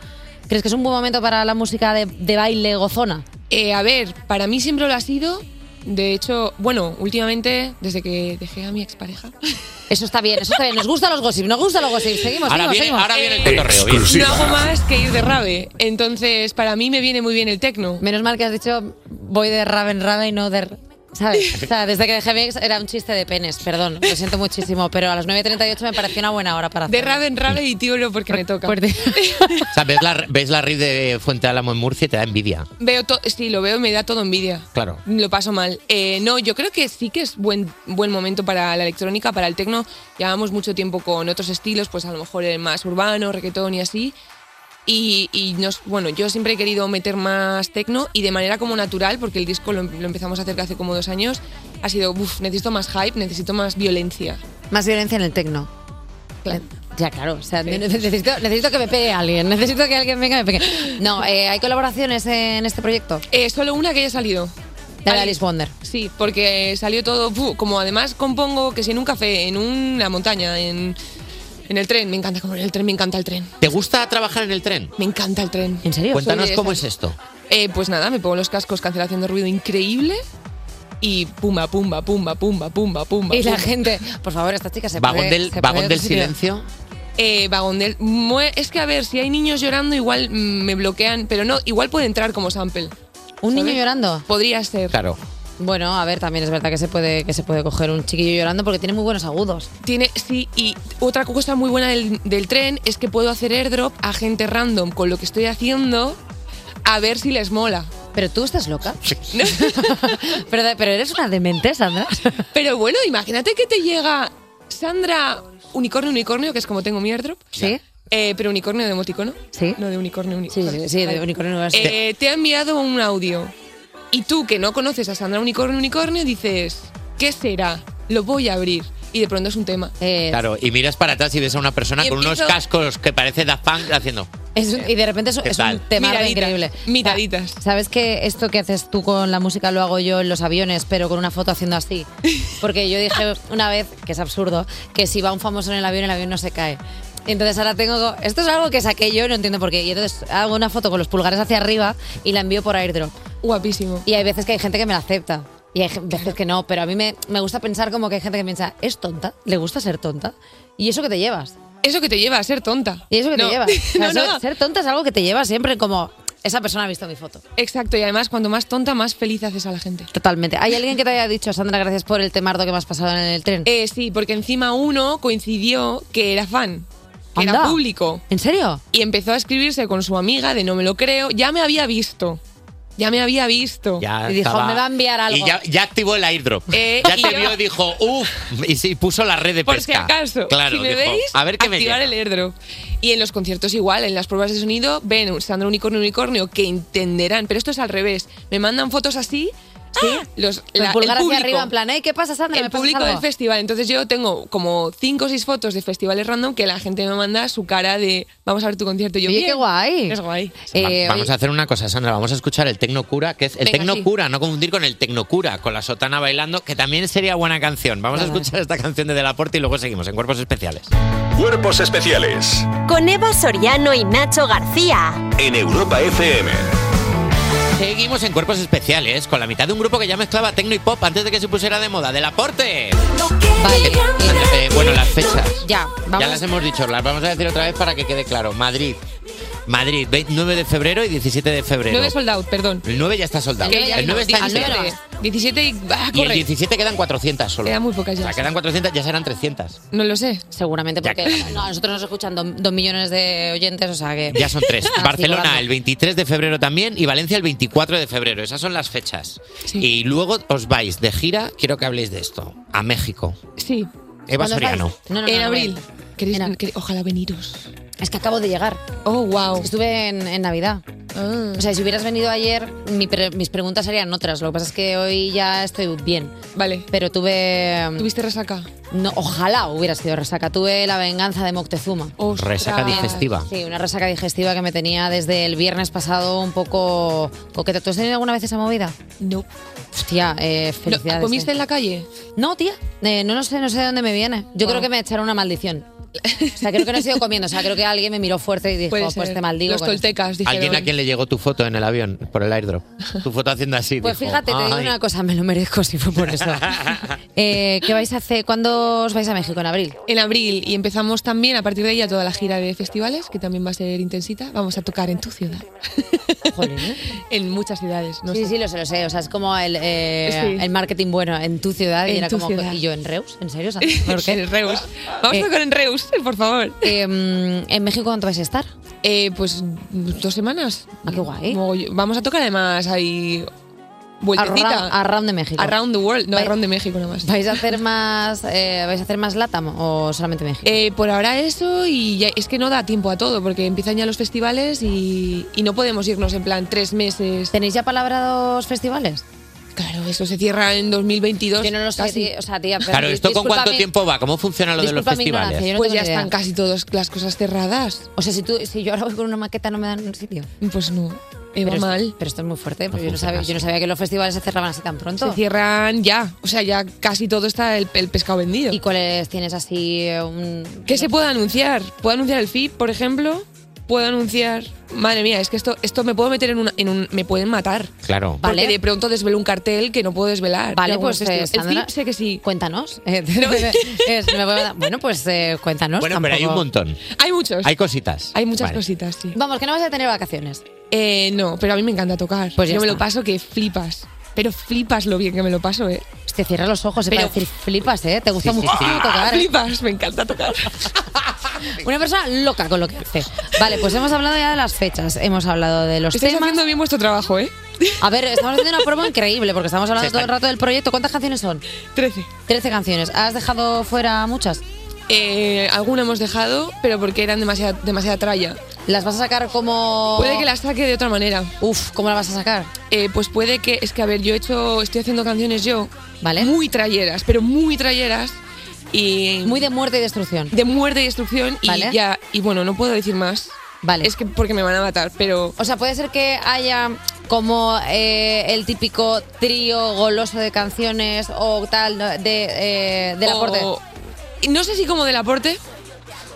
C: ¿Crees que es un buen momento para la música de, de baile gozona?
V: eh, a ver, para mí siempre lo ha sido. De hecho, bueno, últimamente, desde que dejé a mi expareja.
C: Eso está bien, eso está bien. Nos gusta los gossip, nos gusta los gossip. Seguimos,
V: Ahora
C: seguimos,
V: viene-
C: seguimos.
V: ahora viene el
D: cotorreo, bien. Exclusiva.
V: No hago más que ir de rave. Entonces, para mí me viene muy bien el tecno.
C: Menos mal que has dicho voy de Raven Raven y no de... ¿Sabes? O sea, desde que dejé mi ex era un chiste de penes, perdón, lo siento muchísimo, pero a las 9.38 me pareció una buena hora para
V: De
C: hacerlo.
V: rave en rave y tíolo porque me toca.
D: O sea, ves la, ves la rave de Fuente Álamo en Murcia y te da envidia.
V: Veo to- sí, lo veo y me da todo envidia.
D: Claro.
V: Lo paso mal. Eh, no, yo creo que sí que es buen, buen momento para la electrónica, para el tecno. Llevamos mucho tiempo con otros estilos, pues a lo mejor el más urbano, reggaetón y así. Y, y nos, bueno, yo siempre he querido meter más tecno y de manera como natural, porque el disco lo, em- lo empezamos a hacer hace como dos años, ha sido, uff, necesito más hype, necesito más violencia.
C: Más violencia en el tecno.
V: Claro.
C: Ya, claro. O sea, ne- necesito, necesito que me pegue alguien. Necesito que alguien venga y me pegue. No, eh, ¿hay colaboraciones en este proyecto?
V: Eh, solo una que haya salido.
C: La de Alice Wonder.
V: Sí, porque salió todo, ¡fu! como además compongo que si en un café, en una montaña, en, en el tren, me encanta como en el tren, me encanta el tren.
D: ¿Te gusta trabajar en el tren?
V: Me encanta el tren.
C: ¿En serio?
D: Cuéntanos cómo es esto.
V: Eh, pues nada, me pongo los cascos, cancelación de ruido increíble y pumba, pumba, pumba, pumba, pumba, pumba.
C: Y la
V: pumba.
C: gente, por favor, esta chica se
D: Vagón
C: puede-
D: del-
C: se
D: vagón
C: puede
D: del
C: suicidar.
D: silencio.
V: Eh, vagón del- mue- Es que a ver, si hay niños llorando, igual mm, me bloquean, pero no, igual puede entrar como sample.
C: ¿Un niño llorando?
V: Podría ser.
D: Claro.
C: Bueno, a ver, también es verdad que se puede que se puede coger un chiquillo llorando porque tiene muy buenos agudos.
V: Tiene, sí, y otra cosa muy buena del, del tren es que puedo hacer airdrop a gente random con lo que estoy haciendo a ver si les mola.
C: Pero tú estás loca. pero, pero eres una demente, Sandra.
V: Pero bueno, imagínate que te llega Sandra Unicornio Unicornio, que es como tengo mi airdrop. Eh,
C: Sí.
V: pero unicornio de emoticono.
C: Sí.
V: No de unicornio
C: Sí,
V: unicornio.
C: sí, sí, de unicornio no es-
V: Eh, te ha enviado un audio y tú que no conoces a Sandra Unicornio Unicornio dices, ¿qué será? Lo voy a abrir. Y de pronto es un tema.
C: Eh,
D: Claro, y miras para atrás y ves a una persona
V: Y
D: con unos
V: empiezo-
D: cascos que parece Daft Punk haciendo.
C: Es un- y de repente es, un-
D: ¿Qué
C: es un
D: tal?
C: tema
V: Miraditas,
C: increíble. Miraditas. ¿Sabes que esto que haces tú con la música lo hago yo en los aviones, pero con una foto haciendo así? Porque yo dije una vez, que es absurdo, que si va un famoso en el avión, el avión no se cae. Y Entonces ahora tengo. Esto es algo que saqué yo, y no entiendo por qué. Y entonces hago una foto con los pulgares hacia arriba y la envío por airdrop.
V: Guapísimo.
C: Y hay veces que hay gente que me la acepta. Y hay ge- veces que no, pero a mí me, me gusta pensar como que hay gente que piensa, es tonta, le gusta ser tonta. ¿Y eso que te llevas?
V: Eso que te lleva a ser tonta.
C: Y eso que
V: No.
C: te lleva. O sea,
V: No,
C: ser,
V: no.
C: ser tonta es algo que te lleva siempre como. Esa persona ha visto mi foto.
V: Exacto, y además cuanto más tonta, más feliz haces a la gente.
C: Totalmente. ¿Hay alguien que te haya dicho, Sandra, gracias por el temardo que me has pasado en el tren?
V: Eh, sí, porque encima uno coincidió que era fan. Que era
C: Anda.
V: público.
C: ¿En serio?
V: Y empezó a escribirse con su amiga de no me lo creo. Ya me había visto. Ya me había visto.
D: Ya
V: y dijo,
D: estaba-
V: me va a enviar algo.
D: Y ya, ya activó el airdrop.
V: Eh,
D: ya
V: y
D: te
V: yo-
D: vio y dijo, uff, y sí, puso la red de
V: Por si
D: pesca.
V: acaso,
D: Claro,
V: si me
D: dijo,
V: veis,
D: a ver qué me
V: activar
D: llega.
V: el airdrop. Y en los conciertos igual, en las pruebas de sonido, ven un Sandra Unicornio Unicornio, que entenderán, pero esto es al revés. Me mandan fotos así, ¿sí? los,
C: El
V: la-
C: ¡Ah! pulgar hacia
V: público,
C: arriba, en plan, "Ey, ¿qué pasa, Sandra?
V: El
C: ¿Me pasas
V: público
C: algo?".
V: del festival. Entonces yo tengo como cinco o seis fotos de festivales random que la gente me manda su cara de vamos a ver tu concierto. Y yo,
C: Oye,
V: "Bien".
C: qué guay. Eh,
V: Es guay.
D: Va- vamos
V: Eh, oye-
D: a hacer una cosa, Sandra. Vamos a escuchar el Tecnocura, que es el
V: Venga,
D: Tecnocura, no confundir con el Tecnocura, con la sotana bailando, que también sería buena canción. Vamos a escuchar esta canción de Delaporte y luego seguimos en Cuerpos Especiales.
G: Cuerpos especiales
B: Con Eva Soriano y Nacho García.
G: en Europa FM.
D: Seguimos en Cuerpos Especiales con la mitad de un grupo que ya mezclaba tecno y pop antes de que se pusiera de moda. ¡Delaporte!
C: Vale.
D: Eh, bueno, las fechas.
C: Ya, vamos.
D: Ya las hemos dicho, las vamos a decir otra vez para que quede claro. Madrid. Madrid, 9 de febrero y 17 de febrero.
V: 9 sold out, perdón.
D: El 9 ya está soldado.
V: Que ya
D: El 9 está
V: al
D: entero.
V: 9 no. 17 y, ah,
D: Y el
V: corre.
D: 17 quedan 400 solo.
V: Quedan muy pocas
D: O sea,
V: ya.
D: quedan 400, ya serán 300.
V: No lo sé.
C: Seguramente pues,
D: Ya.
C: porque no, a nosotros nos escuchan do- dos millones de oyentes, o sea que... Ah,
D: Ya son tres.
C: Están
D: Barcelona
C: figurando.
D: el 23 de febrero también y Valencia el 24 de febrero. Esas son las fechas. Y luego os vais de gira, quiero que habléis de esto, a México.
V: Sí.
D: Eva
V: ¿Cuándo
D: Soriano.
V: vais? en abril. Queréis- que- Ojalá veniros.
C: Es que acabo de llegar.
V: Oh, Ah. wow.
C: Estuve en, en Navidad. O sea, si hubieras venido ayer, mi pre- mis preguntas serían otras. Lo que pasa es que hoy ya estoy bien.
V: Vale.
C: Pero tuve... em,
V: ¿Tuviste resaca?
C: No, ojalá hubiera sido resaca. Tuve la venganza de Moctezuma.
D: Resaca digestiva.
C: Sí, una resaca digestiva que me tenía desde el viernes pasado un poco coqueta. ¿Tú has tenido alguna vez esa movida?
V: No.
C: Hostia, eh, felicidades.
V: ¿Comiste
C: eh.
V: en la calle?
C: No, tía. Eh, no, no sé, no sé de dónde me viene. Yo
V: Wow.
C: creo que me echaron una maldición. O sea, creo que no he sido comiendo. O sea, creo que alguien me miró fuerte y dijo,
V: Puede
C: pues
V: ser.
C: te maldigo.
V: Los
C: con esto".
V: toltecas dijeron.
D: Alguien a quien le llegó tu foto en el avión por el airdrop. Tu foto haciendo así.
C: Pues
D: dijo,
C: fíjate, te digo
D: "Ay".
C: una cosa, me lo merezco si fue por eso. Eh, ¿Qué vais a hacer? ¿Cuándo os vais a México? ¿En abril?
V: En abril. Y empezamos también a partir de ahí a toda la gira de festivales, que también va a ser intensita. Vamos a tocar en tu ciudad. en muchas ciudades. No
C: sí,
V: sé.
C: sí, lo sé, lo sé. O sea, es como el, eh,
V: Sí.
C: el marketing bueno en tu ciudad. y
V: En
C: Ah, era
V: tu
C: como,
V: ciudad.
C: ¿y yo en Reus? ¿En serio? Sandra? ¿Por qué? Eh,
V: En Reus. Vamos a tocar en Reus, por favor.
C: em, ¿En México cuánto vais a estar?
V: pues dos semanas.
C: Ah, qué guay.
V: Mogoll- Vamos a tocar además ahí. Vueltecita.
C: Around- around de México.
V: Around the world. No,
C: Vai-
V: around de México nada más.
C: ¿Vais a hacer más, eh, ¿vais a hacer más Latam o solamente México?
V: Eh, por ahora eso y ya- es que no da tiempo a todo porque empiezan ya los festivales y, y no podemos irnos en plan tres meses.
C: ¿Tenéis ya palabrados festivales?
V: Claro, eso se cierra en 2022.
C: Yo no lo sé, tía, o sea, tía, pero
D: Claro,
C: dis-
D: ¿esto con cuánto
C: discúlpame.
D: tiempo va? ¿Cómo funciona lo de los
C: Disculpa mi ignorancia,
D: festivales?
C: yo no
V: pues
C: tengo
V: ya
C: ni idea.
V: están casi todas las cosas cerradas.
C: O sea, si, tú, si yo ahora voy con una maqueta no me dan un sitio.
V: Pues no, Eva
C: pero es-
V: mal.
C: pero esto es muy fuerte, porque yo, no
V: funciona
C: sabía, yo no
V: así.
C: sabía que los festivales se cerraban así tan pronto.
V: Se cierran ya, o sea, ya casi todo está el, el pescado vendido.
C: ¿Y cuáles tienes así eh, un...?
V: ¿Qué se puede anunciar? ¿Puedo anunciar el FIP, por ejemplo? ¿Puedo anunciar...? Madre mía, es que esto, esto me puedo meter en, una- en un... Me pueden matar.
D: Claro.
V: Porque de pronto desvelo un cartel que no puedo desvelar. de
C: Vale,
V: algunos
C: pues eh,
V: festivales. El
C: Sandra,
V: FIP sé que sí.
C: Cuéntanos. Eh, es- me voy a- bueno, pues eh, cuéntanos.
D: Bueno, pero hay un
C: tampoco-
D: montón.
V: Hay muchos.
D: Hay cositas.
V: Hay muchas
D: Vale.
V: cositas, sí.
C: Vamos, que no vas a tener vacaciones.
V: Eh, no, pero a mí me encanta tocar.
C: Pues ya
V: Yo me lo
C: está.
V: paso que flipas. Pero flipas lo bien que me lo paso, ¿eh?
C: Te cierra los ojos, eh,
V: Pero-
C: para decir flipas, ¿eh? Te gusta
V: Sí, sí,
C: mucho
V: sí.
C: tocar. eh.
V: Flipas, me encanta tocar.
C: Una persona loca con lo que hace. Vale, pues hemos hablado ya de las fechas, hemos hablado de los
V: Estáis
C: temas.
V: haciendo bien vuestro trabajo, ¿eh?
C: A ver, estamos haciendo una promo increíble porque estamos hablando
V: Se
C: todo el
V: están-
C: rato del proyecto. ¿Cuántas canciones son?
V: Trece.
C: Trece canciones. ¿Has dejado fuera muchas?
V: Eh, alguna hemos dejado, pero porque eran demasiada, demasiada tralla.
C: ¿Las vas a sacar como...?
V: Puede que las saque de otra manera.
C: Uf, ¿cómo la vas a sacar?
V: pues puede que... Es que, a ver, yo he hecho... Estoy haciendo canciones yo.
C: Vale.
V: Muy tralleras, pero muy tralleras. Y...
C: Muy de muerte y destrucción.
V: de muerte y destrucción
C: Vale.
V: y ya y bueno no puedo decir más
C: vale
V: es que porque me van a matar pero
C: O sea, puede ser que haya como eh, el típico trío goloso de canciones o tal ¿no? de, eh, del
V: o-
C: aporte.
V: no sé si como del aporte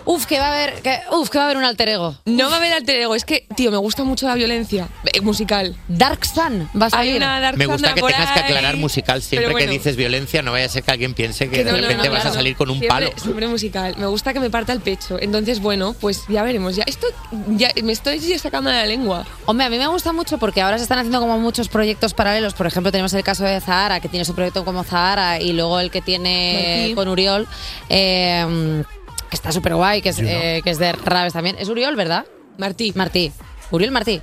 C: Uf, que va a haber, que, uf, que va a haber un alter ego.
V: No va a haber alter ego, es que, tío, me gusta mucho la violencia eh, musical.
C: Dark Sun, va a
V: Hay
C: salir.
V: una Dark
D: Me gusta
V: Sandra
D: que
V: por
D: tengas que
V: ahí.
D: aclarar musical siempre
V: Pero
D: que
V: bueno.
D: dices violencia, no vaya a ser que alguien piense que,
V: No,
D: de
V: no,
D: repente
V: no,
D: vas
V: claro.
D: a salir con un
V: Siempre-
D: palo.
V: Siempre musical. Me gusta que me parta el pecho. Entonces, bueno, pues ya veremos. Ya, esto ya me estoy sacando de la lengua.
C: Hombre, a mí me gusta mucho porque ahora se están haciendo como muchos proyectos paralelos. Por ejemplo, tenemos el caso de Zahara, que tiene su proyecto como Zahara, y luego el que tiene
W: Martí.
C: con Uriol, eh, que está súper guay, que es,
W: Yo no.
C: eh, que es de Raves también. ¿Es Uriol, verdad? Martí. Martí. ¿Uriol Martí?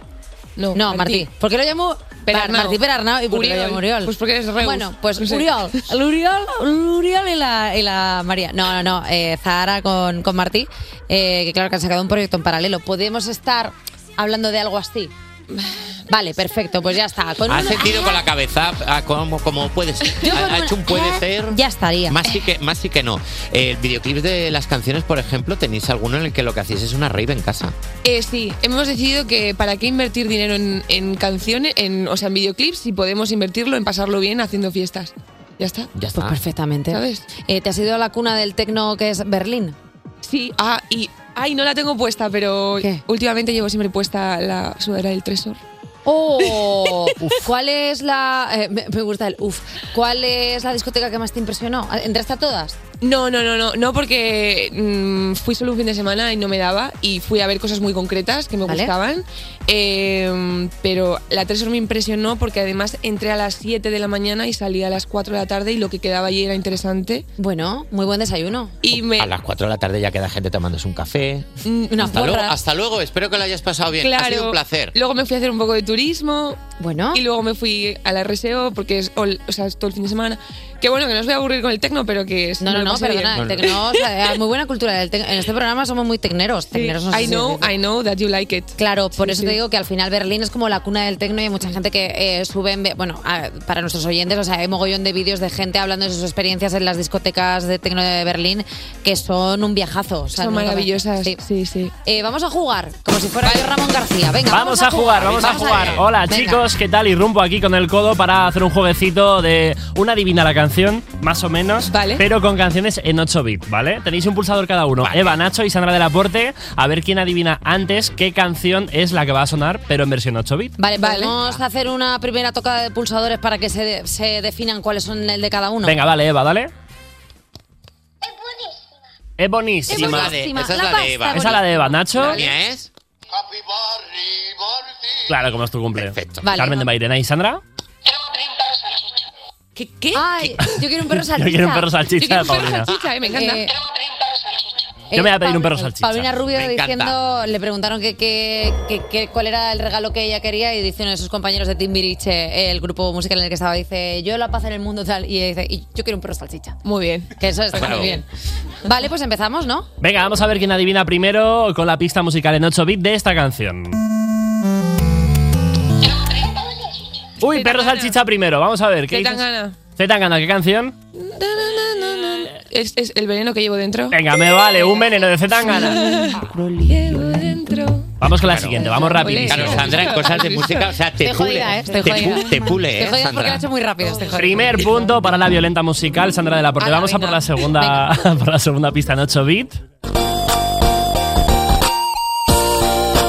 C: No, no Martí.
V: Martí.
C: ¿Por qué lo llamo
V: Perarnau.
C: Martí Perarnau y por qué lo
V: Uriol.
C: llamo Uriol?
V: Pues porque eres Reus.
C: Bueno, pues
V: No sé.
C: Uriol. El Uriol, el Uriol y la, y la María. No, no, no. eh, Zahara con, con Martí, eh, que claro que han sacado un proyecto en paralelo. Podemos estar hablando de algo así. Vale, perfecto, pues ya está. Con
D: Ha
C: un-
D: sentido con la cabeza ah, como, como puede ser. Ha- ha hecho un
V: Ah,
D: puede ser.
C: Ya estaría.
D: Más sí que, más sí que no. El videoclip de las canciones, por ejemplo, tenéis alguno en el que lo que hacéis es una rave en casa.
V: Eh, sí, hemos decidido que para qué invertir dinero en, en canciones, en, o sea, en videoclips, si podemos invertirlo en pasarlo bien haciendo fiestas. Ya está.
C: Ya está. Pues perfectamente.
V: ¿Sabes?
C: Eh, ¿Te has ido a la cuna del tecno que es Berlín?
V: Sí, ah, y. Ay, no la tengo puesta, pero últimamente llevo siempre puesta la sudadera del Tresor.
C: ¡Oh! ¿Cuál es la. eh, me, me gusta el uf. ¿Cuál es la discoteca que más te impresionó? ¿Entraste a todas?
V: No, no, no, no, no porque mm, fui solo un fin de semana y no me daba y fui a ver cosas muy concretas que me
C: Vale.
V: gustaban, Eh, pero la Tresor me impresionó porque además entré a las 7 de la mañana y salí a las 4 de la tarde y lo que quedaba allí era interesante.
C: Bueno, muy buen desayuno.
V: Y me... Mm,
D: A las 4 de la tarde ya queda gente tomándose un café.
V: una
D: hasta, luego,
V: porra.
D: hasta luego, espero que lo hayas pasado bien. Ha sido un placer.
V: Luego me fui a hacer un poco de turismo.
C: Bueno.
V: Y luego me fui a la RSEO porque es, all- o sea, es todo el fin de semana. Que bueno, que no os voy a aburrir con el tecno, pero que es.
C: No, no, no, perdona, el tecno, o sea, hay muy buena cultura. del tec- en este programa somos muy tecneros. tecneros no sé
V: I
C: si
V: know,
C: decirlo.
V: I know that you like it.
C: Claro, por
V: Sí,
C: eso
V: sí.
C: te digo que al final Berlín es como la cuna del tecno y hay mucha gente que eh, sube, en ve- bueno, a- para nuestros oyentes, o sea, hay mogollón de vídeos de gente hablando de sus experiencias en las discotecas de tecno de Berlín que son un viajazo. o sea,
V: Son
C: nunca-
V: maravillosas. Sí, sí.
C: Eh, vamos a jugar, como si fuera yo Ramón García. Venga,
E: Vamos a jugar, vamos a jugar. Hola
C: Venga.
E: chicos, ¿qué tal? Y rumbo aquí con el codo para hacer un jueguecito de una divina la canción, más o menos, pero con canciones en 8 bits, ¿vale? Tenéis un pulsador cada uno, Eva, Nacho y Sandra del Aporte, a ver quién adivina antes qué canción es la que va a sonar, pero en versión 8 bits.
C: Vale, podemos hacer una primera tocada de pulsadores para que se, de- se definan cuáles son el de cada uno.
E: Venga, vale, Eva, dale. Es buenísima.
C: Es
E: Es buenísima.
C: buenísima. Esa es la La de pasta, Eva. ¿eh?
E: Esa es la de Eva, Nacho.
C: La
D: mía es.
E: Claro, como es tu cumpleaños. Perfecto.
C: Vale.
E: Carmen de Mairena y Sandra.
C: ¿Qué? qué? Ay, yo quiero un perro salchicha.
E: Yo quiero un perro salchicha
C: Yo quiero un
E: de
C: perro
E: Paulina.
C: salchicha, eh, me encanta. Eh,
E: Yo me voy a pedir un perro salchicha.
C: Paulina Rubio
E: Me encanta.
C: diciendo, le preguntaron que, que- que- que cuál era el regalo que ella quería y dice uno de sus compañeros de Timbiriche, eh, el grupo musical en el que estaba, dice, yo la paz en el mundo tal, y ella dice, "Y yo quiero un perro salchicha.
V: Muy bien.
C: Que eso está
E: Bravo.
C: muy bien. Vale, pues empezamos, ¿no?
E: Venga, vamos a ver quién adivina primero con la pista musical en 8 bits de esta canción. Uy, perro salchicha primero. Vamos a ver. ¿Qué dices?
V: Zetangana.
E: Zetangana, ¿qué canción?
V: Es, es el veneno que llevo dentro.
E: Venga, me vale, un veneno de Zetangana.
V: Llevo dentro.
E: Vamos con la siguiente, vamos rápido.
V: Claro, Sandra, en cosas de música, o sea, te Estoy jodida, pule, eh, estoy te jodida. pu- te pule, Estoy eh, jodida porque lo he Sandra. hecho
C: muy rápido este
E: Primer punto para la violenta musical, Sandra de la Porte. Vamos a por la segunda, por la segunda pista en 8 bit.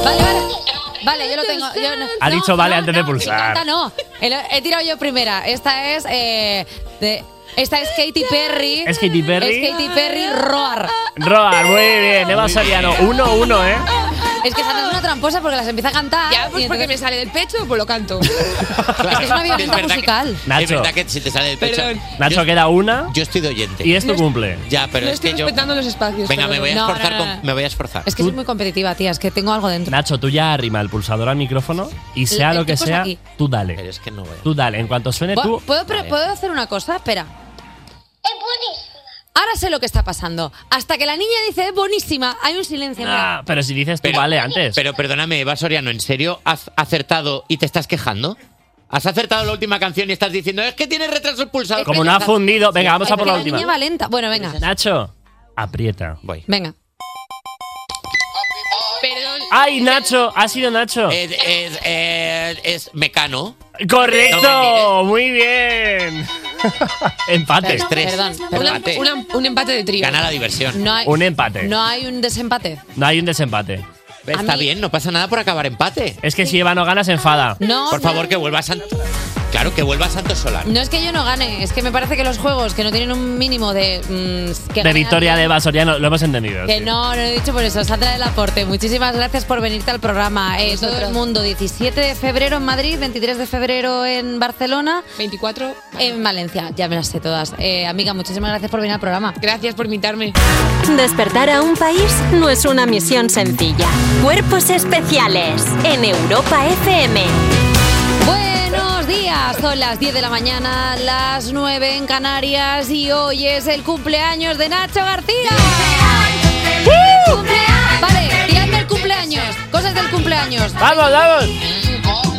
C: Vale, vale. Vale, yo lo tengo. yo no-
E: Ha
C: no,
E: dicho vale antes de pulsar.
C: Esta no. El- He tirado yo primera. Esta es. eh, de- esta es Katy Perry.
E: Es Katy Perry.
C: Es Katy Perry Roar.
E: Roar, muy bien, Eva Soriano. 1-1, ¿eh?
C: Es que Sandra es una tramposa porque las empieza a cantar. Ya, pues porque me
V: sale del pecho, pues lo canto.
C: Es que es una violenta
D: verdad que-
C: musical.
E: Nacho.
D: Es verdad que si te sale del pecho.
V: Perdón.
E: Nacho queda una.
D: Yo estoy de oyente.
E: Y es tu cumple.
D: Ya, pero
V: no
D: es que
V: estoy
D: yo.
V: respetando los espacios.
D: Venga,
V: perdón.
D: me voy a
C: No, no,
D: esforzar.
C: no,
D: con-
C: no.
D: Me voy a esforzar.
C: Es que soy muy competitiva, tía. Es que tengo algo dentro.
E: Nacho, tú ya arrima el pulsador al micrófono y sea
C: El- el
E: lo que
C: tipo está
E: sea,
C: aquí.
E: tú dale.
D: Pero es que no veo.
E: Tú dale, en cuanto suene tú.
C: ¿Puedo, puedo pre-
E: Vale.
C: puedo hacer una cosa? Espera. Ahora sé lo que está pasando. Hasta que la niña dice es buenísima, hay un silencio.
D: Ah,
E: pero si dices tú vale antes.
D: Pero perdóname, Eva Soriano, ¿en serio has acertado y te estás quejando? Has acertado la última canción y estás diciendo, es que tienes retraso el pulsador.
E: Como no ha fundido. Venga, vamos a por la
C: La niña
E: última.
C: va lenta. Bueno, venga.
E: Nacho, aprieta.
D: Voy.
C: Venga.
E: ¡Ay, Nacho! Ha sido Nacho.
D: Es, es, es- es mecano.
E: ¡Correcto!
D: No
E: ¡Muy bien! Empate.
C: Perdón, perdón.
E: Empate.
C: Una- un empate de trío.
D: Gana la diversión.
C: No hay-
E: Un empate.
C: No hay un desempate.
E: No hay un desempate.
D: Está bien, no pasa nada por acabar empate.
E: Es que si Eva no gana, se enfada.
C: No,
D: Por favor, que vuelva Santos. Claro, que vuelva Santos Solar.
C: No es que yo no gane, es que me parece que los juegos que no tienen un mínimo de. mm, que
E: De
C: ganar-
E: victoria de Eva Soriano, lo hemos entendido.
C: Que
E: sí.
C: no, no he dicho por eso. Sandra del Aporte, muchísimas gracias por venirte al programa. Eh, todo el mundo, 17 de febrero en Madrid, 23 de febrero en Barcelona. 24 en Valencia, ya me las sé todas. Eh, amiga, muchísimas gracias por venir al programa. Gracias por invitarme.
B: Despertar a un país no es una misión sencilla. Cuerpos especiales en Europa FM.
C: Buenos días, son las 10 de la mañana, las 9 en Canarias y hoy es el cumpleaños de Nacho García. ¡Uh! Vale, tirad del cumpleaños, cosas del cumpleaños.
E: ¡Vamos, vamos!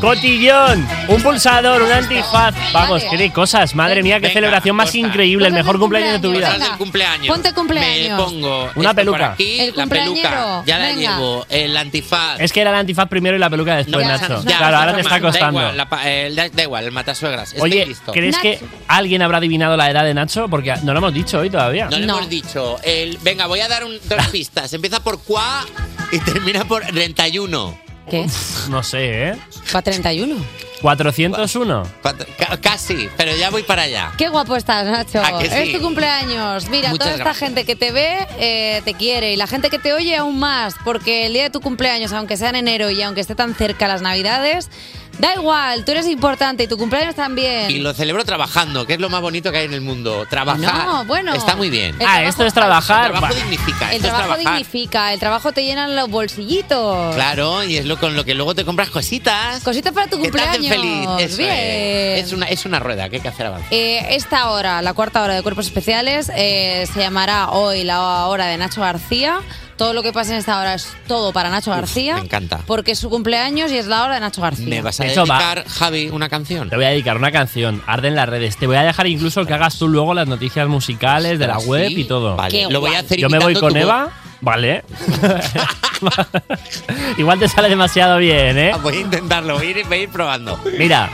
E: Cotillón, un pulsador, un antifaz. Vamos, qué de cosas. Madre mía, qué celebración más increíble. El mejor cumpleaños de tu vida.
D: Cosas del cumpleaños.
C: Ponte cumpleaños.
D: Me pongo
E: Una
D: esto
E: peluca.
D: por aquí,
C: El
D: la peluca.
C: cumpleañero,
D: Ya la
C: venga.
D: llevo. El antifaz.
E: Es que era el antifaz primero y la peluca después,
D: Ya,
E: Pues, Nacho.
D: ya,
E: claro,
D: ya,
E: ahora te
D: Roma,
E: está costando.
D: Da igual, la pa- eh, da, da igual el matasuegras. Estoy
E: Oye,
D: listo.
E: ¿crees que alguien habrá adivinado la edad de Nacho? Porque no lo hemos dicho hoy todavía.
D: No le hemos dicho. El, venga, voy a dar un- dos pistas. Empieza por cuá y termina por 31.
C: ¿Qué?
E: No sé, ¿eh?
C: Pa 31.
E: 401.
D: Ca- casi, pero ya voy para allá.
C: Qué guapo estás, Nacho.
E: ¿A que sí?
C: Es tu cumpleaños. Mira,
D: Muchas
C: toda esta
D: gracias.
C: gente que te ve eh, te quiere y la gente que te oye aún más, porque el día de tu cumpleaños, aunque sea en enero y aunque esté tan cerca las Navidades, da igual, tú eres importante y tu cumpleaños también.
D: Y lo celebro trabajando, que es lo más bonito que hay en el mundo. Trabajar.
C: No, bueno.
D: Está muy bien.
C: El Ah, trabajo- esto
E: es trabajar.
D: El trabajo
E: Va.
D: dignifica.
C: El
D: esto es
C: trabajo
D: trabajar.
C: dignifica, el trabajo te llenan los bolsillitos.
D: Claro, y es lo con lo que luego te compras cositas.
C: Cositas para tu
D: que te hacen
C: cumpleaños.
D: feliz. Eso
C: Bien.
D: Es. Es una, es una rueda que hay que hacer avanzar.
C: Eh, esta hora, la cuarta hora de Cuerpos Especiales, eh, se llamará hoy la hora de Nacho García. Todo lo que pasa en esta hora es todo para Nacho García.
D: Me encanta.
C: Porque es su cumpleaños y es la hora de Nacho García.
D: Me vas a
E: Eso va.
D: dedicar, Javi, una canción.
E: Te voy a dedicar una canción. Arden las redes. Te voy a dejar incluso que hagas tú luego las noticias musicales de la
D: Ostras,
E: web
D: sí.
E: y todo.
D: Vale, Qué lo voy a guay. hacer
E: Yo me voy
D: imitando
E: con
D: tu
E: Eva.
D: voz.
E: Vale. Igual te sale demasiado bien, ¿eh?
D: Ah, Voy a intentarlo, voy a ir, voy a ir probando.
E: Mira.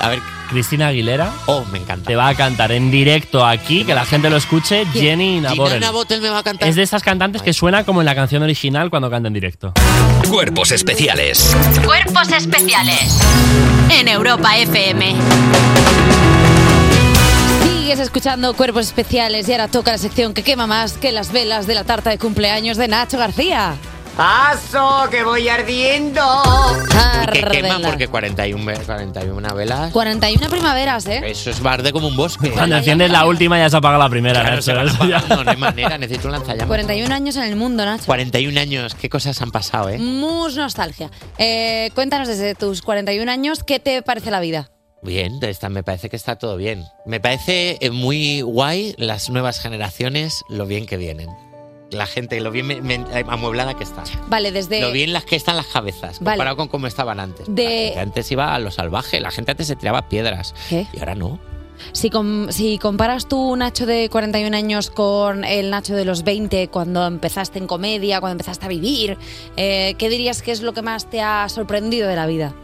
D: A ver.
E: Cristina Aguilera.
D: Oh, me encanta.
E: Te va a cantar en directo aquí, que la gente lo escuche, Jenny Naboren.
D: Gina Botel me va a cantar.
E: Es de estas cantantes que suena como en la canción original cuando canta en directo.
A: Cuerpos especiales.
B: Cuerpos especiales en Europa FM.
C: Sigues escuchando Cuerpos Especiales y ahora toca la sección que quema más que las velas de la tarta de cumpleaños de Nacho García.
J: ¡Paso, que voy ardiendo!
D: Que quema
C: Ardenla.
D: porque 41, ve- 41 velas.
C: 41 primaveras, ¿eh?
D: Eso es barde como un bosque.
E: Cuando enciendes la última ya se apaga la primera.
D: Claro,
E: Nacho.
D: se van
E: Eso ya-
D: apagando, no hay manera, necesito un lanzallamas.
C: 41 años en el mundo, Nacho.
D: 41 años, qué cosas han pasado, ¿eh?
C: Mus nostalgia. Eh, cuéntanos desde tus 41 años, ¿qué te parece la vida?
D: Bien, está- me parece que está todo bien. Me parece eh, muy guay las nuevas generaciones, lo bien que vienen. La gente, lo bien me- me- amueblada que está.
C: Vale, desde...
D: Lo bien las que están las cabezas,
C: Vale.
D: comparado con cómo estaban antes.
C: De-
D: Que antes iba a lo salvaje, la gente antes se tiraba piedras. Y ahora no.
C: Si, com- si comparas tú un Nacho de 41 años con el Nacho de los 20, cuando empezaste en comedia, cuando empezaste a vivir, eh, ¿qué dirías que es lo que más te ha sorprendido de la vida?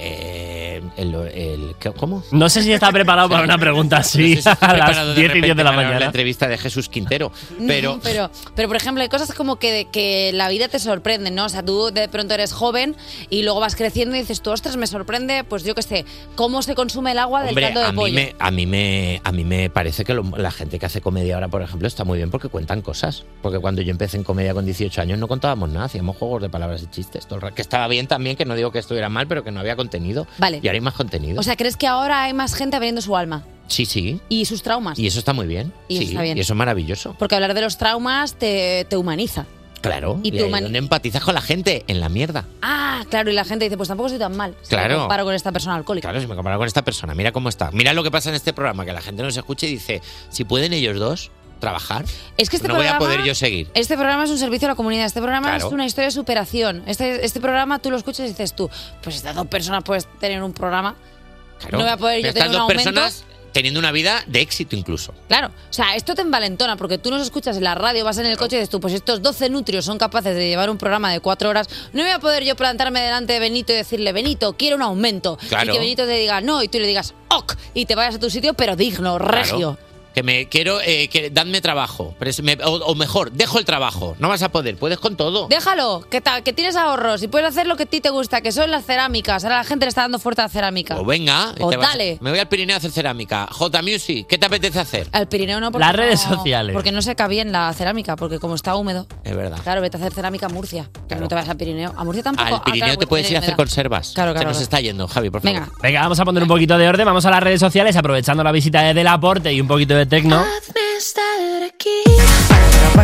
D: Eh, el- el- ¿qué- ¿Cómo?
E: No sé si está preparado para una pregunta así
D: No sé si estoy
E: a
D: preparado
E: las 10 y
D: repente
E: 10 de la
D: para
E: mañana.
D: La entrevista de Jesús Quintero.
C: No,
D: Pero
C: pero, pero, por ejemplo, hay cosas como que, que la vida te sorprende, ¿no? O sea, tú de pronto eres joven y luego vas creciendo y dices, tú, ostras, me sorprende, pues yo qué sé, cómo se consume el agua del
D: Hombre,
C: caldo de
D: a mí,
C: pollo.
D: me, a, mí me, a mí me parece que lo- la gente que hace comedia ahora, por ejemplo, está muy bien porque cuentan cosas. Porque cuando yo empecé en comedia con 18 años no contábamos nada, hacíamos juegos de palabras y chistes. todo el rato. que estaba bien también, que no digo que estuviera mal, pero que no había contenido.
C: Vale.
D: Y ahora hay más contenido.
C: O sea, ¿crees que ahora hay más gente abriendo su alma
D: sí, sí.
C: y sus traumas?
D: Y eso está muy bien.
C: Y
D: sí,
C: eso está bien.
D: Y eso es maravilloso.
C: Porque hablar de los traumas te, te humaniza.
D: Claro.
C: Y
D: Y,
C: tu
D: ahí
C: humani-
D: donde empatizas con la gente, en la mierda.
C: Ah, claro, y la gente dice, pues tampoco soy tan mal. si me
D: Claro.
C: comparo con esta persona alcohólica.
D: Claro, si me comparo con esta persona, mira cómo está. Mira lo que pasa en este programa, que la gente nos escucha y dice, si pueden ellos dos trabajar,
C: Es que este
D: no
C: programa-
D: voy a poder yo seguir.
C: Este programa es un servicio a la comunidad, este programa
D: Claro.
C: es una historia de superación. Este, este programa tú lo escuchas y dices tú, pues estas dos personas puedes tener un programa.
D: Claro.
C: No voy a poder
D: Pero
C: yo tener
D: estas
C: un
D: dos
C: aumento.
D: personas teniendo una vida de éxito incluso.
C: Claro, o sea, esto te envalentona porque tú nos escuchas en la radio, vas en el coche y dices tú, pues estos 12 nutrios son capaces de llevar un programa de cuatro horas, no voy a poder yo plantarme delante de Benito y decirle, Benito, quiero un aumento.
D: Claro.
C: Y que Benito te diga no y tú le digas, ok, y te vayas a tu sitio, pero digno, regio.
D: Claro. Que me quiero, eh, que dadme trabajo. Pero es- me- o, o mejor, dejo el trabajo. No vas a poder, puedes con todo.
C: Déjalo, que, ta- que tienes ahorros y puedes hacer lo que a ti te gusta, que son las cerámicas. Ahora la gente le está dando fuerte a la cerámica.
D: O venga,
C: O
D: te vas-
C: Pues dale.
D: me voy al Pirineo a hacer cerámica. J Music, ¿qué te apetece hacer?
C: Al Pirineo no porque
D: Las redes
C: no-
D: sociales.
C: Porque no seca bien la cerámica, porque como está húmedo.
D: Es verdad.
C: Claro, vete a hacer cerámica a Murcia. pero No te vas al Pirineo. A Murcia tampoco.
D: Al
C: Ah,
D: Pirineo
C: claro,
D: te puedes ir a
C: tiene
D: hacer
C: humedad.
D: conservas.
C: Claro, claro,
D: Se nos
C: claro.
D: está yendo, Javi, por favor.
C: Venga.
E: Venga, vamos a poner un poquito de orden, vamos a las redes sociales aprovechando la visita de Delaporte y un poquito de tecno.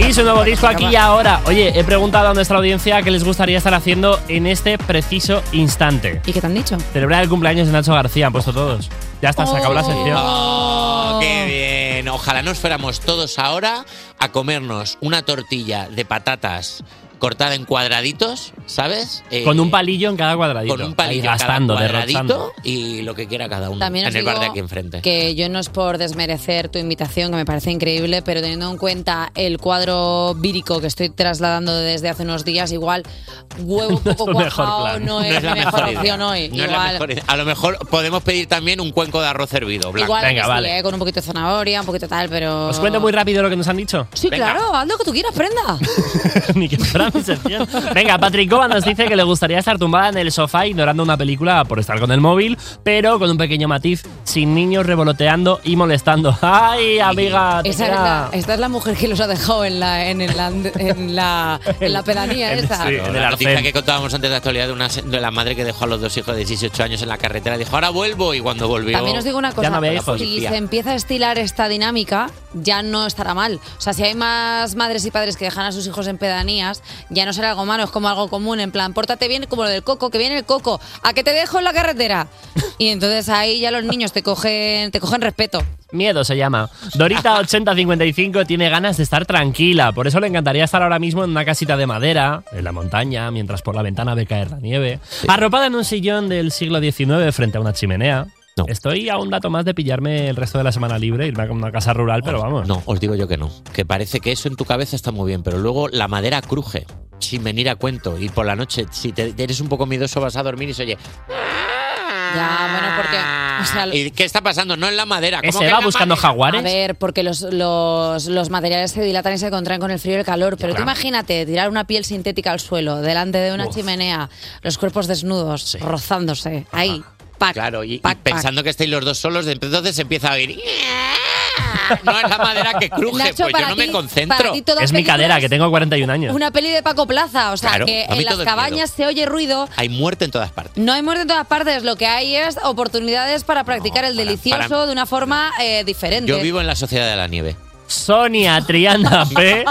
E: Y su nuevo disco aquí y ahora. Oye, he preguntado a nuestra audiencia qué les gustaría estar haciendo en este preciso instante.
C: ¿Y qué te han dicho?
E: Celebrar el cumpleaños de Nacho García, han puesto todos. Ya está, se acabó la sección.
D: Oh, ¡Qué bien! Ojalá nos fuéramos todos ahora a comernos una tortilla de patatas cortada en cuadraditos, ¿sabes? Eh,
E: Con un palillo en cada cuadradito.
D: con un palillo
E: Ahí gastando,
D: cada cuadradito
E: derrochando.
D: y lo que quiera cada uno
C: También os
D: en el bar de
C: digo
D: aquí enfrente.
C: Que yo no es por desmerecer tu invitación, que me parece increíble, pero teniendo en cuenta el cuadro vírico que estoy trasladando desde hace unos días, igual huevo poco cuajado no es mi mejor,
D: idea.
C: opción hoy.
D: No es la
C: igual,
D: mejor idea. A lo mejor podemos pedir también un cuenco de arroz hervido blanco.
C: igual que sí, eh, con un poquito de zanahoria, un poquito tal, pero.
E: Os cuento muy rápido lo que nos han dicho.
C: Sí, claro, haz lo que tú quieras, prenda.
E: Ni que fuera mi sección. Venga, Patrick Coba nos dice que le gustaría estar tumbada en el sofá ignorando una película por estar con el móvil, pero con un pequeño matiz, sin niños revoloteando y molestando. ¡Ay, amiga! te
C: Esa es
E: queda-
C: la, esta es la mujer que los ha dejado en la, en el and- en la, en la pedanía esa.
D: Claro, la noticia que contábamos antes de la actualidad de, una, de la madre que dejó a los dos hijos de 18 años en la carretera. Dijo, ahora vuelvo. Y cuando volvió.
C: También os digo una cosa,
D: ya no había hijos.
C: si
D: Policía.
C: se empieza a estilar esta dinámica, ya no estará mal. O sea, si hay más madres y padres que dejan a sus hijos en pedanías, ya no será algo malo, es como algo común, en plan, pórtate bien como lo del coco, que viene el coco, a que te dejo en la carretera. Y entonces ahí ya los niños te cogen, te cogen respeto.
E: Miedo se llama. Dorita8055 tiene ganas de estar tranquila, por eso le encantaría estar ahora mismo en una casita de madera, en la montaña, mientras por la ventana ve caer la nieve, arropada en un sillón del siglo XIX frente a una chimenea. Estoy a un dato más de pillarme el resto de la semana libre, irme a una casa rural, pero vamos.
D: No, os digo yo que no. Que parece que eso en tu cabeza está muy bien, pero luego la madera cruje sin venir a cuento. Y por la noche, si te, eres un poco miedoso, vas a dormir y se oye. "Ah".
C: Ya, bueno, porque. O sea,
D: ¿Y qué está pasando? No en la madera. ¿Cómo
E: ¿Ese
D: que en
E: va
D: la
E: buscando
D: madera?
E: jaguares?
C: A ver, porque los, los, los materiales se dilatan y se contraen con el frío y el calor. Pero tú
E: claro.
C: imagínate tirar una piel sintética al suelo, delante de una chimenea, los cuerpos desnudos, rozándose, ahí.
D: Ah.
C: Pac,
D: Claro, y, y
C: pac, pac.
D: pensando que estáis los dos solos, entonces se empieza a oír. No es la madera que cruje,
C: Nacho,
D: pues yo
C: para
D: no
C: ti-
D: me
C: para
D: concentro.
C: ti toda
E: Es mi
C: película
E: cadera,
C: es
E: que tengo 41 años.
C: Una peli de Paco Plaza, o sea,
D: Claro,
C: que
D: a mí
C: en las
D: todo es miedo.
C: cabañas se oye ruido.
D: Hay muerte en todas partes.
C: No hay muerte en todas partes, lo que hay es oportunidades para practicar el delicioso
D: para-
C: de una forma eh, diferente.
D: Yo vivo en la sociedad de la nieve.
E: Sonia Triana P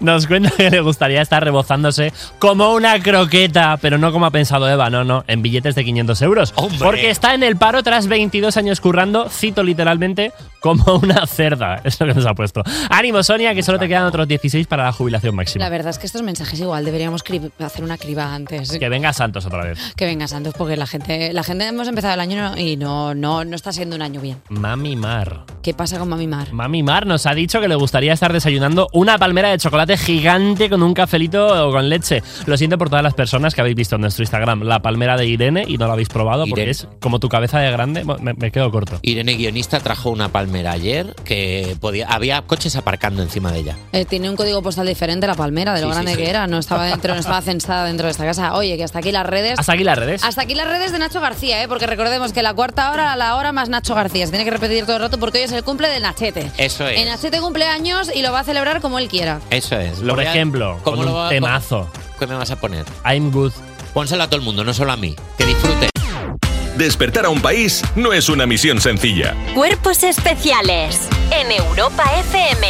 E: nos cuenta que le gustaría estar rebozándose como una croqueta, pero no como ha pensado Eva, no, no, en billetes de 500 euros. Porque está en el paro tras 22 años currando, cito literalmente, como una cerda. Es lo que nos ha puesto. Ánimo, Sonia, que solo te quedan otros 16 para la jubilación máxima.
C: La verdad es que estos mensajes igual deberíamos cri- hacer una criba antes.
E: Que venga Santos otra vez.
C: Que venga Santos, porque la gente, la gente hemos empezado el año y no, no, no está siendo un año bien.
E: Mami Mar.
C: ¿Qué pasa con Mami Mar?
E: Mami Mar nos ha dicho que le gustaría estar desayunando una palmera de chocolate gigante con un cafelito o con leche. Lo siento por todas las personas que habéis visto en nuestro Instagram la palmera de Irene y no la habéis probado porque
D: Irene.
E: es como tu cabeza de grande. Bueno, Me, me quedo corto.
D: Irene Guionista trajo una palmera ayer que podía, había coches aparcando encima de ella.
C: Eh, tiene un código postal diferente la palmera, de lo
D: Sí, sí,
C: grande
D: sí.
C: que era. No estaba dentro, no estaba censada dentro de esta casa. Oye, que hasta aquí las redes.
E: Hasta aquí las redes.
C: Hasta aquí las redes de Nacho García, ¿eh? porque recordemos que la cuarta hora, la hora más Nacho García. Se tiene que repetir todo el rato porque hoy es el cumple del Nachete.
D: Eso es.
C: El Nachete cumple años y lo va a celebrar como él quiera.
D: Eso es.
E: Por
D: voy a-
E: ejemplo,
D: ¿Cómo
E: con
D: lo
E: un
D: va-
E: temazo.
D: ¿Qué me vas a poner?
E: I'm good.
D: Pónselo a todo el mundo, no solo a mí. Que disfrute.
G: Despertar a un país no es una misión sencilla.
B: Cuerpos especiales en Europa FM.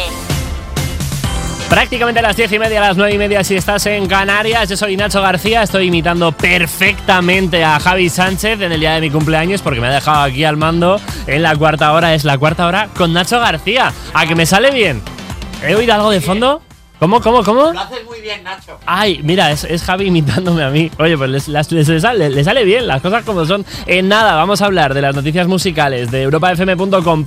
E: Prácticamente a las 10 y media, a las 9 y media si estás en Canarias. Yo soy Nacho García, estoy imitando perfectamente a Javi Sánchez en el día de mi cumpleaños porque me ha dejado aquí al mando en la cuarta hora. Es la cuarta hora con Nacho García. A que me sale bien. ¿He oído algo de fondo? ¿Cómo, cómo, cómo?
J: haces muy bien, Nacho.
E: Ay, mira, es, es Javi imitándome a mí. Oye, pues les, las- les- les sale, les sale bien, las cosas como son. En nada, vamos a hablar de las noticias musicales de europafm.com.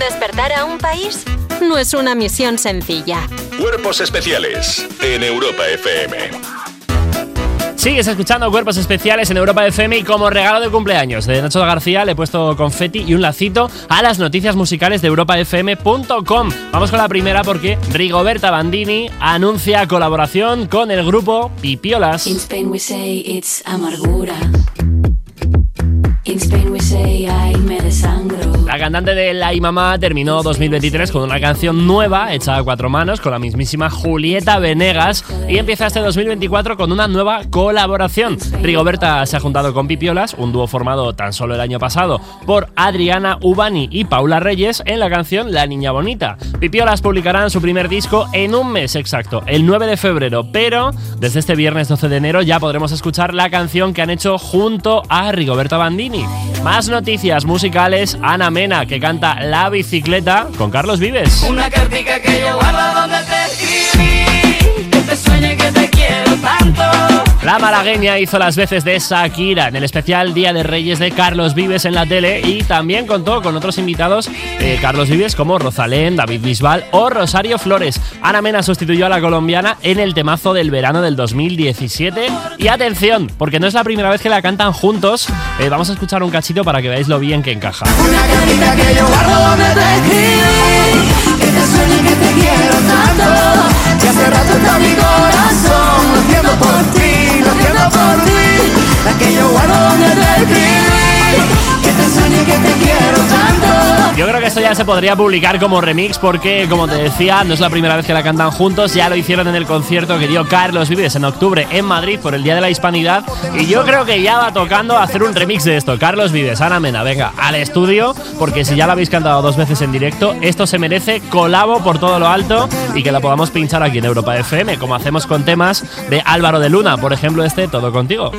B: Despertar a un país no es una misión sencilla.
G: Cuerpos especiales en Europa FM.
E: Sigues escuchando Cuerpos Especiales en Europa FM y como regalo de cumpleaños de Nacho García le he puesto confeti y un lacito a las noticias musicales de europafm.com. Vamos con la primera porque Rigoberta Bandini anuncia colaboración con el grupo Pipiolas.
M: In Spain we say it's amargura. In Spain we say ay me desangro.
E: La cantante de La y Mamá terminó 2023 con una canción nueva hecha a cuatro manos con la mismísima Julieta Venegas y empieza este 2024 con una nueva colaboración. Rigoberta se ha juntado con Pipiolas, un dúo formado tan solo el año pasado por Adriana Ubani y Paula Reyes en la canción La Niña Bonita. Pipiolas publicarán su primer disco en un mes exacto, el 9 de febrero, pero desde este viernes 12 de enero ya podremos escuchar la canción que han hecho junto a Rigoberta Bandini. Más noticias musicales, Ana Mena, que canta La Bicicleta con Carlos Vives.
L: Una cartica que yo guardo donde te escribí. Que te sueñe que te quiero tanto.
E: La malagueña hizo las veces de Shakira en el especial Día de Reyes de Carlos Vives en la tele y también contó con otros invitados eh, Carlos Vives como Rosalén, David Bisbal o Rosario Flores. Ana Mena sustituyó a la colombiana en el temazo del verano del 2017 y atención, porque no es la primera vez que la cantan juntos, eh, vamos a escuchar un cachito para que veáis lo bien que encaja.
L: Cartica que yo guardo donde te escribí. Que te sueñe que te quiero tanto. Ya hace rato está mi corazón. Lo entiendo por ti, lo entiendo por ti. La que yo guardo donde te escribí. Que te sueñe que te quiero tanto.
E: Yo creo que esto ya se podría publicar como remix porque, como te decía, no es la primera vez que la cantan juntos. Ya lo hicieron en el concierto que dio Carlos Vives en octubre en Madrid por el Día de la Hispanidad. Y yo creo que ya va tocando hacer un remix de esto. Carlos Vives, Ana Mena, venga, al estudio, porque si ya lo habéis cantado dos veces en directo, esto se merece colabo por todo lo alto y que la podamos pinchar aquí en Europa FM, como hacemos con temas de Álvaro de Luna, por ejemplo este Todo Contigo.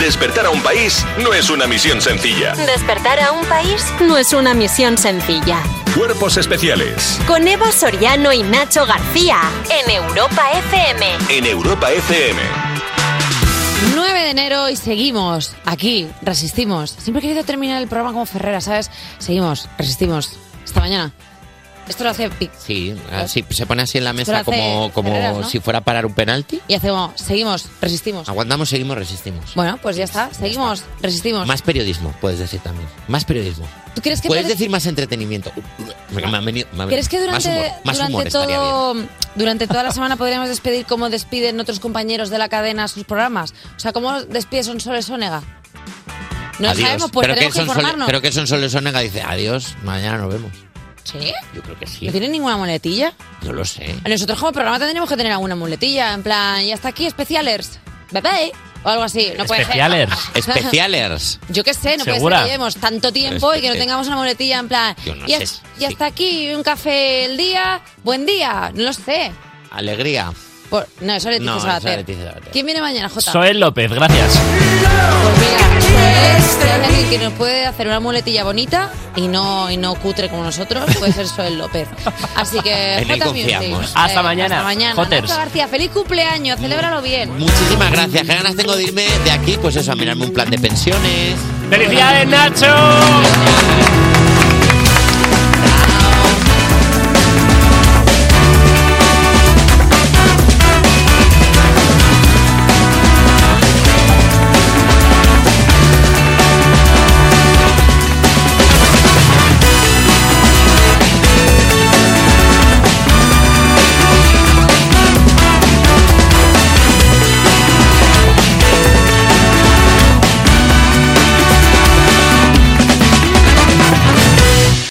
G: Despertar a un país no es una misión sencilla.
B: Despertar a un país no es una misión sencilla.
G: Cuerpos especiales
B: Con Eva Soriano y Nacho García en Europa FM.
G: en Europa FM.
C: 9 de enero y seguimos aquí, resistimos. Siempre he querido terminar el programa como Ferrera, ¿sabes? Seguimos, resistimos. Hasta mañana. Esto lo hace Pic.
D: Sí, así, se pone así en la
C: Esto lo
D: mesa
C: hace
D: como, como
C: Ferreras, ¿no?
D: si fuera a parar un penalti.
C: Y hacemos, seguimos, resistimos.
D: Aguantamos, seguimos, resistimos.
C: Bueno, pues ya está, seguimos, resistimos.
D: Más periodismo, puedes decir también. Más periodismo.
C: ¿Tú crees que
D: puedes
C: parece-
D: decir más entretenimiento. Me han venido- me han venido-
C: ¿Crees que
D: más
C: durante,
D: humor, más
C: durante
D: humor estaría bien.
C: todo, durante toda la semana podríamos despedir como despiden otros compañeros de la cadena sus programas? O sea, ¿cómo despide Sonsoles Onega? No
D: Adiós.
C: sabemos, pues
D: Pero
C: tenemos que
D: son Sole-
C: informarnos.
D: Pero que son Sole Sonega dice, adiós, mañana nos vemos.
C: ¿Sí?
D: Yo creo que sí.
C: ¿No tienen ninguna muletilla?
D: No lo sé.
C: Nosotros como programa tendríamos que tener alguna muletilla, en plan, y hasta aquí, especialers. Bye bye. O algo así. No puede ser.
D: Especialers.
C: Yo qué sé, no puede
D: ¿Segura?
C: ser que llevemos tanto tiempo y que no
D: Espe-
C: tengamos una muletilla en plan.
D: Yo no
C: y,
D: sé,
C: as- y hasta aquí, un café el día, buen día. No lo sé.
D: Alegría.
C: Por- no, eso le
D: No,
C: dices
D: esa
C: a hacer.
D: Leticia Sabater.
C: ¿Quién viene mañana, Jota?
E: Soel López, gracias.
C: Pues, si hay
D: este,
C: alguien que nos puede hacer una muletilla bonita y no, y no cutre como nosotros, puede ser Soel López. Así que,
D: En él
C: Jota Music.
D: confiamos.
C: eh,
D: Hasta mañana,
C: Hasta mañana.
D: Joters.
C: Nacho García, feliz cumpleaños, celébralo bien.
D: Muchísimas gracias. Qué ganas tengo de irme de aquí, pues eso, a mirarme un plan de pensiones.
E: ¡Felicidades, Nacho!